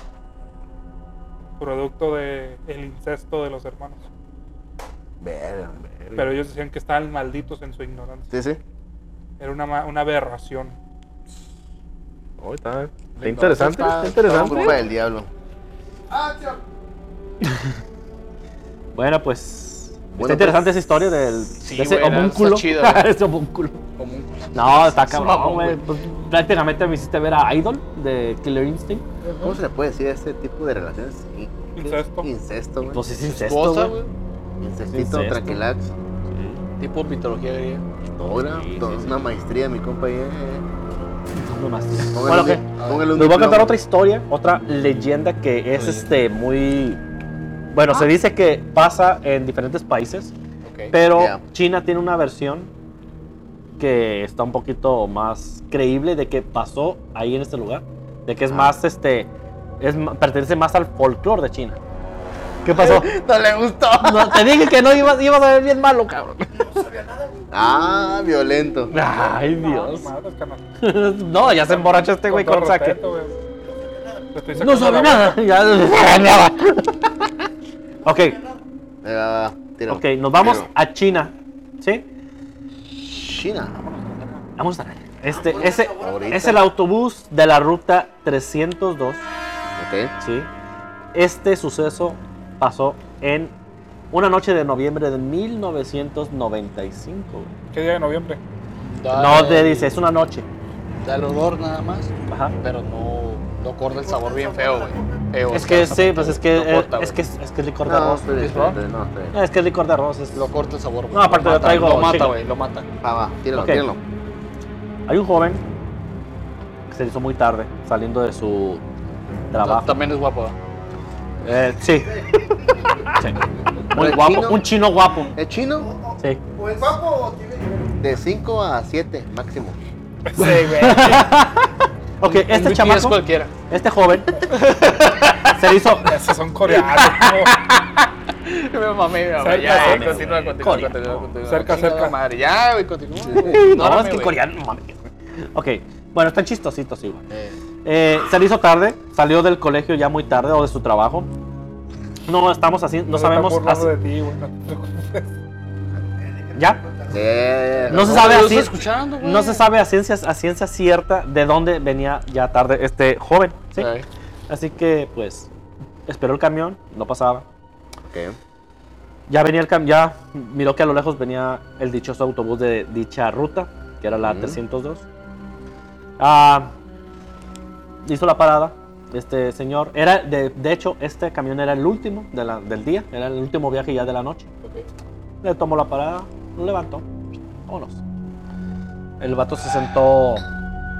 S1: Producto de el incesto de los hermanos.
S2: Verga.
S1: Pero ellos decían que estaban malditos en su ignorancia.
S2: Sí, sí.
S1: Era una, ma- una aberración.
S3: Oh, está, está interesante. Está
S2: Somos culpa
S3: interesante.
S2: del diablo.
S5: ¡Acción!
S3: Bueno, pues.
S2: Bueno,
S3: está interesante esa historia del, de ese
S4: güey, era-
S3: homúnculo.
S4: está chida, güey.
S3: ese homúnculo.
S4: Como un...
S3: No, está
S4: Es mamón,
S3: cabrón, güey.
S4: güey.
S3: Pues, prácticamente me hiciste ver a Idol de Killer Instinct.
S2: ¿Cómo se le puede decir a este tipo de relaciones? In-
S1: Incesto.
S2: Incesto, güey.
S3: Pues es incesto,
S4: Esposa,
S3: güey.
S4: güey.
S2: Incestito,
S3: incesto.
S2: tranquilax.
S4: Tipo mitología griega.
S2: Ahora,
S3: Sí,
S2: todo
S3: sí,
S2: es
S3: sí.
S2: una maestría, mi compa. ahí, eh.
S3: No más.
S2: Póngale un
S3: Bueno, ok.
S2: di- póngale un
S3: Les voy a
S2: diploma.
S3: contar otra historia, otra leyenda que es este muy. Bueno, se dice que pasa en diferentes países,
S4: Ok.
S3: pero
S2: Ya.
S3: China tiene una versión que está un poquito más creíble de que pasó ahí en este lugar, de que es más este, es ma- pertenece más al folclore de China. ¿Qué pasó?
S2: No le gustó.
S3: No, te dije que no ibas, ibas a ver bien malo, cabrón.
S2: Ah, violento.
S3: Ay
S1: No,
S3: Dios.
S1: ni madres, carnal.
S3: No, ya se emborracha este güey
S1: todo
S3: con saque.
S1: respeto, güey. Le estoy sacando
S3: No sabe
S1: la
S3: nada. Ya- ok.
S2: Eh, va, va, tira.
S3: Ok, nos vamos
S2: Tiro.
S3: a China. ¿Sí?
S2: China.
S3: Vamos a Este, ese
S2: Ahorita.
S3: es el autobús de la ruta 302.
S2: Ok.
S3: ¿Sí? Este suceso pasó en una noche de noviembre de 1995.
S1: verga. ¿Qué día de noviembre?
S4: Da
S3: No
S4: el-
S3: te dice, es una noche.
S4: Da el olor nada más,
S3: Ajá.
S4: pero no, no corta el sabor bien feo, güey. Feo,
S3: Es
S4: o
S3: que
S4: sea,
S3: sí, pues es que
S4: no corta,
S3: es
S4: güey.
S3: que es que es licor de
S2: No,
S3: arroz.
S2: espérate,
S4: ¿Es va?
S2: espérate, no, espérate.
S3: No, Es que es licor de arroz. es-
S4: Lo corta el sabor, güey.
S3: No, aparte
S4: Lo
S3: yo
S4: mata,
S3: traigo
S4: Lo mata,
S3: chicle.
S4: güey, lo mata.
S2: Va, ah, va, tíralo,
S3: Ok.
S2: tíralo.
S3: Hay un joven que se le hizo muy tarde saliendo de su trabajo.
S4: También es guapo, ¿verdad?
S3: Eh, sí. Sí. Muy
S2: ¿El
S3: guapo.
S2: chino?
S3: Un chino guapo.
S2: ¿Es chino?
S3: Sí.
S5: ¿O es guapo o tiene dinero?
S2: De 5 a 7 máximo.
S3: Ok,
S4: Un
S3: este
S4: BTS
S3: chamaco,
S4: cualquiera.
S3: este joven, se le hizo.
S1: Esos son coreanos. ¿no?
S4: Me mamé, me mamé.
S1: Cerca,
S4: Ya,
S1: cerca.
S4: güey, continúa, continúa,
S3: Corea.
S4: continúa, continúa.
S1: Cerca,
S4: Chinga
S1: cerca.
S4: la Madre. Ya, güey, continúa.
S3: No,
S4: Ignórame,
S3: es que
S4: güey.
S3: coreano, mames. Ok, bueno, están chistositos igual.
S4: Eh,
S3: Eh, se le hizo tarde, salió del colegio ya muy tarde o de su trabajo. No estamos así, no
S1: Se están
S3: sabemos
S1: burlando
S3: así.
S1: de ti, güey, no te preocupes.
S3: ¿Ya?
S2: Eh,
S3: No se
S4: no,
S3: sabe
S4: yo
S3: así.
S4: estoy escuchando, güey.
S3: No se sabe a ciencia, a ciencia cierta de dónde venía ya tarde este joven, ¿sí?
S4: Eh,
S3: Así que, pues, esperó el camión, no pasaba.
S2: ok.
S3: Ya venía el cam ya miró que a lo lejos venía el dichoso autobús de dicha ruta, que era la
S2: Ujú.
S3: 302. Ah, hizo la parada. Este señor, era de, de hecho, este camión era el último de la- del día, era el último viaje ya de la noche. Le tomó la parada, lo levantó, vámonos. El vato se sentó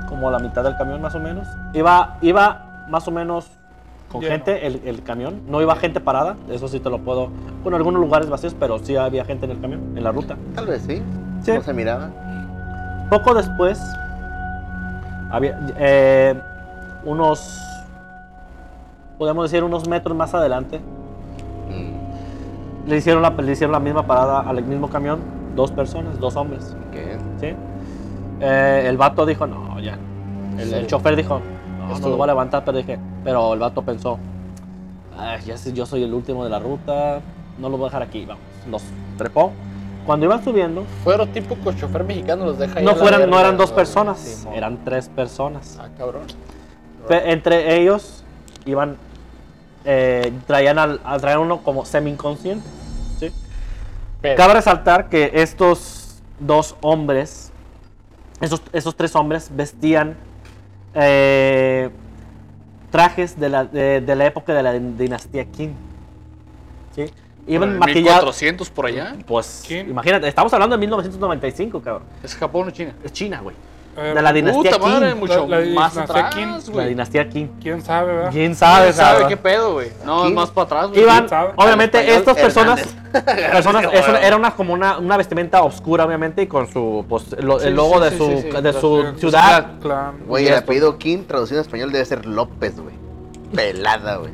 S3: como a la mitad del camión, más o menos. Iba, iba más o menos con
S1: Lleno.
S3: gente el, el camión. No iba gente parada, eso sí te lo puedo. Con algunos lugares vacíos, pero sí había gente en el camión, en la ruta.
S2: Tal vez sí.
S3: Sí.
S2: No se miraba.
S3: Poco después, había eh, unos. Podemos decir unos metros más adelante,
S2: Mm,
S3: le hicieron la, le hicieron la misma parada al mismo camión, dos personas, dos hombres.
S2: ok.
S3: ¿sí? Eh, el vato dijo, no, ya. El, el chofer dijo, no, no
S4: Esto-
S3: lo voy a levantar, pero dije, pero el vato pensó, "Ay, ya sé, yo soy el último de la ruta, no lo voy a dejar aquí, vamos. Los trepó. Cuando iban subiendo,
S4: Fueron típico chofer mexicano, los deja ahí
S3: no,
S4: en la
S3: fueran,
S4: verga,
S3: no eran dos
S4: güey.
S3: personas,
S4: Sí, mo.
S3: eran tres personas.
S4: Ah, cabrón.
S3: Fe- entre ellos iban, eh, traían, al, a- traían uno como semi-inconsciente. ¿sí?
S4: Pero-
S3: Cabe resaltar que estos dos hombres, esos, esos tres hombres vestían eh, trajes de la, de, de la época de la dinastía Qin. ¿sí? Iban
S4: ¿En
S3: maquillados.
S4: 1400 por allá.
S3: Pues
S1: ¿Quién?
S3: imagínate, estamos hablando de 1995, cabrón.
S4: ¿Es Japón o China?
S3: Es China, güey.
S1: A ver,
S3: De la dinastía
S4: Puta madre,
S3: Qin.
S4: mucho
S1: La- la
S4: más
S1: dinastía
S4: atrás,
S1: Qin.
S3: La
S4: güey.
S3: dinastía Qin.
S1: ¿Quién sabe, verdad?
S3: ¿Quién sabe,
S4: ¿Quién sabe
S3: cabrón?
S4: qué pedo, güey? No,
S2: Aquí.
S4: más para atrás, güey.
S3: Iban,
S1: sabe?
S2: Al
S3: obviamente,
S2: español
S3: estas personas,
S2: Hernández.
S3: personas
S2: Qué
S3: eso
S2: huevo.
S3: era una como una, una vestimenta oscura, obviamente, y con su pues, lo-
S4: Sí,
S3: el logo
S4: sí,
S3: de
S4: sí,
S3: su,
S4: sí, sí.
S3: de su
S1: Pues,
S3: ciudad.
S1: Clan.
S2: Güey, el apellido Kim traducido en español debe ser López, güey. Pelada, güey.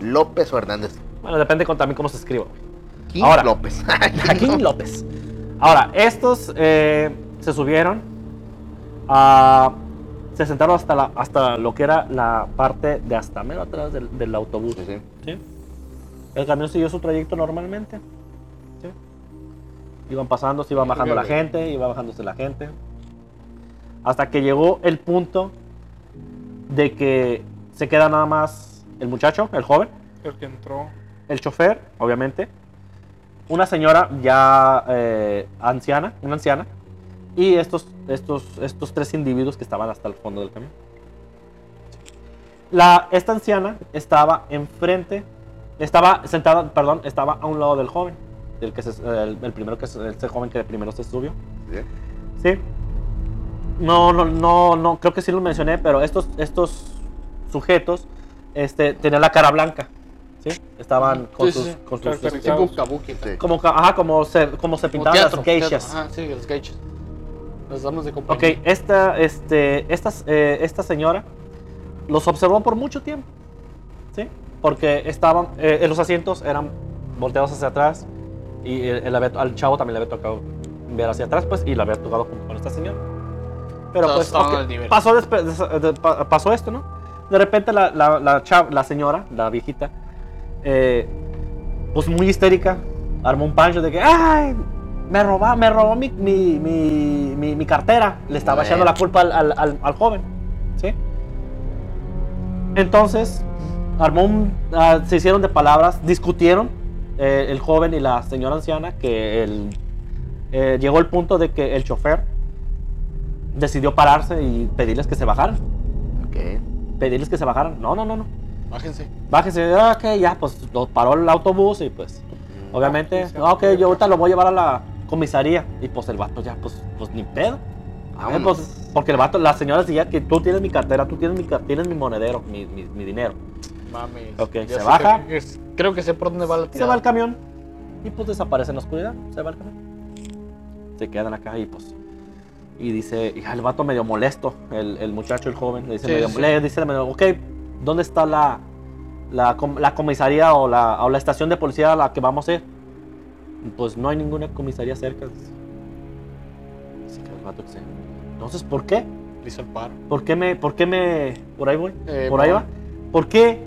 S2: López o Hernández.
S3: Bueno, depende con, también cómo se escriba.
S2: Kim
S3: Ahora.
S2: López.
S3: Jaquín López. Ahora, estos eh, se subieron, ah, se sentaron hasta, la, hasta lo que era la parte de hasta mero atrás del, del autobús.
S2: Sí, sí.
S3: ¿sí? El camión siguió su trayecto normalmente. ¿sí? Iban pasando, se iba bajando la gente, iba bajándose la gente. Hasta que llegó el punto de que se queda nada más el muchacho, el joven,
S1: El que entró.
S3: el chofer, obviamente, una señora ya eh, anciana, una anciana, y estos, estos, estos tres individuos que estaban hasta el fondo del camión. La, esta anciana estaba enfrente, estaba sentada, perdón, estaba a un lado del joven, del que se- el, el primero que se- ese joven que primero se subió.
S2: Sí.
S3: Sí. No, no, no, no, creo que sí lo mencioné, pero estos, estos sujetos este, tenían la cara blanca. ¿sí? Estaban con
S4: Sí, sí,
S3: sus.
S4: sí.
S3: Con sus este,
S1: Características.
S4: Tipo kabuki.
S2: Sí.
S4: acá.
S3: como, ca- ajá, como se, como se
S4: Como
S3: pintaban
S4: teatro,
S3: las geishas.
S4: teatro. Ajá, sí, los geishas. Las damas de
S3: Ok,
S4: compañía.
S3: esta, este, esta, eh, esta señora los observó por mucho tiempo, ¿sí? Porque estaban, eh, los asientos eran volteados hacia atrás y el, el había- al chavo también le había tocado ver hacia atrás, pues, y le había tocado junto con esta señora. Pero
S4: Todos
S3: pues,
S4: estaban
S3: ok,
S4: al nivel.
S3: pasó, despe- des- de- pa- pasó esto, ¿no? De repente la, la, la chav- la señora, la viejita, eh, pues muy histérica, armó un pancho de que, ¡ay! Me robó, me robó mi, mi, mi, mi- mi cartera. Le estaba
S2: Bueno.
S3: echando la culpa al, al- al- al joven. ¿Sí? Entonces, armó un, ah, se hicieron de palabras, discutieron eh, el joven y la señora anciana que el, eh, llegó el punto de que el chofer decidió pararse y pedirles que se bajaran. Eh,
S2: Ok.
S3: Pedirles que se bajaran. No, no, no, no.
S4: Bájense.
S3: Bájese, ah, ok, ya, pues lo paró el autobús y pues, obviamente,
S1: Mm, sí, sí.
S3: ah, ok, yo ahorita lo voy a llevar a la comisaría. Y pues el vato ya, pues, pues ni pedo. Ah,
S2: Vámonos.
S3: pues, porque el vato, la señora decía que tú tienes mi cartera, tú tienes mi, car- tienes mi monedero, mi, mi- mi dinero.
S4: Mami.
S3: Ok,
S4: ya
S3: se
S4: sé
S3: baja.
S4: que- es- creo que sé por dónde va la
S3: Se va
S4: tirada.
S3: el camión y pues desaparece en la oscuridad, se va el camión. Se quedan acá y pues, y dice, y el vato medio molesto, el, el muchacho, el joven, le dice,
S4: Sí,
S3: medio,
S4: sí.
S3: le dice medio, ok, ¿dónde está la, la, com- la comisaría o la, o la estación de policía a la que vamos a ir? Pues no hay ninguna comisaría cerca. Se queda el vato que se- Entonces, ¿por qué?
S4: Le hizo el paro.
S3: ¿Por qué me, por qué me, por ahí voy,
S4: Eh,
S3: por ahí
S4: no.
S3: va? ¿Por qué,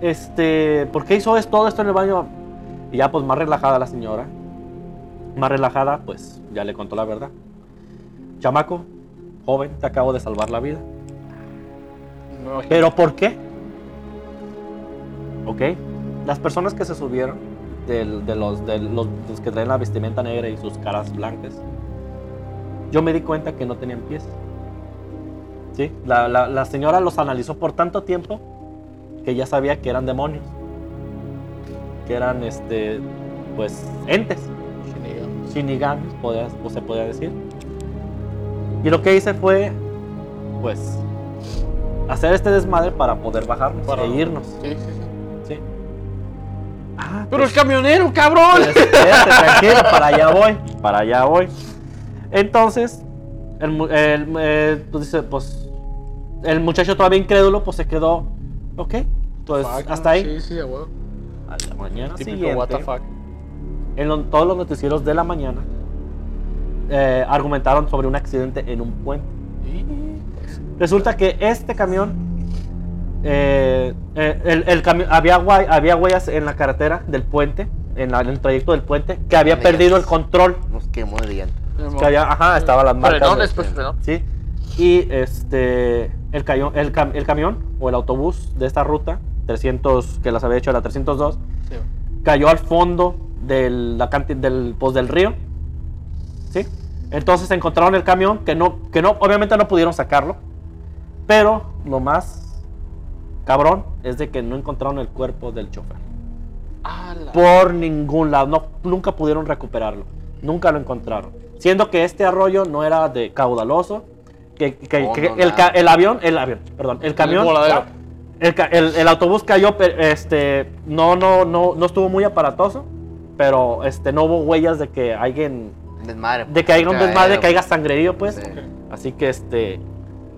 S3: este, por qué hizo es- todo esto en el baño? Y ya pues más relajada la señora, más relajada, pues ya le contó la verdad. Chamaco, joven, te acabo de salvar la vida.
S4: Me imagino.
S3: ¿Pero por qué? Ok. Las personas que se subieron, del- de, los, de los, los que traen la vestimenta negra y sus caras blancas, yo me di cuenta que no tenían pies. ¿Sí? La, la- la señora los analizó por tanto tiempo que ya sabía que eran demonios. Que eran, este, pues, entes.
S4: Shinigami.
S3: Shinigamis, podía- o se podía decir. Y lo que hice fue, pues, hacer este desmadre para poder bajarnos
S4: Para-
S3: e irnos.
S4: Sí, sí, sí.
S3: Sí. Ah,
S4: Pero el camionero, cabrón.
S3: pues, espérate, tranquilo, para allá voy, para allá voy. Entonces, el, mu- el, eh, pues, dice, pues, el muchacho todavía incrédulo, pues se quedó, ok, pues
S4: Fuck,
S3: hasta ahí.
S4: Sí, sí, a huevo.
S3: A la mañana
S4: Típico
S3: siguiente,
S4: what the fuck.
S3: en lo- todos los noticieros de la mañana, eh, argumentaron sobre un accidente en un puente. Resulta que este camión, eh, eh, el, el cami- había, hua- había huellas en la carretera del puente, en, la- en el trayecto del puente, que había
S2: Me
S3: perdido
S2: digas.
S3: el control.
S2: Nos quemó de diente.
S3: Que había- ajá, estaban las marcas.
S7: Frenón
S3: de-
S7: después, frenón.
S3: Sí. Y este, el, cayo- el, cam- el camión o el autobús de esta ruta, 300, que las había hecho la 302, cayó al fondo del, la canti- del, pues, del río. ¿Sí? Entonces encontraron el camión que no, que no, obviamente no pudieron sacarlo. Pero lo más cabrón es de que no encontraron el cuerpo del chofer. Por ningún lado. No, nunca pudieron recuperarlo. Nunca lo encontraron. Siendo que este arroyo no era de caudaloso. Que, que-
S2: Oh,
S3: que
S2: no,
S3: el, ca-
S2: nada.
S3: el avión, el avión, perdón, el camión.
S4: voladero.
S3: El, ca- el- el autobús cayó, pe- este, no, no, no, no estuvo muy aparatoso, pero este, no hubo huellas de que alguien,
S2: Desmadre.
S3: de que haya un desmadre, de que haya
S2: caigas
S3: sangrerío, pues.
S2: Sí.
S3: Así que este,
S2: lo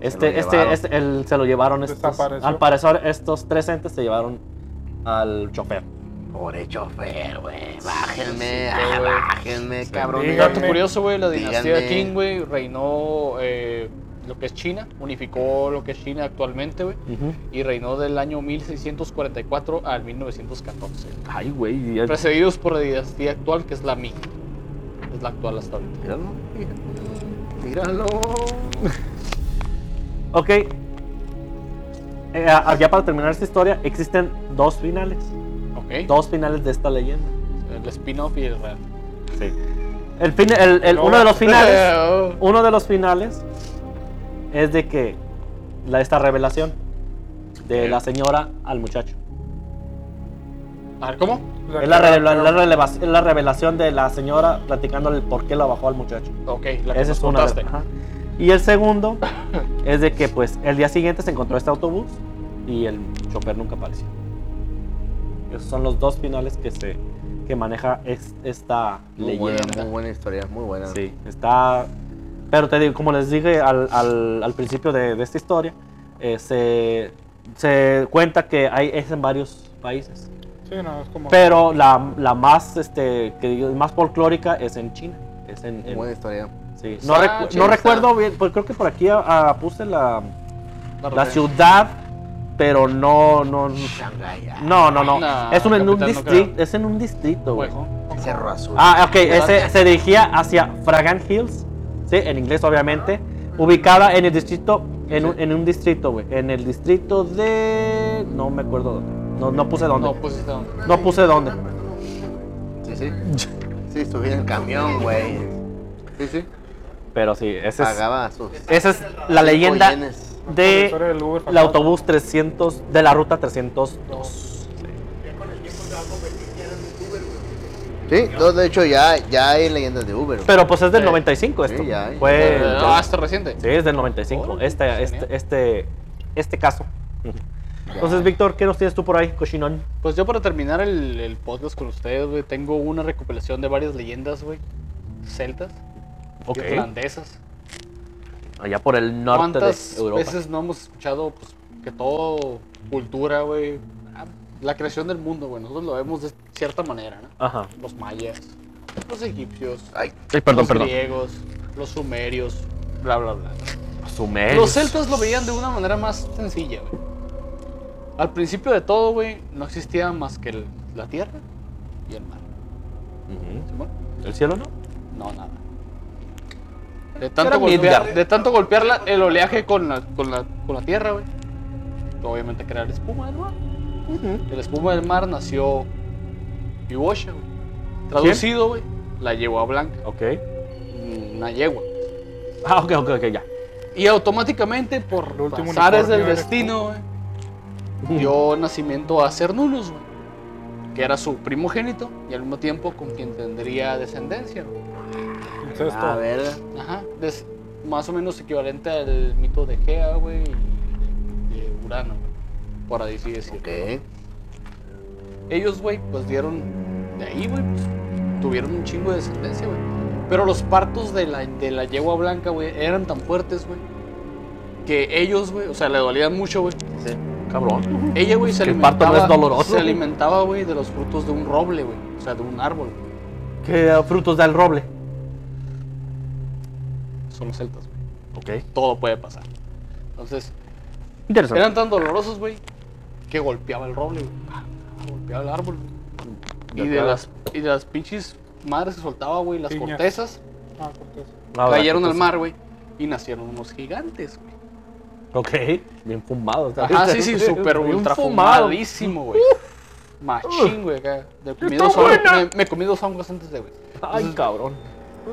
S3: este, este,
S2: llevaron.
S3: este- el- se lo llevaron estos,
S1: Desapareció.
S3: al parecer estos tres entes se llevaron al chofer.
S2: Pobre chofer, güey. Bájenme, ah, bájenme, cabrón.
S1: Dígame.
S4: Dato curioso, güey, la
S2: Díganme.
S4: dinastía Qing, güey, reinó eh, lo que es China, unificó lo que es China actualmente, güey, y reinó del año 1644 al 1914.
S3: Ay, güey. ya-
S4: Precedidos por la dinastía actual, que es la Ming. Es la actual hasta ahorita.
S2: Míralo. Míralo.
S3: Ok. Eh, a- ya para terminar esta historia, existen dos finales.
S4: Ok.
S3: Dos finales de esta leyenda.
S4: El spin-off y el real.
S3: El fin- el- el-
S1: No.
S3: uno de los finales.
S4: Oh.
S3: Uno de los finales es de que la, esta revelación de la señora al muchacho.
S4: A ver, ¿cómo?
S1: La
S3: Es la,
S1: que-
S3: revela- la releva- es la revelación de la señora platicándole el por qué la bajó al muchacho.
S4: Ok, la que
S3: Ese
S4: nos
S3: es una.
S4: contaste.
S3: ajá. Y el segundo es de que pues el día siguiente se encontró este autobús y el chofer nunca apareció. Esos son los dos finales que se que maneja es- esta
S2: Muy
S3: leyenda.
S2: buena, muy buena historia, muy buena.
S3: Sí, está. Pero te digo, como les dije al, al- al principio de, de esta historia, eh, se, se cuenta que hay, es en varios países.
S1: Sí, no, es como.
S3: Pero la, la más, este, que digo, más folclórica es en China. Es en,
S2: Muy
S3: en-
S2: buena historia.
S3: sí. no, recu-
S4: Sánchez,
S3: no recuerdo bien, pues creo que por aquí ah, puse la, la
S4: La referencia.
S3: ciudad, pero no, no,
S2: ah,
S3: no, no, no.
S4: Nah,
S3: es, un, en un
S4: capital no
S3: distrito,
S4: creo.
S3: es en un distrito, güey.
S4: Ojo.
S2: Cerro Azul.
S3: Ah, ok, ese se dirigía hacia Fragan Hills, sí, en inglés obviamente, ubicada en el distrito, en un, en un distrito, güey, en el distrito de... no me acuerdo dónde, no, no puse dónde,
S4: No, pues está donde.
S3: no puse dónde,
S2: Sí, sí. Sí, subí en el camión, güey. Sí, sí.
S3: pero sí, ese es,
S2: Pagaba sus.
S3: esa es la leyenda
S2: yenes.
S1: la
S3: de
S1: historia del Uber
S3: el
S1: pasado.
S3: autobús 300, de la ruta 302.
S2: Sí, no, de hecho ya, ya hay leyendas de Uber. güey.
S3: Pero pues es del
S4: Sí.
S3: 95
S2: Sí,
S3: esto,
S2: ya, ya.
S3: fue...
S4: Ah, hasta reciente.
S3: Sí, es del 95,
S4: Órale, pues,
S3: este,
S4: genial.
S3: este, este, este caso. Entonces, Víctor, ¿qué nos tienes tú por ahí, cochinón?
S4: Pues yo para terminar el, el podcast con ustedes, güey, tengo una recopilación de varias leyendas, güey. Celtas, irlandesas.
S3: Allá por el norte de
S4: ¿Cuántas
S3: Europa.
S4: veces no hemos escuchado pues, que todo cultura, güey? ah, La creación del mundo, güey. Nosotros lo vemos de cierta manera, ¿no?
S3: Ajá.
S4: Los mayas, los egipcios,
S2: Ay,
S3: perdón,
S4: los
S3: perdón.
S4: griegos, los sumerios, bla, bla, bla.
S3: Sumerios.
S4: Los celtas lo veían de una manera más sencilla, güey. Al principio de todo, güey, no existía más que el- la tierra y el mar.
S3: Ujú.
S4: Simón.
S3: ¿El cielo no?
S4: No, nada. De tanto,
S3: Era
S4: golpear,
S3: mierda.
S4: de tanto golpear la- el oleaje con la, con la, con la tierra, güey. Obviamente crear espuma del mar. De la espuma del mar nació Iwasha, güey. Traducido, güey, la yegua blanca.
S3: Ok.
S4: Una yegua.
S3: Ah, ok, ok, ok, ya.
S4: Y automáticamente, por
S1: El último
S4: azares del
S1: unicornio eres
S4: destino, güey, dio nacimiento a Cernunus, güey. Que era su primogénito y al mismo tiempo con quien tendría descendencia, güey.
S1: Entonces,
S2: a
S1: todo.
S2: ver.
S4: Ajá, des- más o menos equivalente al mito de Gea, güey, y de Urano, güey, por ahí sí decirlo.
S2: Ok.
S4: Ellos, güey, pues dieron de ahí, güey, pues, tuvieron un chingo de descendencia, güey. Pero los partos de la, de la yegua blanca, güey, eran tan fuertes, güey, que ellos, güey, o sea, le dolían mucho, güey.
S3: Cabrón.
S4: Ella, güey, se
S3: Que el parto
S4: alimentaba,
S3: no es doloroso,
S4: se
S3: güey.
S4: alimentaba, güey, de los frutos de un roble, güey, o sea, de un árbol.
S3: ¿Qué frutos da el roble?
S4: son los celtas, güey.
S3: Ok.
S4: Todo puede pasar. Entonces,
S2: Interesante.
S4: eran tan dolorosos, güey, que golpeaba el roble, güey. Pa, pa, Golpeaba el árbol, güey. Y de
S2: claro.
S4: las, y de las pinches madres que soltaba, güey, las
S1: Piñas.
S4: cortezas,
S1: Ah, cortés.
S3: Ah,
S4: cayeron al
S3: entonces-
S4: mar, güey, y nacieron unos gigantes, güey.
S3: Ok. Bien fumado. ¿sabes?
S4: Ajá, sí, sí, súper
S3: Bien
S4: ultra
S3: fumado.
S4: fumadísimo, güey. Machín, güey, acá. Me comí,
S3: ¡Está
S4: dos hongos,
S3: buena!
S4: me, me comí dos hongos antes de, güey.
S3: Ay, cabrón.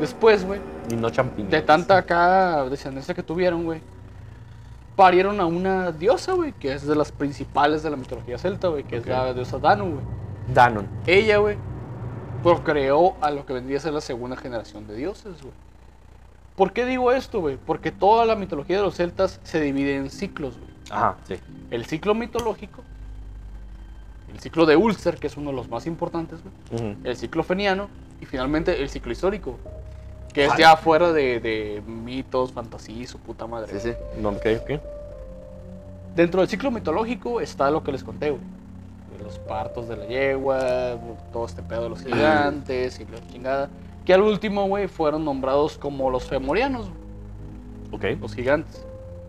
S4: Después, güey,
S3: Y no champiñones.
S4: de tanta acá descendencia que tuvieron, güey, parieron a una diosa, güey, que es de las principales de la mitología celta, güey, que
S3: Ok.
S4: es la diosa Danu, güey.
S3: Danon.
S4: Ella, güey, procreó a lo que vendría a ser la segunda generación de dioses, güey. ¿Por qué digo esto, güey? Porque toda la mitología de los celtas se divide en ciclos, güey.
S3: Ajá, sí.
S4: El ciclo mitológico, el ciclo de Ulster, que es uno de los más importantes, güey,
S3: Ujú.
S4: el ciclo feniano y finalmente el ciclo histórico, que es
S3: Ay.
S4: ya fuera de, de mitos, fantasía y su puta madre.
S2: Sí, sí.
S3: No, ok, ok.
S4: Dentro del ciclo mitológico está lo que les conté, güey. De Los partos de la yegua, todo este pedo de los gigantes y la chingada. Que al último, güey, fueron nombrados como los femorianos, güey,
S3: Ok.
S4: los gigantes.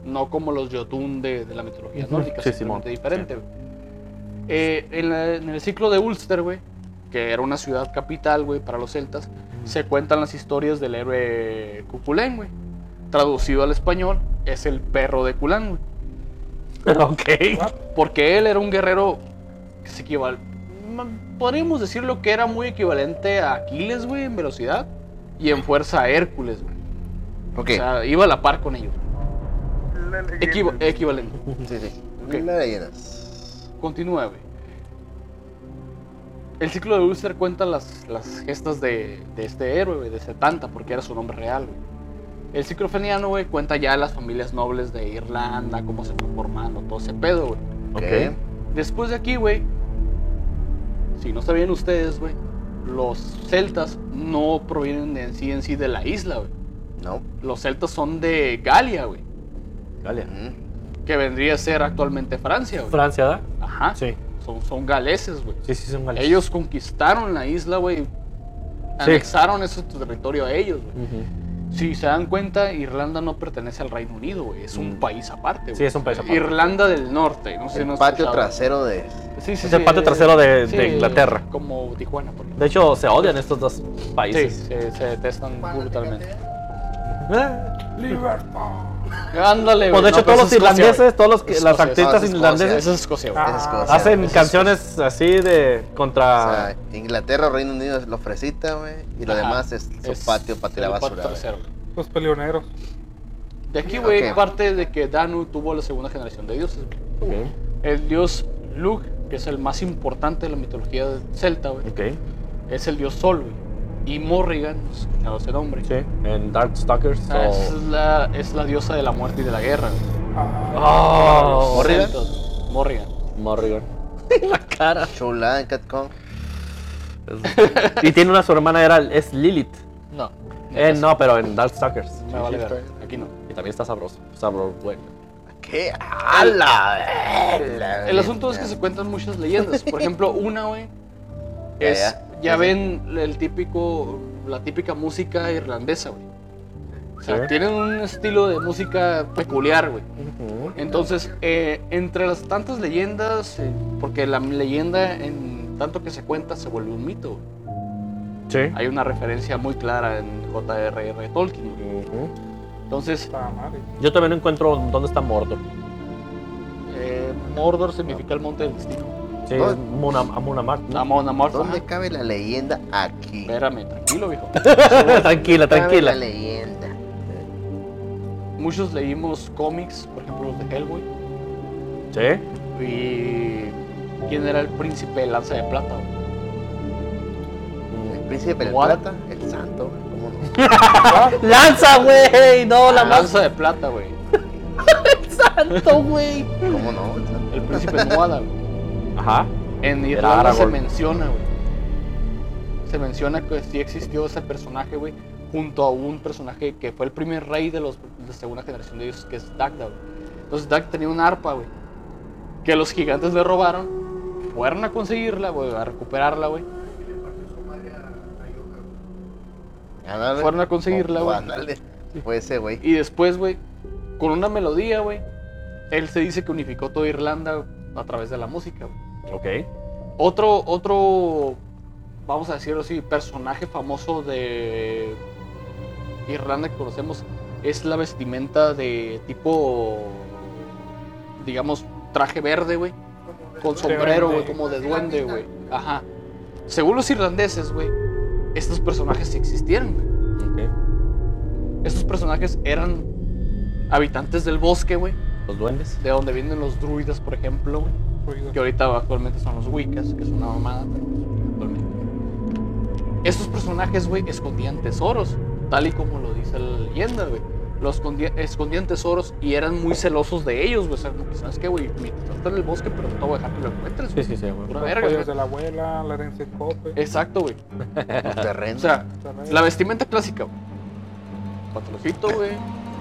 S4: No como los Jotun de, de la mitología nórdica,
S3: Sí,
S4: simplemente
S3: Simón,
S4: diferente, güey. Eh, en, la- en el ciclo de Ulster, güey, que era una ciudad capital, güey, para los celtas, se cuentan las historias del héroe Cuculén, güey. Traducido al español, es el perro de Culán, güey.
S3: Ok.
S4: Porque él era un guerrero que se equival... mm, Podríamos decirlo que era muy equivalente a Aquiles, güey, en velocidad. Y en fuerza a Hércules, güey.
S2: Ok.
S4: O sea, iba a la par con ellos.
S5: La leyenda.
S4: Equivo- equivalente.
S2: sí, sí.
S4: ok.
S2: Una leyendas.
S4: Continúa, güey. El ciclo de Ulster cuenta las, las gestas de, de este héroe, güey, de Setanta, porque era su nombre real, güey. El ciclo feniano, güey, cuenta ya las familias nobles de Irlanda, cómo se fue formando, todo ese pedo, güey.
S2: Ok.
S3: Ok.
S4: Después de aquí, güey, si no sabían ustedes, güey, los celtas no provienen de en sí en sí de la isla, güey.
S2: No.
S4: Los celtas son de Galia, güey,
S3: Galia.
S2: Mm.
S4: que vendría a ser actualmente Francia, güey.
S3: Francia, ¿da?
S4: Ajá.
S3: Sí.
S4: Son, son galeses, güey.
S3: Sí, sí, son gales.
S4: Ah. Ellos conquistaron la isla, güey. Anexaron ese territorio a ellos, güey.
S3: Ujú.
S4: Si se dan cuenta, Irlanda no pertenece al Reino Unido, güey. Es un
S3: Mm.
S4: país aparte, güey.
S3: Sí, es un país aparte.
S4: Irlanda del Norte. No sé si no
S2: El
S4: has
S2: patio
S4: escuchado.
S2: trasero de.
S4: Sí, sí,
S3: Es el patio trasero de- de Inglaterra.
S4: Como Tijuana, por ejemplo.
S3: De hecho, se odian estos dos
S4: Sí,
S3: países.
S4: se, se detestan brutalmente.
S3: Eh,
S1: Libertad.
S4: Ándale,
S3: Pues de hecho,
S4: güey, no,
S3: todos
S4: pero
S3: los
S4: es Escocia,
S3: irlandeses,
S4: güey.
S3: todos los que- las
S4: Escocia,
S2: no,
S3: artistas
S2: es Escocia,
S4: Eso
S3: irlandeses
S4: es Escocia, güey.
S1: Ah,
S2: Esas cosas.
S3: hacen
S2: güey.
S3: canciones así de
S2: O
S3: contra
S2: sea, Inglaterra, Reino Unido es lo fresita, güey. Y lo
S4: Ajá.
S2: demás es su
S4: Es
S2: patio para tirar
S4: el patio
S2: basura. güey.
S4: trasero, güey.
S1: Los peleoneros.
S4: De aquí, güey,
S2: Ok.
S4: parte de que Danu tuvo la segunda generación de dioses. güey. El dios Lug, que es el más importante de la mitología celta, güey,
S3: Ok,
S4: es el dios Sol, güey. Y Morrigan, pues, no sé si has escuchado ese nombre,
S3: sí. En Darkstalkers.
S4: Ah,
S3: o-
S4: es, la, es la diosa de la muerte y de la guerra. güey.
S1: Ah,
S3: Oh,
S2: ¿Morrigan?
S4: Celtas, güey. Morrigan.
S3: Morrigan.
S2: Chulada en Catcon.
S3: Es- y tiene una su hermana, era, es Lilith.
S4: No.
S3: Eh, no, pero en Darkstalkers.
S4: Me vale ver. Aquí no.
S3: Y también está sabroso. Sabroso, bueno.
S2: ¿Qué? ¡Hala! verga,
S4: El asunto es que
S2: güey!
S4: se cuentan muchas leyendas. Por ejemplo, una, güey,
S2: Ya,
S4: es.
S2: ya.
S4: Ya,
S2: Sí, sí.
S4: ven el típico. La típica música irlandesa, güey. O sea,
S3: Sí.
S4: tienen un estilo de música peculiar, güey. Entonces, eh, entre las tantas leyendas, eh, porque la leyenda, en tanto que se cuenta, se vuelve un mito. güey.
S3: Sí.
S4: Hay una referencia muy clara en J.R.R. Tolkien. güey. Entonces,
S1: está madre.
S3: Yo también encuentro dónde está Mordor.
S4: eh, Mordor significa el monte del destino.
S3: Sí,
S2: ¿Dónde?
S3: es Muna- Amunamart. ¿no?
S4: Amon Amarth,
S2: ¿Dónde
S4: ajá.
S2: cabe la leyenda aquí?
S4: Espérame, tranquilo, viejo.
S3: tranquila,
S2: Cabe
S3: tranquila.
S2: La leyenda.
S4: Muchos leímos cómics, por ejemplo los de Hellboy.
S3: Sí.
S4: Y quién era el príncipe de lanza de plata. güey?
S2: El príncipe del
S4: What?
S2: plata, el santo, güey, ¿cómo no? Ah,
S3: ¡Lanza, güey! No, Oh, la más
S4: Ah, lanza de plata, güey.
S3: santo, güey.
S2: ¿Cómo no? El santo.
S4: El príncipe Moada.
S3: Ajá.
S4: En Irlanda se
S3: Aragorn.
S4: menciona, güey. Se menciona que sí existió ese personaje, güey, junto a un personaje que fue el primer rey de los de segunda generación de ellos, que es Dagda, güey. Entonces Dag tenía un arpa, güey, que los gigantes le robaron. Fueron a conseguirla, güey, a recuperarla, güey.
S2: Ándale.
S4: Fueron a conseguirla,
S2: Oh,
S4: güey.
S2: ándale. Fue ese, güey.
S4: Y después, güey, con una melodía, güey, él se dice que unificó toda Irlanda a través de la música. güey.
S3: Ok.
S4: Otro, otro, vamos a decirlo así, personaje famoso de Irlanda que conocemos es la vestimenta de tipo, digamos, traje verde, güey, con sombrero, güey,
S1: duende.
S4: como de duende, güey. Ajá. Según los irlandeses, güey, estos personajes sí existieron, güey.
S3: Ok.
S4: Estos personajes eran habitantes del bosque, güey.
S3: Los duendes.
S4: De donde vienen los druidas, por ejemplo, güey. Que ahorita actualmente son los wiccas, que es una mamada, pero pues, actualmente. Estos personajes, güey, escondían tesoros, tal y como lo dice la leyenda, güey. Los escondía- escondían tesoros y eran muy celosos de ellos, güey. O sea, como que, ¿sabes qué, güey? Me trataste en el bosque, pero no te voy a dejar que lo encuentres,
S3: Sí,
S4: güey.
S3: sí, sí, güey.
S4: Pura
S1: Los
S4: verga,
S1: pollos de
S4: güey.
S1: la abuela, la herencia de cope.
S4: Exacto, güey.
S2: Los
S4: O
S2: terrenos.
S4: sea,
S1: Monterrey.
S4: la vestimenta clásica, güey. Patrocito, güey.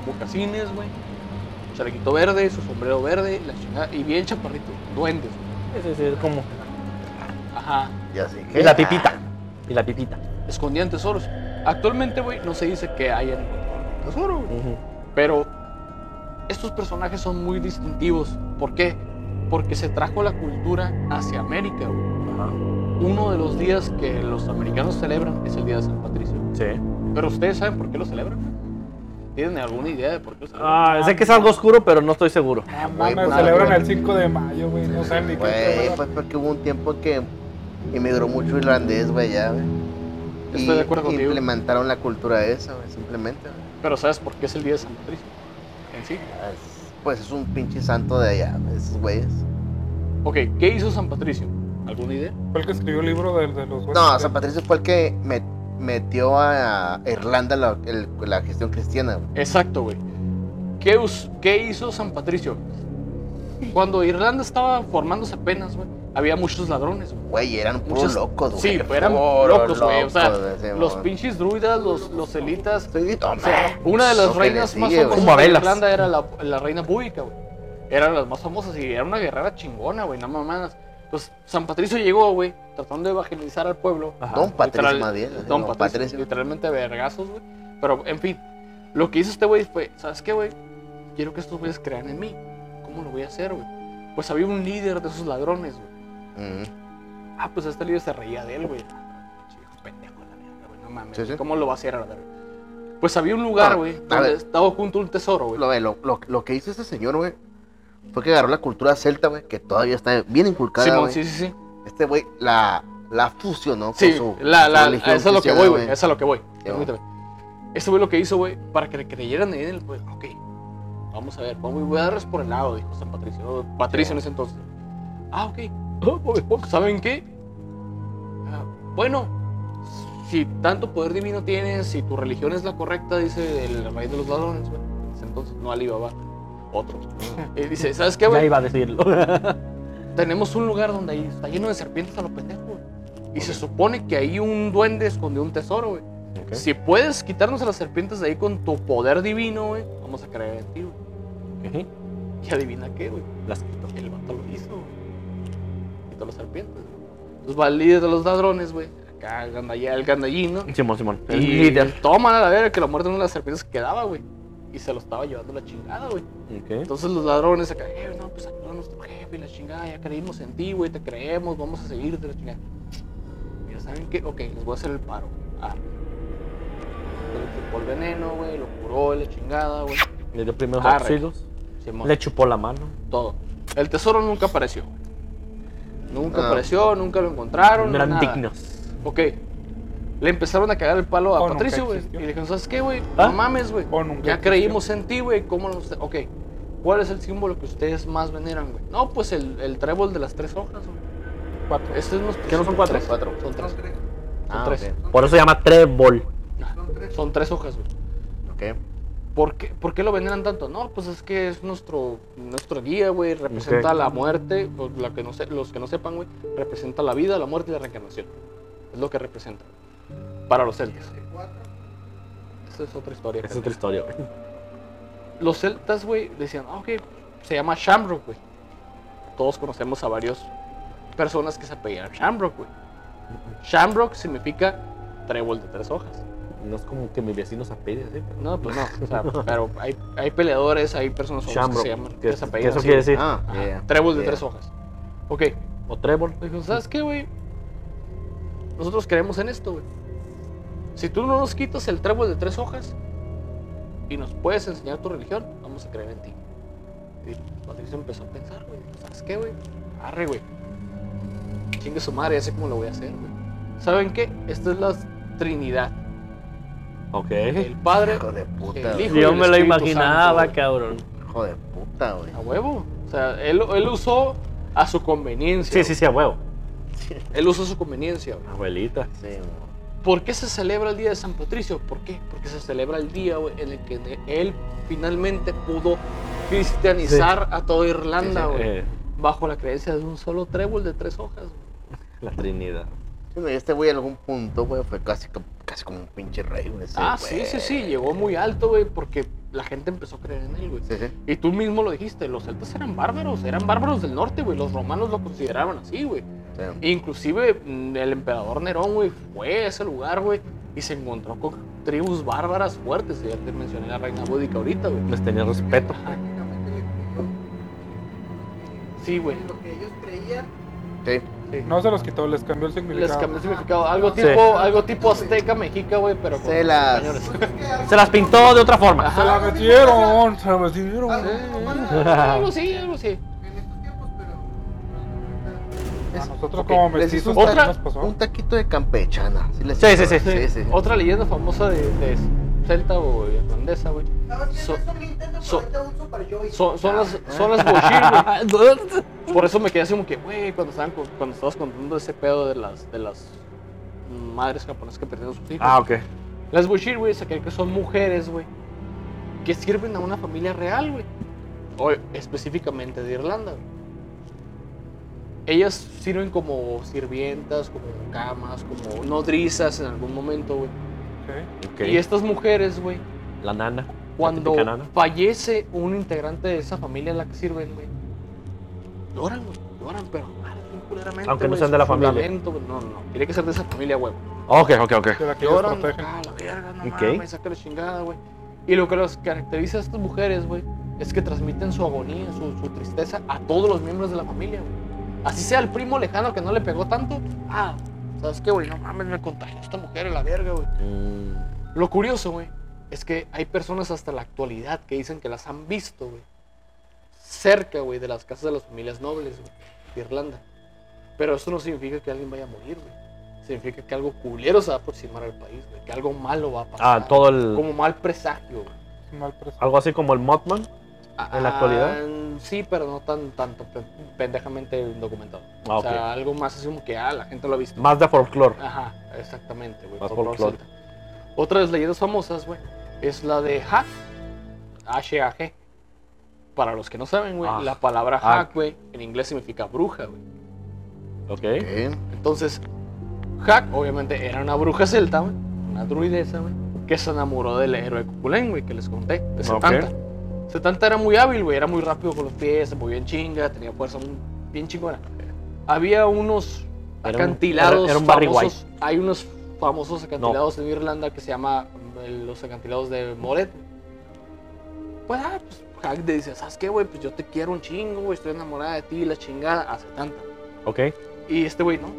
S4: Mocasines, güey. Chalequito verde, su sombrero verde, la chingada. Y bien chaparrito, duendes, güey.
S3: Sí, sí, sí, es como.
S4: Ajá.
S2: ya sé que.
S3: Y la pipita. Y la pipita.
S4: escondían tesoros. Actualmente, güey, no se dice que hayan encontrado tesoro, güey. Pero estos personajes son muy distintivos. ¿Por qué? Porque se trajo la cultura hacia América, güey. Uno de los días que los americanos celebran es el Día de San Patricio.
S3: Sí.
S4: Pero ustedes saben por qué lo celebran, güey? ¿Tienen alguna idea de por qué lo celebran?
S3: Ah, sé que es algo oscuro, pero no estoy seguro.
S1: Ah,
S2: güey,
S1: mames,
S2: pues,
S1: celebran
S2: güey.
S1: el 5 de mayo, güey. No saben ni qué.
S2: Güey, pues porque hubo un tiempo que emigró mucho irlandés, güey, ya, güey.
S4: Estoy
S2: Y
S4: de acuerdo contigo.
S2: Implementaron la cultura esa, güey, simplemente, güey.
S4: Pero ¿sabes por qué es el Día de San Patricio? En sí.
S2: Es- Pues es un pinche santo de allá, güey, esos güeyes.
S4: Ok, ¿qué hizo San Patricio? ¿Alguna idea?
S1: Fue el que escribió el libro de, de los
S4: Pues
S1: güeyes.
S2: No, San Patricio fue el que me- metió a Irlanda la, el- la gestión cristiana, güey.
S4: Exacto, güey. ¿Qué, us- qué hizo San Patricio? Cuando Irlanda estaba formándose apenas, güey, había muchos ladrones, güey.
S2: Güey, eran puros
S4: Muchos-
S2: locos, güey.
S4: Sí, eran
S2: puros
S4: locos, güey. O sea,
S2: locos, güey, sí,
S4: los
S2: güey.
S4: pinches druidas, los, los elitas.
S2: Sí, toma,
S4: O sea, una de las
S2: lo que
S4: reinas
S2: le
S4: más
S2: sigue,
S4: famosas
S2: güey.
S3: Como
S4: de
S3: Abelas.
S4: Irlanda era la, la reina búdica, güey. Eran las más famosas y era una guerrera chingona, güey, no mamadas. Pues San Patricio llegó, güey, tratando de evangelizar al pueblo.
S2: Don Patricio
S4: Literal-
S2: más bien, así, Don
S4: Don Patricio,
S2: Patricio.
S4: Literalmente vergazos, güey. Pero, en fin, lo que hizo este güey fue, ¿sabes qué, güey? Quiero que estos güeyes crean en mí. ¿Cómo lo voy a hacer, güey? Pues había un líder de esos ladrones, güey.
S2: Ujú.
S4: Ah, pues este líder se reía de él, güey. Chico, pendejo, la verga, güey. No mames.
S2: Sí, sí.
S4: ¿Cómo lo va a hacer a la verga? Pues había un lugar,
S2: No,
S4: güey,
S2: a
S4: donde
S2: ver.
S4: estaba junto un tesoro, güey.
S2: Lo, ve, lo, lo, lo que hizo este señor, güey, fue que agarró la cultura celta, güey, que todavía está bien inculcada,
S4: Simón,
S2: güey.
S4: sí, sí, sí.
S2: Este güey la, la fusionó
S4: Sí,
S2: con su.
S4: la,
S2: con su
S4: la, a
S2: religión
S4: eso es lo que
S2: cristiana,
S4: voy, güey. a Eso es lo que voy.
S2: Ya, güey.
S4: Permítame. Este güey lo que hizo, güey, para que le creyeran en él, pues, ok, vamos a ver, vamos, voy a darles por el lado, dijo San Patricio. o Patricio en ese entonces. Ah, ok. Ah, pues, pues, ¿Saben qué? Ah, bueno, si tanto poder divino tienes, si tu religión es la correcta, dice el rey de los ladrones, güey. En ese entonces, no Alibaba, otro. Y dice, ¿sabes qué,
S3: Ya
S4: güey?
S3: iba a decirlo.
S4: tenemos un lugar donde ahí está lleno de serpientes a los pendejos. güey. Y se supone que ahí un duende escondió un tesoro, güey. Si puedes quitarnos a las serpientes de ahí con tu poder divino, güey, vamos a creer en ti, güey.
S3: Ok.
S4: Y adivina qué, güey.
S3: Las quito.
S4: El vato lo hizo, güey. Quitó las serpientes, güey. Entonces va el líder de los ladrones, güey. Acá el gandall- el gandallino.
S3: Simón, Simón.
S4: Y
S3: El líder.
S4: toman a la verga que lo muerden una de las serpientes que quedaba, güey. Y se lo estaba llevando la chingada, güey.
S3: Ok.
S4: Entonces los ladrones acá, eh, no, pues ayuda a nuestro jefe, y la chingada, ya creímos en ti, güey, te creemos, vamos a seguirte, la chingada. Mira, ¿saben qué? Ok, les voy a hacer el paro. Ah. Le chupó el veneno, güey, lo curó, la chingada, güey.
S3: Le dio primeros
S4: Arre.
S3: auxilios.
S4: Simón,
S3: Le chupó la mano.
S4: todo. El tesoro nunca apareció, güey. Nunca
S2: Ah.
S4: apareció, nunca lo encontraron.
S3: No eran
S4: nada.
S3: dignos.
S4: Ok. Le empezaron a cagar el palo a
S1: O nunca
S4: Patricio, güey. Y
S1: existió.
S4: le dijeron, ¿sabes qué, güey?
S3: ¿Ah?
S4: No mames, güey.
S1: O nunca
S4: Ya
S1: existió.
S4: creímos en ti, güey. ¿Cómo no? usted- Ok. ¿Cuál es el símbolo que ustedes más veneran, güey? No, pues el, el trébol de las tres hojas, güey.
S1: Cuatro.
S4: Este es nuestro.
S3: ¿Qué no son cuatro?
S4: Tres,
S2: Cuatro.
S4: Son tres.
S5: Son tres.
S2: Ah,
S4: tres.
S3: Por eso se llama trébol.
S5: Son tres.
S4: Son tres hojas, güey.
S2: ok, ok.
S4: ¿Por qué, por qué lo veneran tanto? No, pues es que es nuestro, nuestro guía, güey. Representa
S3: Ok.
S4: la muerte. o la que no se- los que no sepan, güey. Representa la vida, la muerte y la reencarnación. Es lo que representa. Para los celtas.
S5: Cuatro.
S4: Esa es otra historia.
S3: Esa es
S4: gente.
S3: otra historia, güey.
S4: los celtas, güey, decían, ah, ok, se llama Shamrock, güey. Todos conocemos a varias personas que se apellidan Shamrock, güey. Shamrock significa trébol de tres hojas.
S7: No es como que mi vecino se apelle así. pero-
S4: No, pues no. O sea, pero hay, hay peleadores, hay personas famosas
S7: Chambro.
S4: que se llaman.
S7: ¿Qué-
S4: se apellidan
S7: qué eso
S4: así.
S7: quiere decir?
S2: Ah,
S4: Ajá,
S2: yeah,
S4: Trébol de
S2: yeah.
S4: tres hojas. Ok.
S7: O trébol.
S4: Dijo, ¿sabes qué, güey? Nosotros creemos en esto, güey. Si tú no nos quitas el trébol de tres hojas y nos puedes enseñar tu religión, vamos a creer en ti. Y Patricio empezó a pensar, güey. ¿Sabes qué, güey? Arre, güey. Chingue su madre, ya sé cómo lo voy a hacer, güey. ¿Saben qué? Esta es la Trinidad.
S7: Ok.
S4: El Padre,
S2: Hijo de puta,
S4: el
S2: güey.
S4: Hijo y
S3: Yo
S4: el
S3: me lo
S4: Espíritu
S3: imaginaba,
S4: Santo, güey.
S3: cabrón.
S2: Hijo de puta, güey.
S4: A huevo. O sea, él, él usó a su conveniencia.
S7: Sí, sí, sí, a huevo.
S4: güey. Él usó a su conveniencia, güey.
S7: Abuelita.
S2: Sí, güey.
S4: ¿Por qué se celebra el día de San Patricio? ¿Por qué? Porque se celebra el día güey, en el que él finalmente pudo cristianizar a toda Irlanda,
S2: Sí,
S4: güey.
S7: Eh,
S4: Bajo la creencia de un solo trébol de tres hojas. güey.
S7: la Trinidad.
S2: Sí, güey, Este güey en algún punto, güey, fue casi, co- casi como un pinche rey, güey. ese
S4: ah,
S2: güey.
S4: sí, sí, sí. Llegó muy alto, güey, porque la gente empezó a creer en él, güey.
S2: Sí, sí.
S4: Y tú mismo lo dijiste, los celtas eran bárbaros, eran bárbaros del norte, güey. Los romanos lo consideraban así, güey.
S2: sí.
S4: Inclusive mm, el emperador Nerón, güey, fue a ese lugar, güey, y se encontró con tribus bárbaras fuertes. Ya te mencioné la reina búdica ahorita, güey.
S7: Les tenía respeto.
S6: Prácticamente le creyó
S4: Sí, güey.
S6: lo que ellos creían.
S2: Sí.
S1: No se los quitó, les cambió el
S4: Les
S1: significado.
S4: cambió el significado. Algo
S7: Sí.
S4: tipo, algo tipo azteca, mexica, güey, pero con
S2: Se las-
S4: españoles.
S6: Pues es que algo-
S3: Se las pintó de otra forma.
S1: Se la metieron, se la metieron.
S6: algo como más
S4: Algo así, algo así.
S6: en estos tiempos, pero.
S1: A Ah, nosotros
S2: Ok,
S1: como
S2: les
S1: mestizos
S2: hizo un,
S1: también
S4: otra-
S1: nos pasó.
S2: un taquito de campechana. Sí, les
S3: Sí,
S2: hizo,
S3: sí, sí.
S2: güey. sí, sí.
S4: Otra leyenda famosa de, de celta o irlandesa, güey. So-
S6: es un Nintendo,
S4: so-
S6: pero ahorita un Super Joy.
S4: Son, son las, son las bochir, güey.
S7: Ah,
S4: Por eso me quedé así como que, güey, cuando, estaban con- cuando estabas contando ese pedo de las, de las madres japonesas que perdieron sus hijos.
S7: Ah, ok.
S4: Las Bushir, güey, se cree que son mujeres, güey, que sirven a una familia real, güey. O específicamente de Irlanda. güey. Ellas sirven como sirvientas, como camas, como nodrizas en algún momento, güey.
S1: Ok.
S7: Ok.
S4: Y estas mujeres, güey,
S7: La nana.
S4: cuando
S7: típica nana.
S4: fallece un integrante de esa familia en la que sirven, güey, lloran, güey, lloran, pero mal, bien culeramente,
S7: Aunque no
S4: güey,
S7: sean de la
S4: su
S7: familia.
S4: lamento, güey. No, no, no, tiene que ser de esa familia, güey.
S7: Ok, ok, ok.
S1: De la que ellos
S4: Lloran,
S1: protegen.
S4: ah, la verga, no
S7: Ok.
S4: mames, saca la chingada, güey. Y lo que los caracteriza a estas mujeres, güey, es que transmiten su agonía, su, su tristeza a todos los miembros de la familia, güey. Así sea el primo lejano que no le pegó tanto, ah, ¿sabes qué, güey? No mames, me contagió esta mujer a la verga, güey.
S7: Mm,
S4: Lo curioso, güey, es que hay personas hasta la actualidad que dicen que las han visto, güey. Cerca, güey, de las casas de las familias nobles, güey, de Irlanda. Pero esto no significa que alguien vaya a morir, güey. Significa que algo culero se va a aproximar al país, güey. Que algo malo va a pasar.
S7: Ah, todo el.
S4: Como mal presagio, güey.
S1: Mal preso.
S7: Algo así como el Mothman. ¿En la actualidad?
S4: Ah, sí, pero no tan tanto pe- pendejamente documentado.
S7: Ah,
S4: O sea, algo más así como que, ah, la gente lo ha visto.
S7: Más de folclore.
S4: Ajá, exactamente, güey.
S7: Más
S4: folclore
S7: folclore.
S4: celta. Otra de las leyendas famosas, güey, es la de Hack. H-A-G. Para los que no saben, güey,
S7: Ah,
S4: la palabra
S7: ah.
S4: Hack, güey, en inglés significa bruja, güey.
S7: Ok.
S2: Ok.
S4: Entonces, Hack, obviamente, era una bruja celta, güey, una druidesa, güey, que se enamoró del héroe Cuculén, güey, que les conté, de Setanta. Setanta era muy hábil, güey, era muy rápido con los pies, se movía en chinga, tenía fuerza muy- bien chingona. Había unos
S7: Era un-
S4: acantilados
S7: era- era un Barry
S4: famosos, hay unos famosos acantilados en Irlanda que se llama eh, los acantilados de Moret. Pues, ah, pues, Hack le dice, ¿sabes qué, güey? Pues yo te quiero un chingo, güey, estoy enamorada de ti, la chingada, a Setanta.
S7: Ok.
S4: Y este güey, no, mames,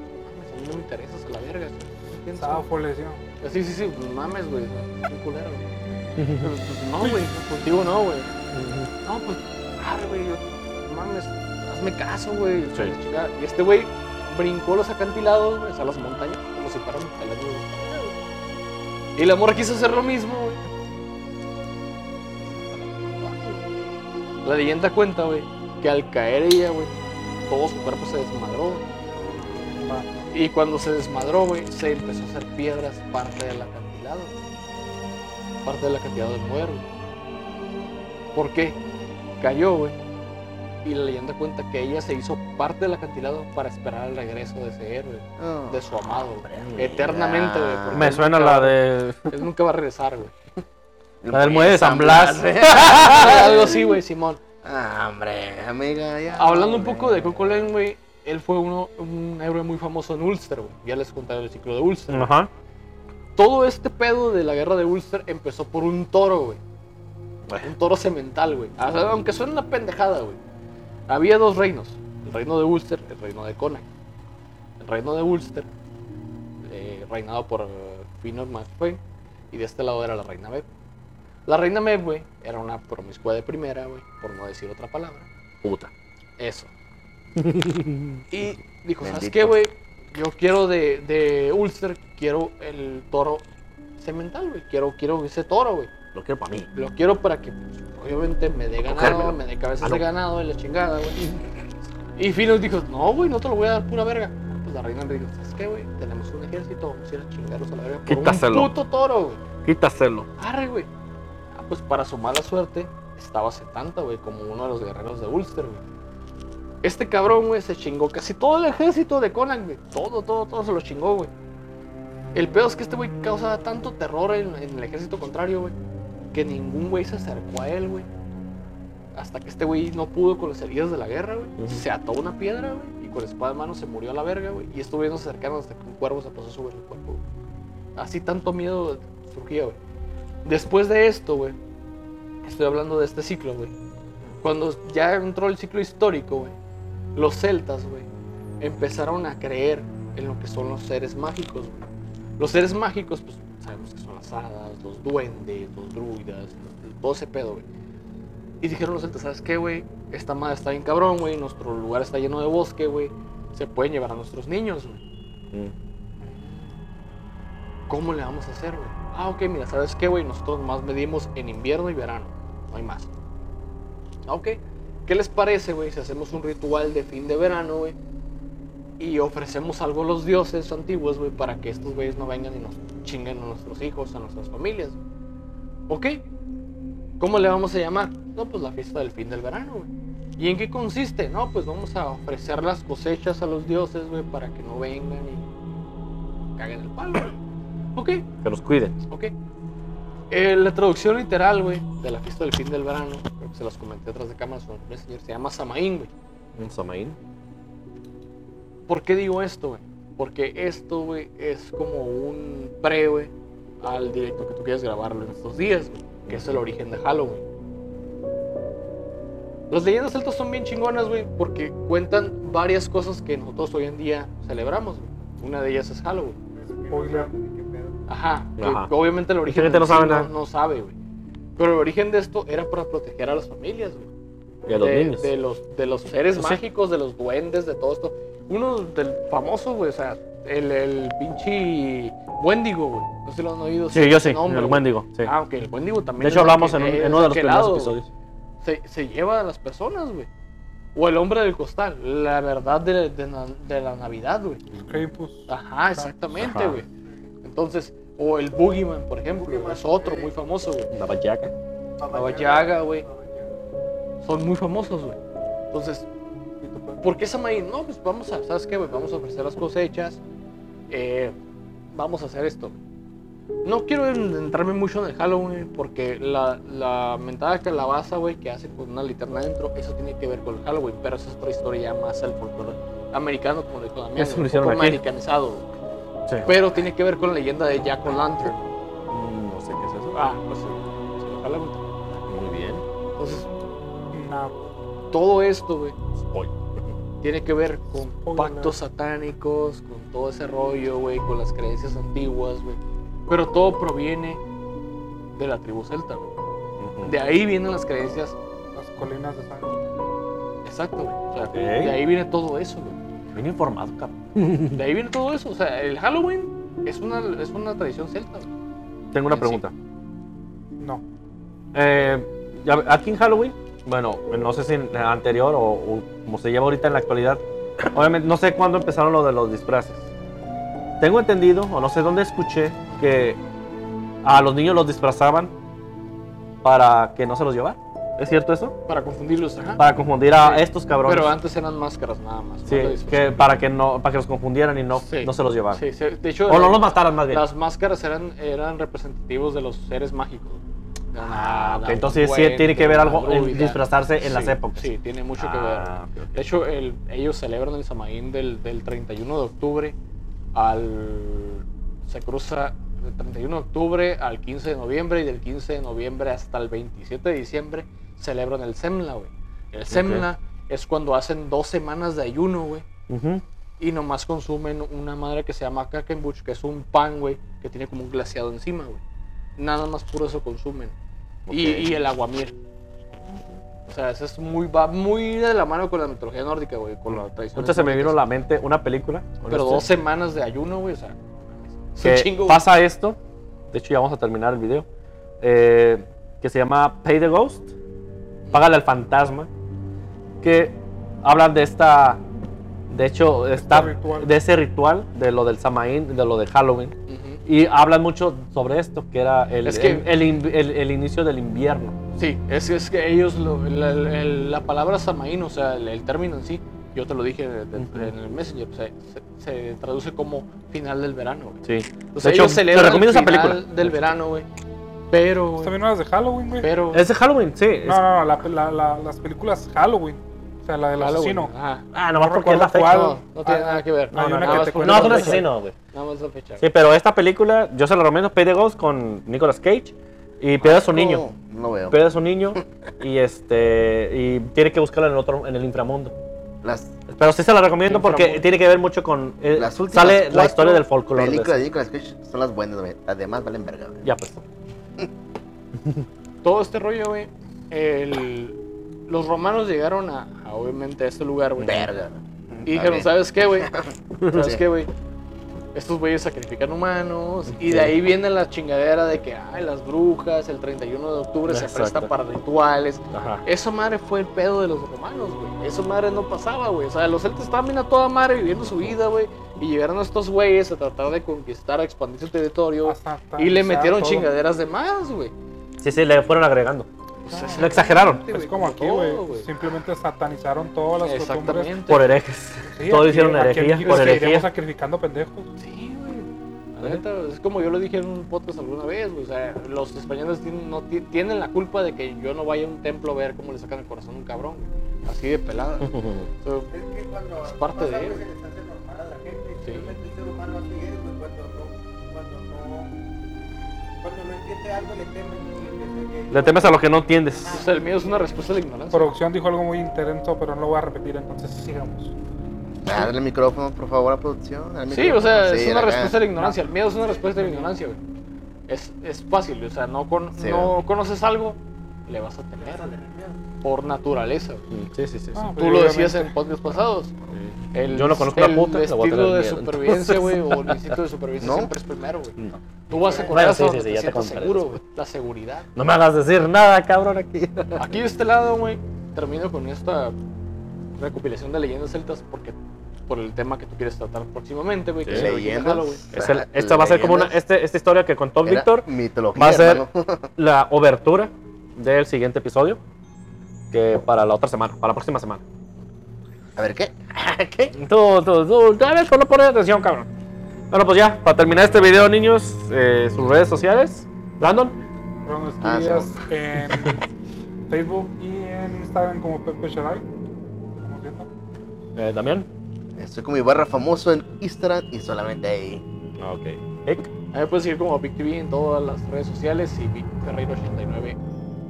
S4: a mí no me interesas a la verga. ¿sí entiendes?
S1: Safo, le decían.
S4: Sí, sí, sí, no mames, güey. Es un culero, güey. Pero, pues, No, güey, contigo no, güey. No, pues, claro, güey, yo, no mames, hazme caso, güey.
S7: Sí.
S4: Y este güey brincó los acantilados, güey, o sea, las montañas, como si fueran montañas, güey. Y la morra quiso hacer lo mismo, güey. La leyenda cuenta, güey, que al caer ella, güey, todo su cuerpo se desmadró. güey. Y cuando se desmadró, güey, se empezó a hacer piedras parte del acantilado. güey. Parte del acantilado del muerto. ¿Por qué? Cayó, güey. Y la leyenda cuenta que ella se hizo parte del acantilado para esperar el regreso de ese héroe,
S2: Ah,
S4: de su amado, güey.
S2: hombre,
S4: eternamente, güey,
S2: mira.
S4: porque-
S7: Me suena la de.
S4: Él nunca va a regresar, güey.
S7: La del muelle de San Blas.
S4: Algo así, güey, Simón.
S2: Ah, hombre, amiga, ya.
S4: Hablando un
S2: hombre.
S4: poco de Coco Len, güey, él fue uno, un héroe muy famoso en Ulster, güey. Ya les contaré el ciclo de Ulster.
S7: Ajá.
S4: todo este pedo de la guerra de Ulster empezó por un toro, güey. Un toro semental, güey. O sea, aunque suene una pendejada, güey. Había dos reinos. El reino de Ulster, el reino de Connacht. El reino de Ulster, eh, reinado por eh, Fionn Mac, güey. Y de este lado era la reina Beb. La reina Meb, güey, era una promiscua de primera, güey, por no decir otra palabra.
S2: Puta.
S4: Eso. y dijo, ¿sabes
S2: Bendito.
S4: qué, güey? Yo quiero de, de Ulster, quiero el toro semental, güey. Quiero, quiero ese toro, güey.
S7: Lo quiero para mí.
S4: Lo quiero para que, pues, obviamente, me dé ganado,
S7: Cogérmelo.
S4: me dé cabezas
S7: Ah, no.
S4: de ganado y la chingada, güey. Y Finos dijo, no, güey, no te lo voy a dar pura verga. Pues la reina le dijo, ¿sabes qué, güey? Tenemos un ejército, vamos a ir a chingarlos a la verga. Por
S7: Quítaselo.
S4: un puto toro, güey.
S7: Quítaselo.
S4: Arre, güey. Ah, pues para su mala suerte, estaba Setanta, güey, como uno de los guerreros de Ulster, güey. Este cabrón, güey, se chingó casi todo el ejército de Conan, güey. Todo, todo, todo se lo chingó, güey. El pedo es que este güey causaba tanto terror en, en el ejército contrario, güey, que ningún güey se acercó a él, güey. Hasta que este güey no pudo con las heridas de la guerra, güey. Se ató a una piedra, güey, y con la espada en mano se murió a la verga, güey. Y estos güeyes no se acercaron hasta que un cuervo se pasó sobre el cuerpo, güey. Así tanto miedo surgía, güey. Después de esto, güey, estoy hablando de este ciclo, güey. Cuando ya entró el ciclo histórico, güey, los celtas, güey, empezaron a creer en lo que son los seres mágicos, güey. Los seres mágicos, pues sabemos que son las hadas, los duendes, los druidas, los- todo ese pedo, güey. Y dijeron los celtas, ¿sabes qué, güey? Esta madre está bien cabrón, güey. Nuestro lugar está lleno de bosque, güey. Se pueden llevar a nuestros niños, güey. ¿Cómo le vamos a hacer, güey? Ah, ok, mira, ¿sabes qué, güey? Nosotros más medimos en invierno y verano. No hay más. Ah, ok. ¿Qué les parece, güey? Si hacemos un ritual de fin de verano, güey. Y ofrecemos algo a los dioses antiguos, güey, para que estos güeyes no vengan y nos chinguen a nuestros hijos, a nuestras familias. Ok. ¿Cómo le vamos a llamar? No, pues la fiesta del fin del verano, güey. ¿Y en qué consiste? No, pues vamos a ofrecer las cosechas a los dioses, güey, para que no vengan y caguen el palo, güey. Ok.
S7: Que los cuiden.
S4: Ok. Eh, la traducción literal, güey, de la fiesta del fin del verano, creo que se las comenté atrás de cámara, su nombre, señor, se llama Samaín, güey.
S7: Un Samaín.
S4: ¿Por qué digo esto, güey? Porque esto, güey, es como un pre, güey, al directo que tú quieres grabarlo en estos días, güey, que es el origen de Halloween. Las leyendas celtas son bien chingonas, güey, porque cuentan varias cosas que nosotros hoy en día celebramos, güey. Una de ellas es Halloween.
S1: Spoiler.
S4: Ajá. que
S7: Ajá.
S4: obviamente el origen
S7: gente
S4: en
S7: no
S4: sí
S7: sabe nada.
S4: No, sabe, güey. Pero el origen de esto era para proteger a las familias, güey.
S7: Y a los
S4: de,
S7: niños.
S4: de los, de los seres
S7: Eso sí.
S4: mágicos, de los duendes, de todo esto. Uno del famoso, güey, o sea, el, el pinche Wendigo, güey. No sé si lo han oído.
S7: Sí, yo sí.
S4: nombre,
S7: el
S4: güey.
S7: Wendigo. Sí.
S4: Ah, ok, el Wendigo también.
S7: de
S4: es
S7: hecho,
S4: de
S7: hablamos
S4: que-
S7: en, un-
S4: es
S7: en uno de los primeros
S4: aquelado, güey.
S7: episodios.
S4: Se, se lleva a las personas, güey. O el hombre del costal. La verdad de, de la- de la Navidad, güey.
S1: Ok, pues.
S4: Ajá, exactamente,
S7: Ajá.
S4: güey. Entonces, o el Boogeyman, por ejemplo, es otro muy famoso, güey.
S7: La vallaca.
S4: Baba Yaga, güey. Son muy famosos, güey. Entonces, ¿por qué Samaín? No, pues vamos a, ¿sabes qué, güey? Vamos a ofrecer las cosechas. eh, vamos a hacer esto. No quiero en- entrarme mucho en el Halloween, güey, porque la, la mentada calabaza, güey, que hacen con una linterna adentro, eso tiene que ver con el Halloween, pero esa es otra historia ya más al folclore americano, como le dijo Damián,
S7: Eso lo
S4: güey, un
S7: hicieron
S4: poco
S7: aquí.
S4: americanizado, güey.
S7: Sí.
S4: Pero tiene que ver con la leyenda de Jack O'Lantern.
S7: Mm, No sé qué es eso.
S4: Ah, pues sí, sí, Halloween.
S7: Muy bien.
S4: Entonces,
S1: Nah,
S4: todo esto, güey,
S7: Spoil.
S4: tiene que ver con
S1: Spoiler.
S4: pactos satánicos, con todo ese rollo, güey, con las creencias antiguas, güey. Pero todo proviene de la tribu celta, güey. De ahí vienen las creencias,
S1: las colinas de sangre.
S4: exacto, güey. O sea,
S7: Ok.
S4: de ahí viene todo eso, güey.
S7: Bien informado, cabrón.
S4: De ahí viene todo eso. O sea, el Halloween es una, es una tradición celta, güey.
S7: Tengo una
S4: Sí.
S7: pregunta.
S1: No.
S7: Eh, ya- aquí en Halloween, bueno, no sé si en la anterior o, o como se lleva ahorita en la actualidad, obviamente no sé cuándo empezaron lo de los disfraces. Tengo entendido, o no sé dónde escuché, que a los niños los disfrazaban para que no se los llevaran. ¿Es cierto eso?
S4: Para confundirlos, ajá.
S7: Para confundir a
S4: Sí.
S7: estos cabrones.
S4: Pero antes eran máscaras nada más.
S7: Sí,
S4: no lo disfrazaban.
S7: que para que no para que los confundieran y no,
S4: Sí.
S7: no se los llevaran.
S4: Sí, sí, de hecho, eh,
S7: O no
S4: eran-
S7: los mataran más bien.
S4: Las máscaras eran, eran representativos de los seres mágicos. De la
S7: Ah, ok,
S4: hada,
S7: entonces sí
S4: duende,
S7: tiene que ver algo
S4: la
S7: en
S4: druida.
S7: disfrazarse en las
S4: Sí,
S7: épocas.
S4: Sí, tiene mucho que ver.
S7: Ah, ok, ok.
S4: De hecho, el- ellos celebran el Samaín del, del 31 de octubre al... Se cruza del 31 de octubre al 15 de noviembre y del 15 de noviembre hasta el 27 de diciembre celebran el Semla, güey. El Semla es cuando hacen dos semanas de ayuno, güey.
S3: Ujú.
S4: Y nomás consumen una madre que se llama Kakenbuch, que es un pan, güey, que tiene como un glaseado encima, güey. Nada más puro eso consumen. Y-
S2: Ok.
S4: Y, el aguamiel. O sea, eso es muy, va muy de la mano con la mitología nórdica, güey, con la tradición.
S3: Ahorita se me vino a la mente una película. con
S4: Pero
S3: esto,
S4: dos semanas de ayuno, güey, o sea, es un
S3: que
S4: chingo, güey.
S3: pasa esto. De hecho, ya vamos a terminar el video. eh, que se llama Pay the Ghost. Págale al fantasma. Que hablan de esta. De hecho,
S4: este
S3: está,
S1: ritual.
S3: de ese ritual, de lo del Samaín, de lo de Halloween.
S4: Ujú.
S3: Y hablan mucho sobre esto, que era el,
S4: Es que-
S3: el- el in- el- el inicio del invierno.
S4: Sí, es, es que ellos, lo- la, la- la palabra samaín, o sea, el, el término en sí, yo te lo dije de- de-
S3: Ujú.
S4: en el Messenger, se, se- se traduce como final del verano, güey.
S3: Sí.
S4: O sea,
S3: de hecho,
S4: ellos
S3: te
S4: celebran
S3: recomiendo
S4: el
S3: esa
S4: final
S3: película.
S4: del verano, güey. Pero, güey,
S1: También no las de Halloween, güey.
S4: pero...
S3: Es de Halloween, sí. es-
S1: No, no, no, la- la- la- las películas Halloween. O sea, la del
S4: Halloween,
S1: asesino.
S4: ajá.
S3: Ah, nomás
S1: no
S3: porque es la
S1: recuerdo cuál.
S3: fecha.
S4: No, no tiene
S1: Ah,
S4: nada que ver.
S1: no, hay una
S4: nada
S1: que
S4: más
S1: te
S4: con-
S1: cuento.
S8: No, es
S4: nada
S8: un
S4: más con-
S8: asesino, güey.
S4: Nada más la fecha.
S3: Sí, pero esta película, yo se la recomiendo, Pay the Ghost con Nicolas Cage. Y pierde a su niño.
S2: No, no veo.
S3: Pierde a su niño y este y tiene que buscarlo en el otro en el inframundo.
S2: Las,
S3: Pero sí se la recomiendo porque
S4: Inframundo.
S3: tiene que ver mucho con eh,
S2: las últimas
S3: sale la
S2: cuatro
S3: historia del folclore. de
S2: películas de Nicolas Cage son las buenas, güey. Además valen verga, güey.
S3: eso. Ya pues.
S4: todo este rollo, güey. el- Los romanos llegaron a, a, obviamente, a este lugar, güey.
S2: Verga. Está
S4: Y dijeron,
S2: bien.
S4: ¿sabes qué, güey? ¿Sabes
S2: Sí.
S4: qué, güey? Estos güeyes sacrifican humanos. Y de ahí viene la chingadera de que, ay, las brujas, el 31 de octubre se
S3: Exacto.
S4: presta para rituales.
S3: Ajá.
S4: Eso madre fue el pedo de los romanos, güey. Eso madre no pasaba, güey. O sea, los celtas estaban bien a toda madre viviendo su vida, güey. Y llegaron estos güeyes a tratar de conquistar, a expandir su territorio.
S1: Hasta- hasta-
S4: Y le
S1: o sea,
S4: metieron
S1: todo.
S4: chingaderas de más, güey.
S3: Sí, sí, le fueron agregando. Lo exageraron
S1: Es como aquí, güey. Simplemente satanizaron todas las costumbres.
S4: Exactamente.
S3: por herejes.
S1: Sí,
S3: Todos
S1: aquí-
S3: hicieron
S1: aquí en
S3: herejías
S1: México
S3: por
S1: seguiremos
S3: herejía.
S1: sacrificando pendejos.
S4: Sí, güey. La neta, es como yo lo dije en un podcast alguna vez, güey, o sea, los españoles tienen, no, ti- tienen la culpa de que yo no vaya a un templo a ver cómo le sacan el corazón a un cabrón, güey. así de pelada. güey. O sea,
S6: Es que cuando
S4: Es parte
S6: pasa
S4: de
S6: algo
S4: él.
S6: se les hace normal a la gente.
S4: Sí.
S6: Realmente el ser humano así es, güey, cuando no, cuando no, cuando no entiende algo le temen.
S3: Le temes a lo que no entiendes.
S4: o sea, el miedo es una respuesta a la ignorancia.
S1: producción dijo algo muy intenso, pero no lo voy a repetir, entonces sigamos.
S2: Ah, dale el micrófono, por favor, a producción. dale el
S4: Sí, o sea,
S2: micrófono.
S4: es
S2: Sí,
S4: una
S2: acá.
S4: respuesta a la ignorancia, el miedo es una respuesta a la ignorancia, güey. Es, es fácil, o sea, no, con,
S2: Sí,
S4: no
S2: güey.
S4: conoces algo, le vas a temer, güey, por naturaleza, güey.
S3: Sí, sí, sí. sí.
S1: Ah,
S4: pues,
S2: pues,
S4: Tú lo decías
S1: obviamente.
S4: en podcasts pasados. El,
S3: Yo no conozco una puta,
S4: El
S3: le voy a
S4: estilo
S3: tener
S4: de
S3: miedo.
S4: supervivencia, güey, o el instinto de supervivencia
S2: No.
S4: siempre es primero, güey. Tú vas a
S3: Bueno,
S4: correr
S3: sí,
S4: hasta
S3: sí,
S4: donde
S3: sí,
S4: te
S3: ya te
S4: sientas
S3: comprendo.
S4: seguro, güey. La seguridad.
S3: No me hagas decir nada, cabrón, aquí.
S4: Aquí de este lado, güey, termino con esta recopilación de leyendas celtas porque por el tema que tú quieres tratar próximamente, güey, que
S3: Sí.
S4: es la origen
S2: Leyendas.
S4: Halloween.
S3: Es el- esta va a ser como una, este- esta historia que contó
S2: Ah, Era
S3: Víctor.
S2: Mitología.
S3: Va a ser
S2: hermano.
S3: la obertura del siguiente episodio. Que para la otra semana, para la próxima semana.
S2: A ver, ¿qué?
S3: Ah, ¿Qué? Tú, tú, tú, ya ves, solo pones atención, cabrón. Bueno, pues ya, para terminar este video, niños, eh, sus redes sociales. Brandon,
S1: Ron
S2: Ah, sí,
S1: Esquivias en Facebook y en Instagram como Pepe Sharai. Estamos viendo.
S3: eh, Damián.
S2: Estoy con mi barra famoso en Instagram y solamente ahí.
S3: Ok. Ick.
S4: A mí me puedes seguir como Vic TV en todas las redes sociales y Vic Ferreiro 89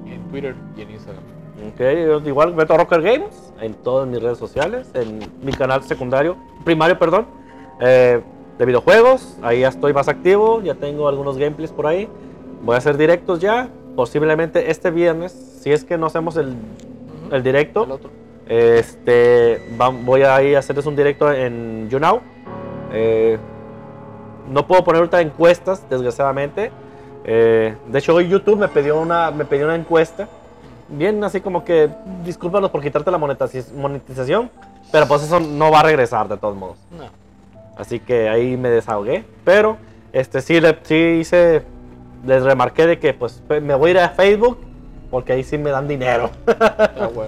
S4: en Twitter y en Instagram.
S3: Ok, yo igual Beto Rocker Games en todas mis redes sociales, en mi canal secundario, primario, perdón, eh, de videojuegos. Ahí ya estoy más activo, ya tengo algunos gameplays por ahí. Voy a hacer directos ya, posiblemente este viernes, si es que no hacemos el, el directo.
S4: El otro.
S3: Este, va- voy a ir a hacerles un directo en YouNow. Eh, no puedo poner ahorita encuestas, desgraciadamente. Eh, de hecho, hoy YouTube me pidió una, me pidió una encuesta. Bien, así como que, discúlpanos por quitarte la monetaci- monetización, pero pues eso no va a regresar de todos modos.
S4: No.
S3: Así que ahí me desahogué. Pero este sí, le, sí hice. Les remarqué de que pues pe- me voy a ir a Facebook porque ahí sí me dan dinero.
S4: Ah, güey.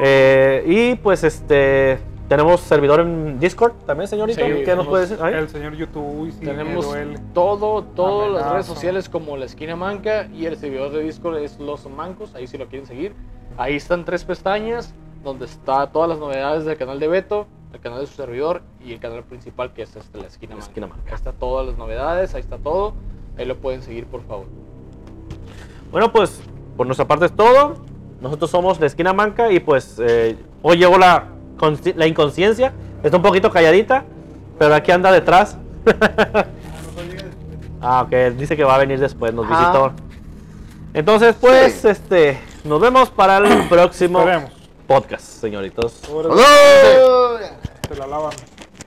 S3: Eh, y pues este. Tenemos servidor en Discord también, señorita.
S4: Sí,
S3: ¿Qué nos
S4: tenemos
S3: puede decir? Ay,
S1: El señor YouTube y si
S4: Tenemos
S1: me duele.
S4: todo, todas las
S1: Amenaza.
S4: redes sociales como La Esquina Manca y el servidor de Discord es Los Mancos, ahí si lo quieren seguir. Ahí están tres pestañas donde está todas las novedades del canal de Beto, el canal de su servidor y el canal principal que es este, La Esquina
S3: La
S4: Manca.
S3: Esquina Manca.
S4: Ahí está todas las novedades, ahí está todo. Ahí lo pueden seguir, por favor.
S3: Bueno, pues por nuestra parte es todo. Nosotros somos la esquina manca y pues eh, hoy llevo la, consci- la inconsciencia. Está un poquito calladita, pero aquí anda detrás. ah, ok, dice que va a venir después, nos visitó. Entonces, pues,
S2: Sí.
S3: este, nos vemos para el próximo
S1: Esperemos.
S3: podcast, señoritos.
S1: Ahora
S2: ¡Vámonos!
S1: te la lavan.